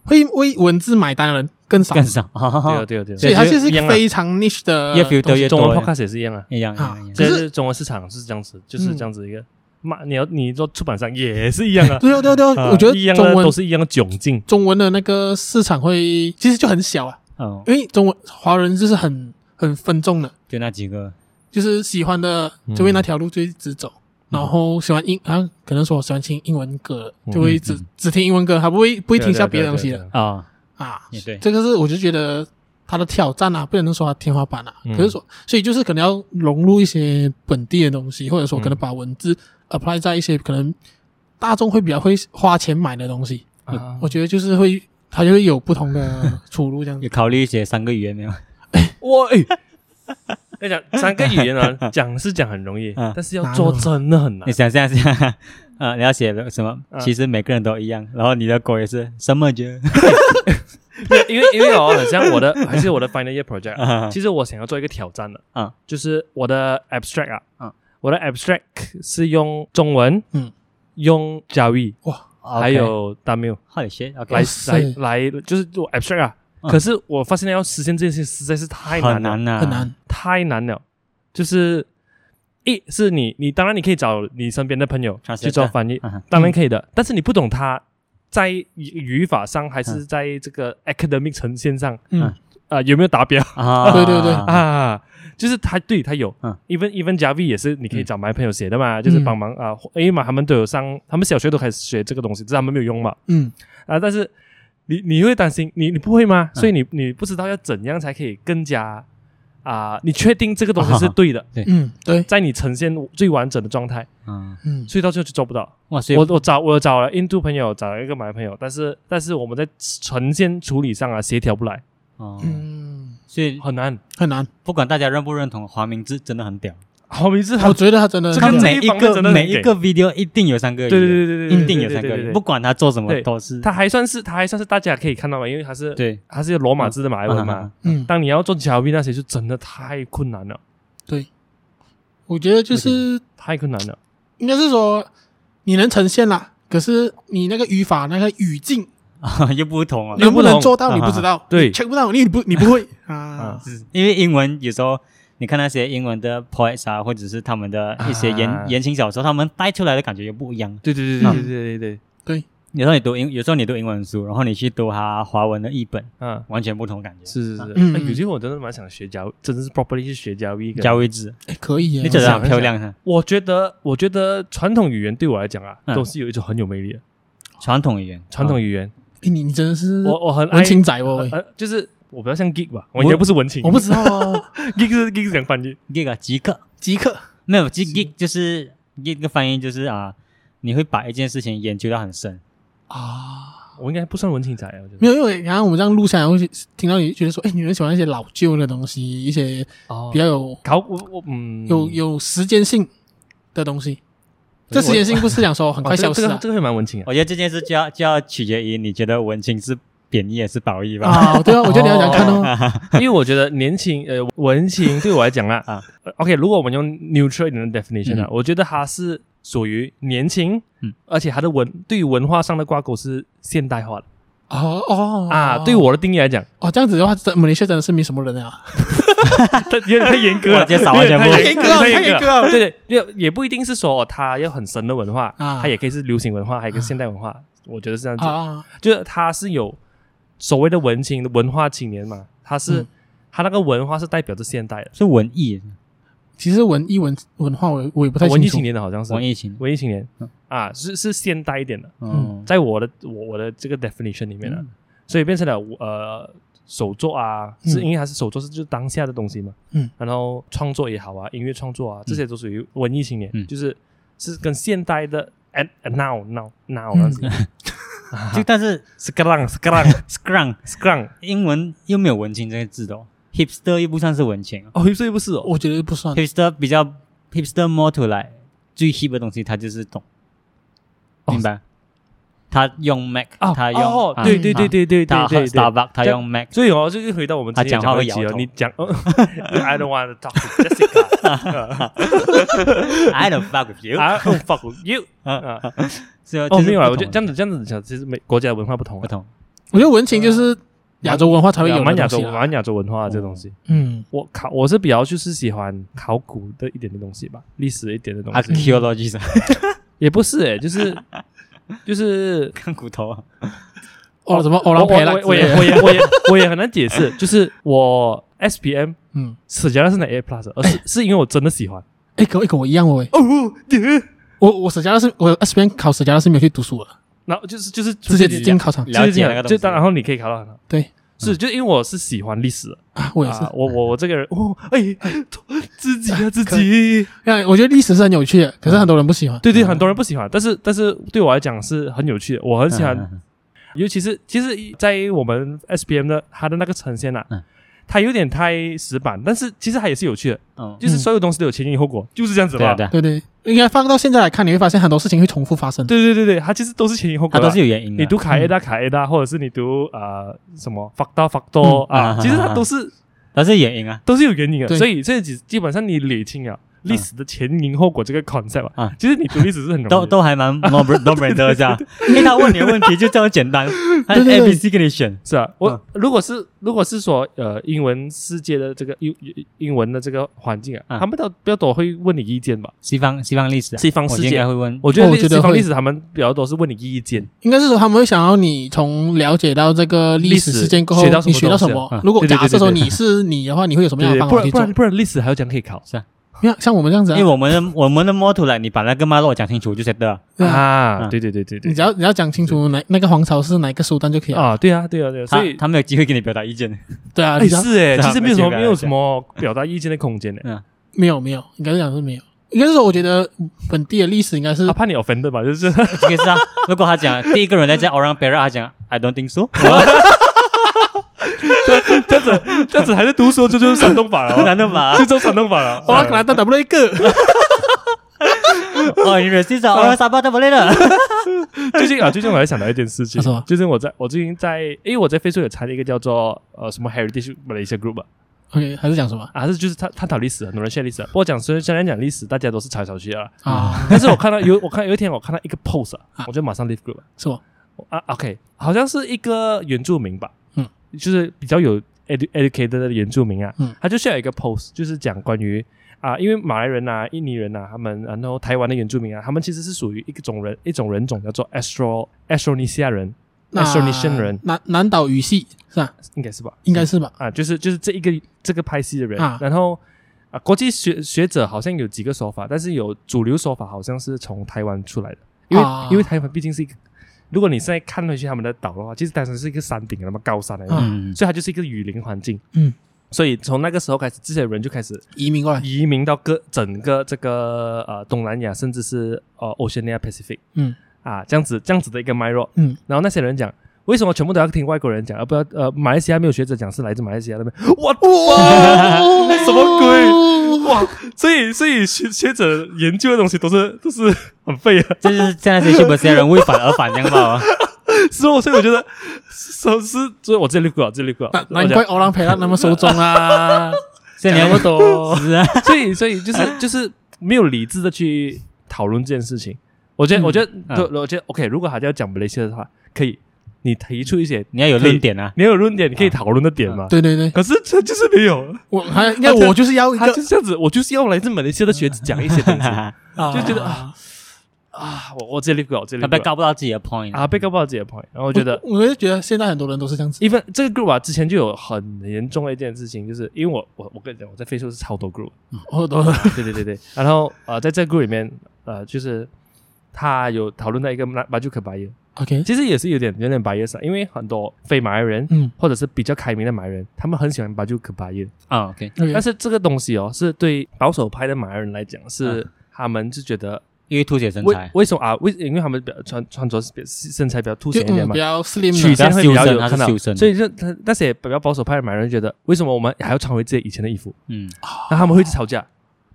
[SPEAKER 3] 会为文字买单的人更少，
[SPEAKER 2] 更少，
[SPEAKER 1] 对
[SPEAKER 2] 啊
[SPEAKER 1] 哦对哦对哦，
[SPEAKER 3] 所以它
[SPEAKER 2] 对
[SPEAKER 3] 就是
[SPEAKER 1] 一
[SPEAKER 3] 一
[SPEAKER 1] 样
[SPEAKER 3] 个
[SPEAKER 1] 啊
[SPEAKER 3] 非常 niche 的
[SPEAKER 2] 越 feel
[SPEAKER 3] 东
[SPEAKER 2] 得
[SPEAKER 3] 西
[SPEAKER 2] 越
[SPEAKER 1] 中
[SPEAKER 2] 多
[SPEAKER 1] 文
[SPEAKER 2] 了，
[SPEAKER 1] podcast 也是一样啊，
[SPEAKER 2] 一样一
[SPEAKER 3] 啊
[SPEAKER 2] 样一样，
[SPEAKER 1] 这
[SPEAKER 3] 可是
[SPEAKER 1] 是中文市场是这样子，就是
[SPEAKER 3] 嗯，
[SPEAKER 1] 这样子一个骂你要你做出版商也是一样啊
[SPEAKER 3] 对哦对哦对
[SPEAKER 1] 啊
[SPEAKER 3] 哦，我觉
[SPEAKER 1] 一
[SPEAKER 3] 得
[SPEAKER 1] 样
[SPEAKER 3] 中
[SPEAKER 1] 的
[SPEAKER 3] 文
[SPEAKER 1] 都是一样的窘境，
[SPEAKER 3] 中文的那个市场会其实就很小啊，
[SPEAKER 2] 哦，
[SPEAKER 3] 因为中文华人就是很很分众的，
[SPEAKER 2] 就那几个，
[SPEAKER 3] 就是喜欢的就会那条路就一直走，然后喜欢英啊，可能说我喜欢听英文歌，就会只、
[SPEAKER 2] 嗯
[SPEAKER 3] 只听英文歌，他不会不
[SPEAKER 1] 不
[SPEAKER 3] 会听一下别的东西的
[SPEAKER 1] 了。
[SPEAKER 2] 哦，
[SPEAKER 3] 啊。
[SPEAKER 2] 也对，
[SPEAKER 3] 这个是我就觉得他的挑战啊，不能说他天花板啊，
[SPEAKER 1] 嗯
[SPEAKER 3] 可是说，所以就是可能要融入一些本地的东西，或者说可能把文字 apply 在一些可能大众会比较会花钱买的东西，
[SPEAKER 1] 啊
[SPEAKER 2] 嗯
[SPEAKER 3] 我觉得就是会。他就会有不同的出路，这样子
[SPEAKER 2] 有考虑写三个语言没
[SPEAKER 3] 啊
[SPEAKER 2] 有？
[SPEAKER 1] 我哎，要讲三个语言啊， 讲是讲很容易，
[SPEAKER 2] 嗯
[SPEAKER 1] 但是要做真的很难
[SPEAKER 2] 你。想 象一下，呃，你要写什么？
[SPEAKER 3] 啊
[SPEAKER 1] 嗯
[SPEAKER 2] 其实每个人都一样，然后你的狗也是什么觉得？
[SPEAKER 1] 因为因为哦，很像我 的还是我的 final year project，
[SPEAKER 2] 啊
[SPEAKER 1] 其实我想要做一个挑战的，
[SPEAKER 2] 嗯，
[SPEAKER 1] 就是我的 abstract 啊，
[SPEAKER 2] 嗯
[SPEAKER 1] 我的 abstract 是用中文，
[SPEAKER 3] 嗯，
[SPEAKER 1] 用 Javi 还有 Tamil
[SPEAKER 2] 好些，OK，
[SPEAKER 1] 来
[SPEAKER 3] 哇塞
[SPEAKER 1] 来来，就是我 abstract 啊。
[SPEAKER 2] 嗯
[SPEAKER 1] 可是我发现要实现这件事情实在是太难了，
[SPEAKER 2] 很难呐，啊
[SPEAKER 3] 很难。
[SPEAKER 1] 太难了。就是一是你你当然你可以找你身边的朋友
[SPEAKER 2] Translator
[SPEAKER 1] 去做翻译
[SPEAKER 2] 嗯哼，
[SPEAKER 1] 当然可以的。但是你不懂他在语语法上还是在这
[SPEAKER 2] 嗯
[SPEAKER 1] 个 academic 呈现上
[SPEAKER 3] 嗯，
[SPEAKER 1] 啊有没有达标
[SPEAKER 2] 啊，
[SPEAKER 3] 对对对
[SPEAKER 2] 啊，
[SPEAKER 1] 啊？就是他对他有
[SPEAKER 2] 嗯
[SPEAKER 1] ，even even Javi 也是你可以找买朋友写的嘛，就是
[SPEAKER 3] 嗯
[SPEAKER 1] 帮忙啊，因为嘛他们都有上，他们小学都开始学这个东西，只是他们没有用嘛。
[SPEAKER 3] 嗯，
[SPEAKER 1] 啊，但是你你会担心，你你不会吗？
[SPEAKER 2] 嗯
[SPEAKER 1] 所以你你不知道要怎样才可以更加啊、你确定这个东西是对的，
[SPEAKER 3] 嗯，对，
[SPEAKER 1] 在你呈现最完整的状态，
[SPEAKER 2] 嗯，
[SPEAKER 3] 嗯，
[SPEAKER 1] 所以到最后就做不到。
[SPEAKER 2] 哇，所以
[SPEAKER 1] 我我找我找了印度朋友，找了一个马来朋友，但是但是我们在呈现处理上啊协调不来，
[SPEAKER 2] 哦，
[SPEAKER 3] 嗯，
[SPEAKER 2] 所以
[SPEAKER 1] 很难。
[SPEAKER 3] 很 难。
[SPEAKER 2] 不管大家认不认同，华明志真的很屌，
[SPEAKER 1] 好名字
[SPEAKER 3] 我
[SPEAKER 1] 他
[SPEAKER 3] 觉得他真的
[SPEAKER 1] 这
[SPEAKER 2] 他
[SPEAKER 1] 个
[SPEAKER 2] 每一
[SPEAKER 1] 这一方面真的
[SPEAKER 2] 个
[SPEAKER 1] 很
[SPEAKER 2] 每一
[SPEAKER 1] 给
[SPEAKER 2] 个 video 一定有三个语言，
[SPEAKER 1] 对对对对对，
[SPEAKER 2] 一定有
[SPEAKER 1] 对
[SPEAKER 2] 三个
[SPEAKER 1] 对
[SPEAKER 2] 语
[SPEAKER 1] 对
[SPEAKER 2] 言，不管他做什么
[SPEAKER 1] 对
[SPEAKER 2] 都是
[SPEAKER 1] 他还算是他还算是大家可以看到嘛，因为他是
[SPEAKER 2] 对
[SPEAKER 1] 他是罗马字的马来文
[SPEAKER 2] 嗯嗯
[SPEAKER 1] 嘛
[SPEAKER 2] 嗯。
[SPEAKER 3] 嗯，
[SPEAKER 1] 当你要做乔比那些，就真的太困难了，
[SPEAKER 3] 我觉得就是
[SPEAKER 1] 太困难了。
[SPEAKER 3] 应该是说你能呈现啦，可是你那个语法那个语境
[SPEAKER 2] 又不同 啊，
[SPEAKER 1] 又
[SPEAKER 3] 能
[SPEAKER 1] 不
[SPEAKER 3] 不
[SPEAKER 1] 同
[SPEAKER 3] 能做到你不知道，
[SPEAKER 1] 对
[SPEAKER 3] 你 check 不到，你不你不会啊
[SPEAKER 1] 啊，
[SPEAKER 2] 因为英文有时候。你看那些英文的 poets 啊，或者是他们的一些言、
[SPEAKER 1] 啊
[SPEAKER 2] 言情小说，他们带出来的感觉又不一样。
[SPEAKER 1] 对对对对对对对，
[SPEAKER 2] 有时候你读英，有时候你读英文书，然后你去读他华文的译本，
[SPEAKER 1] 嗯，
[SPEAKER 2] 完全不同感觉。
[SPEAKER 1] 是是是。
[SPEAKER 3] 嗯
[SPEAKER 1] 哎有机会我真的蛮想学教，真的是 properly 去学教一个
[SPEAKER 2] 交位置，
[SPEAKER 3] 哎可以耶，
[SPEAKER 2] 你觉得
[SPEAKER 1] 想
[SPEAKER 2] 很漂亮哈？
[SPEAKER 1] 我觉得，我觉得传统语言对我来讲啊，
[SPEAKER 2] 嗯
[SPEAKER 1] 都是有一种很有魅力的
[SPEAKER 2] 传统语言，啊
[SPEAKER 1] 传统语言。
[SPEAKER 3] 哎你你真的是
[SPEAKER 1] 我我很爱
[SPEAKER 3] 文青仔哦，喂
[SPEAKER 1] 呃，就是我比较像 geek 吧，我应该不是文青，
[SPEAKER 3] 我不知道啊，
[SPEAKER 1] geek 是 geek 是讲翻译，
[SPEAKER 2] 一个极客，
[SPEAKER 3] 极客
[SPEAKER 2] 没有极极就是一个翻译就是啊，你会把一件事情研究到很深。
[SPEAKER 3] 啊。
[SPEAKER 1] 我应该不算文青仔啊，我觉得
[SPEAKER 3] 没有，因为然后我们这样录下来，会听到你觉得说，哎，你们喜欢一些老旧的东西，一些
[SPEAKER 1] 哦
[SPEAKER 3] 比，较有
[SPEAKER 1] 搞我我嗯
[SPEAKER 3] 有有时间性的东西。
[SPEAKER 1] 可
[SPEAKER 3] 这
[SPEAKER 1] 是我
[SPEAKER 3] 时间性不是讲说很
[SPEAKER 1] 哇
[SPEAKER 3] 快
[SPEAKER 1] 哦这个
[SPEAKER 3] 消失
[SPEAKER 1] 这个
[SPEAKER 3] 啊
[SPEAKER 1] 这个会蛮文青啊，
[SPEAKER 2] 我觉得这件事就要就要取决于你觉得文青是贬义还是褒义吧。
[SPEAKER 3] 啊？对啊，我觉得你要讲看哦，
[SPEAKER 1] 因为我觉得年轻呃文青对我来讲啊
[SPEAKER 2] 啊
[SPEAKER 1] 呃，OK，如果我们用 neutral 一点的 definition 啊
[SPEAKER 2] 嗯，
[SPEAKER 1] 我觉得它是属于年轻
[SPEAKER 2] 嗯，
[SPEAKER 1] 而且它的文对于文化上的挂钩是现代化的
[SPEAKER 3] 哦哦
[SPEAKER 1] 啊，对我的定义来讲，
[SPEAKER 3] 哦，这样子的话，真马来西亚真的是没什么人 啊。
[SPEAKER 1] 他有点太严格了，
[SPEAKER 2] 哇今天少完
[SPEAKER 1] 有点
[SPEAKER 2] 全部
[SPEAKER 1] 太严格了，
[SPEAKER 3] 太严格了太严格了
[SPEAKER 1] 对对，也也不一定是说哦他要很深的文化，
[SPEAKER 3] 啊
[SPEAKER 1] 他也可以是流行文化，还有一个现代文化，我觉得是这样子，
[SPEAKER 3] 啊，
[SPEAKER 1] 就是他是有所谓的文青文化青年嘛，他是
[SPEAKER 3] 嗯
[SPEAKER 1] 他那个文化是代表着现代的，
[SPEAKER 2] 是文艺，
[SPEAKER 3] 其实文艺文文化我我也不太
[SPEAKER 1] 文
[SPEAKER 3] 清
[SPEAKER 1] 艺
[SPEAKER 3] 楚
[SPEAKER 1] 青。年的好像是
[SPEAKER 2] 文艺青年，
[SPEAKER 1] 文艺青年
[SPEAKER 2] 嗯
[SPEAKER 1] 啊，是是现代一点的，
[SPEAKER 2] 嗯，
[SPEAKER 1] 在我的我我的这个 definition 里面了，啊所以变成了我呃手作啊，
[SPEAKER 3] 嗯
[SPEAKER 1] 是因为它是手作是就是当下的东西嘛，
[SPEAKER 3] 嗯，
[SPEAKER 1] 然后创作也好啊，音乐创作啊，这些都属于文艺青年，
[SPEAKER 2] 嗯
[SPEAKER 1] 就是是跟现代的 at at now now
[SPEAKER 2] 嗯
[SPEAKER 1] now 那些
[SPEAKER 2] 就但是
[SPEAKER 1] scrang scrang
[SPEAKER 2] scrunk
[SPEAKER 1] scrang
[SPEAKER 2] 英文又没有文青这个字的哦，hipster 又不算是文青哦
[SPEAKER 1] 哦，所以不是哦，
[SPEAKER 3] 我觉得不算，
[SPEAKER 2] ，hipster 比较 hipster more to 来最 hip 的东西，他就是懂，
[SPEAKER 1] 哦
[SPEAKER 2] 明白？他用 Mac，
[SPEAKER 1] 哦
[SPEAKER 2] 他用
[SPEAKER 1] 哦
[SPEAKER 2] 啊
[SPEAKER 1] 对对对
[SPEAKER 2] 啊
[SPEAKER 1] 对对
[SPEAKER 2] 他
[SPEAKER 1] 对
[SPEAKER 2] 喝
[SPEAKER 1] 对对。
[SPEAKER 2] Starbucks，他用 Mac，
[SPEAKER 1] 所以哦，就是回到我们之前
[SPEAKER 2] 他讲话
[SPEAKER 1] 的
[SPEAKER 2] 会
[SPEAKER 1] 一集
[SPEAKER 2] 摇
[SPEAKER 1] 哦，
[SPEAKER 2] 头
[SPEAKER 1] 你讲 ，I don't want to talk to Jessica，
[SPEAKER 2] I don't fuck with you。
[SPEAKER 1] I don't fuck with you 啊。
[SPEAKER 2] 是
[SPEAKER 3] 呃
[SPEAKER 2] 啊
[SPEAKER 1] 哦，
[SPEAKER 2] 就是
[SPEAKER 1] 没有啊，
[SPEAKER 2] 不同
[SPEAKER 1] 我觉得
[SPEAKER 2] 的
[SPEAKER 1] 这样子这样子讲，其实每国家的文化不同啊
[SPEAKER 2] 不，同。
[SPEAKER 3] 我觉得文情就是亚洲文化才会有的
[SPEAKER 1] 蛮亚洲
[SPEAKER 3] 东西啦。
[SPEAKER 1] 蛮亚洲文化这东西。
[SPEAKER 3] 嗯，
[SPEAKER 1] 我考我是比较就是喜欢考古的一点的东西吧，历史一点的东
[SPEAKER 3] 啊
[SPEAKER 1] 西，
[SPEAKER 2] Archaeologist
[SPEAKER 1] 也不是欸诶、就是 就是
[SPEAKER 2] 看骨头啊，
[SPEAKER 3] 哦，什么欧
[SPEAKER 1] 我
[SPEAKER 3] 郎
[SPEAKER 1] 我
[SPEAKER 3] 培拉
[SPEAKER 1] 我我也我也我也我也很难解释， 就是我 S P M
[SPEAKER 3] 嗯，
[SPEAKER 1] 史加是拿 A plus，而是是因为我真的喜欢。
[SPEAKER 3] 哎，跟我跟我一样哦，喂
[SPEAKER 1] 哦，
[SPEAKER 3] 我我史加勒是我 S 边考史加勒是没有去读书的，
[SPEAKER 1] 然后就是就是啊
[SPEAKER 3] 直接进考场
[SPEAKER 1] 就
[SPEAKER 2] 了
[SPEAKER 1] 是这
[SPEAKER 2] 解那
[SPEAKER 1] 样，
[SPEAKER 2] 个
[SPEAKER 1] 就
[SPEAKER 2] 东
[SPEAKER 1] 当然
[SPEAKER 2] 西。
[SPEAKER 1] 后你可以考到很好。
[SPEAKER 3] 对
[SPEAKER 1] 是，就因为我是喜欢历史的，
[SPEAKER 3] 啊，我也是
[SPEAKER 1] 啊。我我我这个人，哦，哎， 自己啊自己，
[SPEAKER 3] 哎，我觉得历史是很有趣的，可是很多人不喜欢。
[SPEAKER 1] 对对，很多人不喜欢，但是但是对我来讲是很有趣的，我很喜欢，
[SPEAKER 2] 嗯
[SPEAKER 1] 尤其是其实，在我们 S P M 的它的那个呈现啊，
[SPEAKER 2] 嗯
[SPEAKER 1] 它有点太死板，但是其实它也是有趣的，
[SPEAKER 2] 嗯，
[SPEAKER 1] 就是所有东西都有前因后果，就是这样子
[SPEAKER 2] 对
[SPEAKER 1] 吧。
[SPEAKER 2] 啊对啊，
[SPEAKER 3] 对对，应该放到现在来看，你会发现很多事情会重复发生。
[SPEAKER 1] 对对对对它其实都是前因后果
[SPEAKER 2] 它
[SPEAKER 1] 啦，
[SPEAKER 2] 都是有原因的。嗯
[SPEAKER 1] 你读卡耶达卡耶达，或者是你读啊什么 f a c t o f a c t o
[SPEAKER 2] 嗯
[SPEAKER 1] 啊，
[SPEAKER 2] 啊
[SPEAKER 1] 其实
[SPEAKER 2] 啊
[SPEAKER 1] 它
[SPEAKER 2] 啊
[SPEAKER 1] 都是
[SPEAKER 2] 都是原因啊，
[SPEAKER 1] 都是有原因的，
[SPEAKER 3] 对
[SPEAKER 1] 所以所以基基本上你理清了历史的前因后果这个 concept 啊
[SPEAKER 2] 啊，
[SPEAKER 1] 其实你读历史是很容易的，
[SPEAKER 2] 都都还蛮 no brain no brain 的 这样。因为他问你的问题就这么简单，他
[SPEAKER 3] 对对
[SPEAKER 2] A
[SPEAKER 3] 对
[SPEAKER 2] B C 给你选。
[SPEAKER 1] 是啊，我、
[SPEAKER 2] 嗯
[SPEAKER 1] 如果是如果是说呃英文世界的这个英英英文的这个环境啊，
[SPEAKER 2] 嗯
[SPEAKER 1] 他们都比较多会问你意见吧？
[SPEAKER 2] 西方西方历史啊，
[SPEAKER 1] 西方
[SPEAKER 2] 我
[SPEAKER 1] 世
[SPEAKER 2] 应
[SPEAKER 1] 界
[SPEAKER 2] 该，会问。
[SPEAKER 1] 我觉得
[SPEAKER 3] 哦
[SPEAKER 1] 历
[SPEAKER 3] 我觉得
[SPEAKER 1] 西方
[SPEAKER 3] 会
[SPEAKER 1] 历史他们比较多是问你意见，
[SPEAKER 3] 应该是说他们会想要你从了解到这个历史事件过后，
[SPEAKER 1] 历史学到什么东
[SPEAKER 3] 你学到什
[SPEAKER 1] 西
[SPEAKER 3] 么
[SPEAKER 1] 啊？
[SPEAKER 3] 如果
[SPEAKER 1] 对对对
[SPEAKER 3] 假设说
[SPEAKER 1] 对对
[SPEAKER 3] 你是你的话，你会有什么
[SPEAKER 1] 对
[SPEAKER 3] 样
[SPEAKER 1] 对对，不
[SPEAKER 3] 的方法
[SPEAKER 1] 然
[SPEAKER 3] 去
[SPEAKER 1] 不
[SPEAKER 3] 做
[SPEAKER 1] 然？不然历史还有讲可以考
[SPEAKER 3] 没有像我们这样子
[SPEAKER 2] 因
[SPEAKER 3] 啊
[SPEAKER 2] 为，我们的我们的 model 来，你把那个脉络讲清楚就晓得了。
[SPEAKER 3] 对啊
[SPEAKER 1] 啊，
[SPEAKER 2] 嗯
[SPEAKER 1] 对对对对对
[SPEAKER 3] 你只要你要讲清楚哪那个皇朝是哪个苏丹就可以了。
[SPEAKER 1] 啊，对啊对啊对啊，
[SPEAKER 2] 他
[SPEAKER 1] 所以
[SPEAKER 2] 他没有机会给你表达意 见。
[SPEAKER 3] 对啊，
[SPEAKER 1] 哎
[SPEAKER 3] 你知道
[SPEAKER 1] 是哎，
[SPEAKER 2] 是啊
[SPEAKER 1] 其实没有什么
[SPEAKER 2] 没有
[SPEAKER 1] 没有什么表达意见的空间的，
[SPEAKER 3] 没有没有，应该是讲是没有，应该是说我觉得本地的历史应该是
[SPEAKER 1] 他怕你 offend 吧，就是
[SPEAKER 2] 这个是啊，如果他讲第一个人在讲 Orang p e r a 他讲 I don't think so，
[SPEAKER 1] 这样子这样子还在读书就就是山东法了哦，
[SPEAKER 2] 难道吧？
[SPEAKER 1] 就做山东法了，
[SPEAKER 3] 我要拿到 W 一个，
[SPEAKER 2] 哦，你 racist 啊，Orang Sabah 不累了。
[SPEAKER 1] 最近啊，最近我还想到一件事情
[SPEAKER 3] 是吗，
[SPEAKER 1] 最近我在我最近在，因为我在 Facebook 有参加一个叫做呃什么 Heritage Malaysia Group 啊
[SPEAKER 3] OK，还是讲什么
[SPEAKER 1] 啊，这就是探探讨历史，很多人 share 历史啊。不过讲虽虽然讲历史，大家都是吵来吵去啊，
[SPEAKER 3] 啊？
[SPEAKER 1] 但是我看到有我看有一天我看到一个 post 啊
[SPEAKER 3] 啊，
[SPEAKER 1] 我就马上 leave group 啊
[SPEAKER 3] 是吧？
[SPEAKER 1] 我啊，OK，好像是一个原住民吧，
[SPEAKER 3] 嗯，
[SPEAKER 1] 就是比较有 edu educated 的原住民啊，
[SPEAKER 3] 嗯
[SPEAKER 1] 他就 share 一个 post，就是讲关于。啊，因为马来人啊、印尼人啊，他们，然后台湾的原住民啊，他们其实是属于一种人，一种人种叫做 Astro Astronicia 人
[SPEAKER 3] 那
[SPEAKER 1] ，Astronian 人，
[SPEAKER 3] 南南岛语系是吧？
[SPEAKER 1] 应该是吧？
[SPEAKER 3] 应该是吧？
[SPEAKER 1] 啊，就是就是这一个这个拍戏的人，
[SPEAKER 3] 啊
[SPEAKER 1] 然后啊，国际学学者好像有几个说法，但是有主流说法好像是从台湾出来的，因为、
[SPEAKER 3] 啊
[SPEAKER 1] 因为台湾毕竟是一个，如果你现在看回去他们的岛的话，其实单纯是一个山顶，那么高山来的，
[SPEAKER 3] 啊
[SPEAKER 2] 嗯，
[SPEAKER 1] 所以它就是一个雨林环境，
[SPEAKER 3] 嗯，
[SPEAKER 1] 所以从那个时候开始，这些人就开始
[SPEAKER 3] 移民过来，
[SPEAKER 1] 移民到各整个这个呃东南亚，甚至是呃 Oceania Pacific，
[SPEAKER 3] 嗯
[SPEAKER 1] 啊，这样子这样子的一个脉络，
[SPEAKER 3] 嗯，
[SPEAKER 1] 然后那些人讲，为什么全部都要听外国人讲，而不要呃马来西亚没有学者讲是来自马来西亚那边？哇
[SPEAKER 3] 嗯
[SPEAKER 1] 哇， 什么鬼？哇！所以所以学学者研究的东西都是 都是很废啊的。
[SPEAKER 2] 这就是现在这些不是人为反而反，这样吧？
[SPEAKER 1] 所以我所以我觉得，是是，所以我这里过，啊这里过，
[SPEAKER 3] 难
[SPEAKER 1] 我
[SPEAKER 3] 难
[SPEAKER 1] 讲
[SPEAKER 3] 怪欧郎培拉那么收中 啊！
[SPEAKER 2] 现在你还不
[SPEAKER 3] 懂，
[SPEAKER 2] 是啊，
[SPEAKER 1] 所以，所以就是就是没有理智的去讨论这件事情。我觉得，
[SPEAKER 3] 嗯
[SPEAKER 1] 我觉得，我我觉得 OK。如果还是要讲马来西亚的话，可以，你提出一些
[SPEAKER 2] 你要有论点啊。
[SPEAKER 1] 你有论点，你可以讨论的点嘛。
[SPEAKER 3] 对对对，
[SPEAKER 1] 可是这就是没有，
[SPEAKER 3] 我还应该我就是要一
[SPEAKER 1] 他
[SPEAKER 3] 个
[SPEAKER 1] 就是这样子，我就是要来自马来西亚的学子讲一些东西，
[SPEAKER 3] 啊
[SPEAKER 1] 就觉得啊，啊，我我直接 leave 了，我直接
[SPEAKER 2] 他
[SPEAKER 1] leave
[SPEAKER 2] 被
[SPEAKER 1] 了
[SPEAKER 2] 告不到自己的 point
[SPEAKER 1] 啊，被告不到自己的 point，然后我觉得
[SPEAKER 3] 我我就觉得现在很多人都是这样子，
[SPEAKER 1] 因为这个 group 啊，之前就有很严重的一件事情，就是因为我我我跟你讲，我在 Facebook 是超多 group，
[SPEAKER 3] 我懂了。
[SPEAKER 1] 对对对对，然后呃，在这个 group 里面，呃，就是他有讨论到一个马马就可白耶，
[SPEAKER 3] OK，
[SPEAKER 1] 其实也是有点有点白耶啊，因为很多非马来人、
[SPEAKER 3] 嗯
[SPEAKER 1] 或者是比较开明的马来人，他们很喜欢马就可白耶，
[SPEAKER 2] 啊，OK，
[SPEAKER 3] ，OK，
[SPEAKER 1] 但是这个东西哦，是对保守派的马来人来讲，是、
[SPEAKER 2] 嗯
[SPEAKER 1] 他们就觉得
[SPEAKER 2] 因为凸显身
[SPEAKER 1] 为
[SPEAKER 2] 材，
[SPEAKER 1] 为什么啊？为因为他们比较穿穿着是比较身材比较凸
[SPEAKER 3] 就
[SPEAKER 1] 显一点
[SPEAKER 3] 嗯
[SPEAKER 1] 嘛
[SPEAKER 3] 比，较 slim
[SPEAKER 1] 曲
[SPEAKER 3] 的，
[SPEAKER 1] 线会比较有
[SPEAKER 2] 他是
[SPEAKER 1] 看到
[SPEAKER 2] 修身他是修，身
[SPEAKER 1] 所以就他那些比较保守派的马来人觉得，为什么我们还要穿回自己以前的衣服？
[SPEAKER 2] 嗯，
[SPEAKER 1] 然后他们会一直吵架。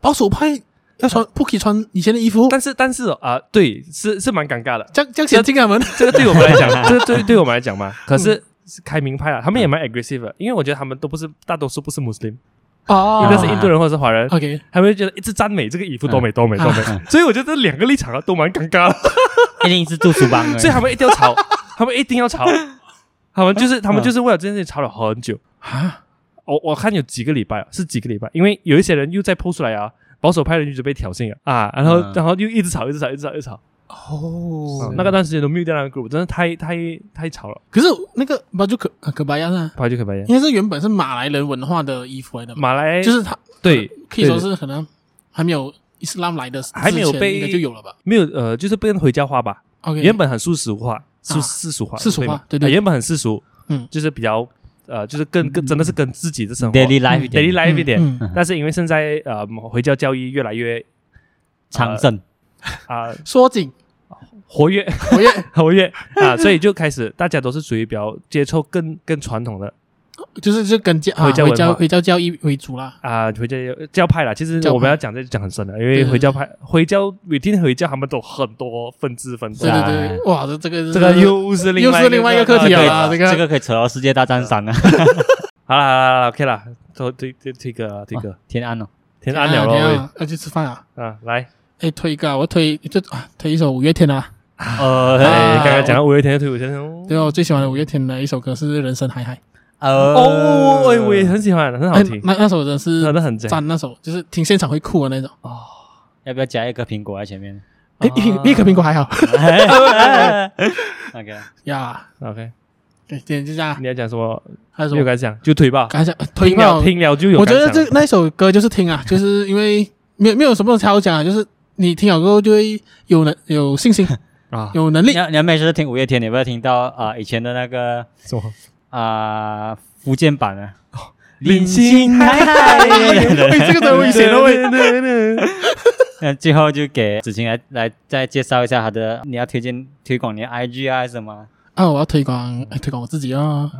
[SPEAKER 3] 保守派要穿不可以穿以前的衣服，
[SPEAKER 1] 但是但是哦啊、对，是是蛮尴尬的。
[SPEAKER 3] 这样这样显进他们。
[SPEAKER 1] 这个对我们来讲，这个对对我们来讲嘛，可是。是开明派啊，他们也蛮 aggressive 的，因为我觉得他们都不是大多数不是 Muslim，
[SPEAKER 3] 哦
[SPEAKER 1] 啊应该是印度人或者是华人，
[SPEAKER 3] OK，
[SPEAKER 1] 他们就觉得一直赞美这个衣服多美多美 多美
[SPEAKER 2] 啊，
[SPEAKER 1] 所以我觉得这两个立场啊都蛮尴尬的。
[SPEAKER 2] 一定是做书帮的，
[SPEAKER 1] 所以他们一定要 吵，他们一定要吵，他们就是
[SPEAKER 3] 嗯
[SPEAKER 1] 他们就是为了这件事情吵了很久啊！我我看有几个礼拜啊，是几个礼拜，因为有一些人又再 p 出来啊，保守派的人就被挑衅了啊，然后、
[SPEAKER 2] 嗯
[SPEAKER 1] 然后又一直吵，一直吵，一直吵，一直吵，
[SPEAKER 3] 哦
[SPEAKER 1] 那个段时间都 mute 掉那个 group，真的太太太吵了，
[SPEAKER 3] 可是那个巴就可啊可白亚呢，
[SPEAKER 1] 白就可白眼。
[SPEAKER 3] 因为这原本是马来人文化的衣服来的嘛，
[SPEAKER 1] 马来
[SPEAKER 3] 就是他
[SPEAKER 1] 对，
[SPEAKER 3] 可以说
[SPEAKER 1] 对
[SPEAKER 3] 是可能还没有伊斯兰来的之前，
[SPEAKER 1] 还没有被
[SPEAKER 3] 应该就有了吧
[SPEAKER 1] 没有呃，就是变回家话吧，
[SPEAKER 3] ？OK，
[SPEAKER 1] 原本很世俗化，世
[SPEAKER 3] 啊
[SPEAKER 1] 世俗化，
[SPEAKER 3] 世俗化
[SPEAKER 1] 吗
[SPEAKER 3] 对对
[SPEAKER 1] 啊
[SPEAKER 3] 对
[SPEAKER 1] 原本很世俗，
[SPEAKER 3] 嗯
[SPEAKER 1] 就是比较呃，就是跟跟真的是跟自己的生活
[SPEAKER 2] daily life 一点
[SPEAKER 1] daily life 一点，
[SPEAKER 3] 嗯嗯
[SPEAKER 1] 但是因为现在呃回教教义越来越
[SPEAKER 2] 昌盛，
[SPEAKER 1] 啊、
[SPEAKER 3] 说紧，
[SPEAKER 1] 活跃
[SPEAKER 3] 我也
[SPEAKER 1] 活跃啊、所以就开始大家都是属于比较接受更更传统的
[SPEAKER 3] 就是就跟教啊
[SPEAKER 1] 回教文
[SPEAKER 3] 回
[SPEAKER 1] 化
[SPEAKER 3] 教回教教义为主啦。
[SPEAKER 1] 啊、回教教派啦。其实
[SPEAKER 3] 教派
[SPEAKER 1] 我们要讲这就讲很深了，因
[SPEAKER 3] 对
[SPEAKER 1] 为
[SPEAKER 3] 对
[SPEAKER 1] 回教派回教每天回教他们都很多分支分支
[SPEAKER 3] 对
[SPEAKER 1] 啊，
[SPEAKER 3] 对
[SPEAKER 2] 啊
[SPEAKER 3] 对，哇，这这个
[SPEAKER 1] 这个又是另外
[SPEAKER 3] 又是另外一个课题
[SPEAKER 1] 啊
[SPEAKER 3] 了
[SPEAKER 1] 对
[SPEAKER 3] 啦这个
[SPEAKER 2] 这个可以扯到世界大战三啊，
[SPEAKER 1] 好了好了好了，OK 啦，都这这这个这个
[SPEAKER 2] 天安哦，
[SPEAKER 1] 天安了
[SPEAKER 3] 等一下
[SPEAKER 1] 咯
[SPEAKER 3] 啊要去吃饭啊！
[SPEAKER 1] 喂啊，来，
[SPEAKER 3] 哎，推一个啊，我推就啊推一首五月天啊，
[SPEAKER 2] 呃
[SPEAKER 1] 哎，
[SPEAKER 3] 啊
[SPEAKER 1] 刚刚讲到五月天的退伍先生。
[SPEAKER 3] 对，我最喜欢的五月天的一首歌是《人生海海》，
[SPEAKER 2] 呃，
[SPEAKER 1] 哦，我我也很喜欢，很好
[SPEAKER 3] 哎
[SPEAKER 1] 听，
[SPEAKER 3] 那那首真的
[SPEAKER 1] 真
[SPEAKER 3] 是
[SPEAKER 1] 的很啊赞。
[SPEAKER 3] 赞，那首就是听现场会哭的那种。
[SPEAKER 2] 要不要加一个苹果在前 面
[SPEAKER 1] 啊
[SPEAKER 3] 哎，一一颗苹果还好
[SPEAKER 2] ？OK，
[SPEAKER 3] 呀。
[SPEAKER 1] OK，
[SPEAKER 3] 对，今天就这样啊。
[SPEAKER 1] 你要讲什么？
[SPEAKER 3] 还有什
[SPEAKER 1] 没有
[SPEAKER 3] 么？
[SPEAKER 1] 感想就推吧，
[SPEAKER 3] 感想推
[SPEAKER 1] 听
[SPEAKER 3] 爆
[SPEAKER 1] 了，听了就有
[SPEAKER 3] 我
[SPEAKER 1] 感
[SPEAKER 3] 觉
[SPEAKER 1] 想。
[SPEAKER 3] 得这那一首歌就是听啊， 就是因为没有没有什么好讲啊，就是你听了过后就会有能有信心，
[SPEAKER 1] 啊
[SPEAKER 3] 有能 力
[SPEAKER 2] 你。要你要没事听五月天，你有没有听到啊？以前的那个
[SPEAKER 1] 什么
[SPEAKER 2] 啊福建版啊的，
[SPEAKER 1] 林心海
[SPEAKER 3] 哎，这个真危险了喂！
[SPEAKER 1] 喂！
[SPEAKER 2] 那最后就给子晴来来再介绍一下他的，你要推荐推广你的 IG 啊还是什么？
[SPEAKER 3] 啊，我要推广哎推广我自己哦。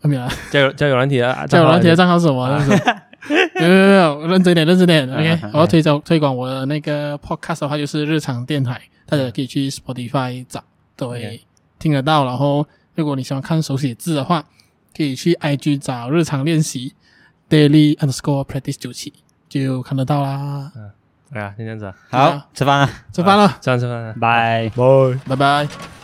[SPEAKER 3] 啊，没有啊，
[SPEAKER 1] 交友交友软体啊，
[SPEAKER 3] 叫我老铁的
[SPEAKER 1] 上
[SPEAKER 3] 账号是啊 什么？那种没有没有没有，认真点认真 点。
[SPEAKER 2] 啊啊
[SPEAKER 3] OK，
[SPEAKER 2] 啊
[SPEAKER 3] 我要推广推广我的那个 podcast 的话，就是日常电台，大家可以去 Spotify 找，都会
[SPEAKER 1] OK
[SPEAKER 3] 听得到。然后，如果你喜欢看手写字的话，可以去 IG 找日常练习 daily underscore practice 九七就看得到啦。
[SPEAKER 1] 哎呀，先这样子啊，
[SPEAKER 2] 好，吃饭了，
[SPEAKER 3] 吃饭了，
[SPEAKER 1] 这样这样，
[SPEAKER 2] 拜。
[SPEAKER 1] 拜。
[SPEAKER 3] 拜拜。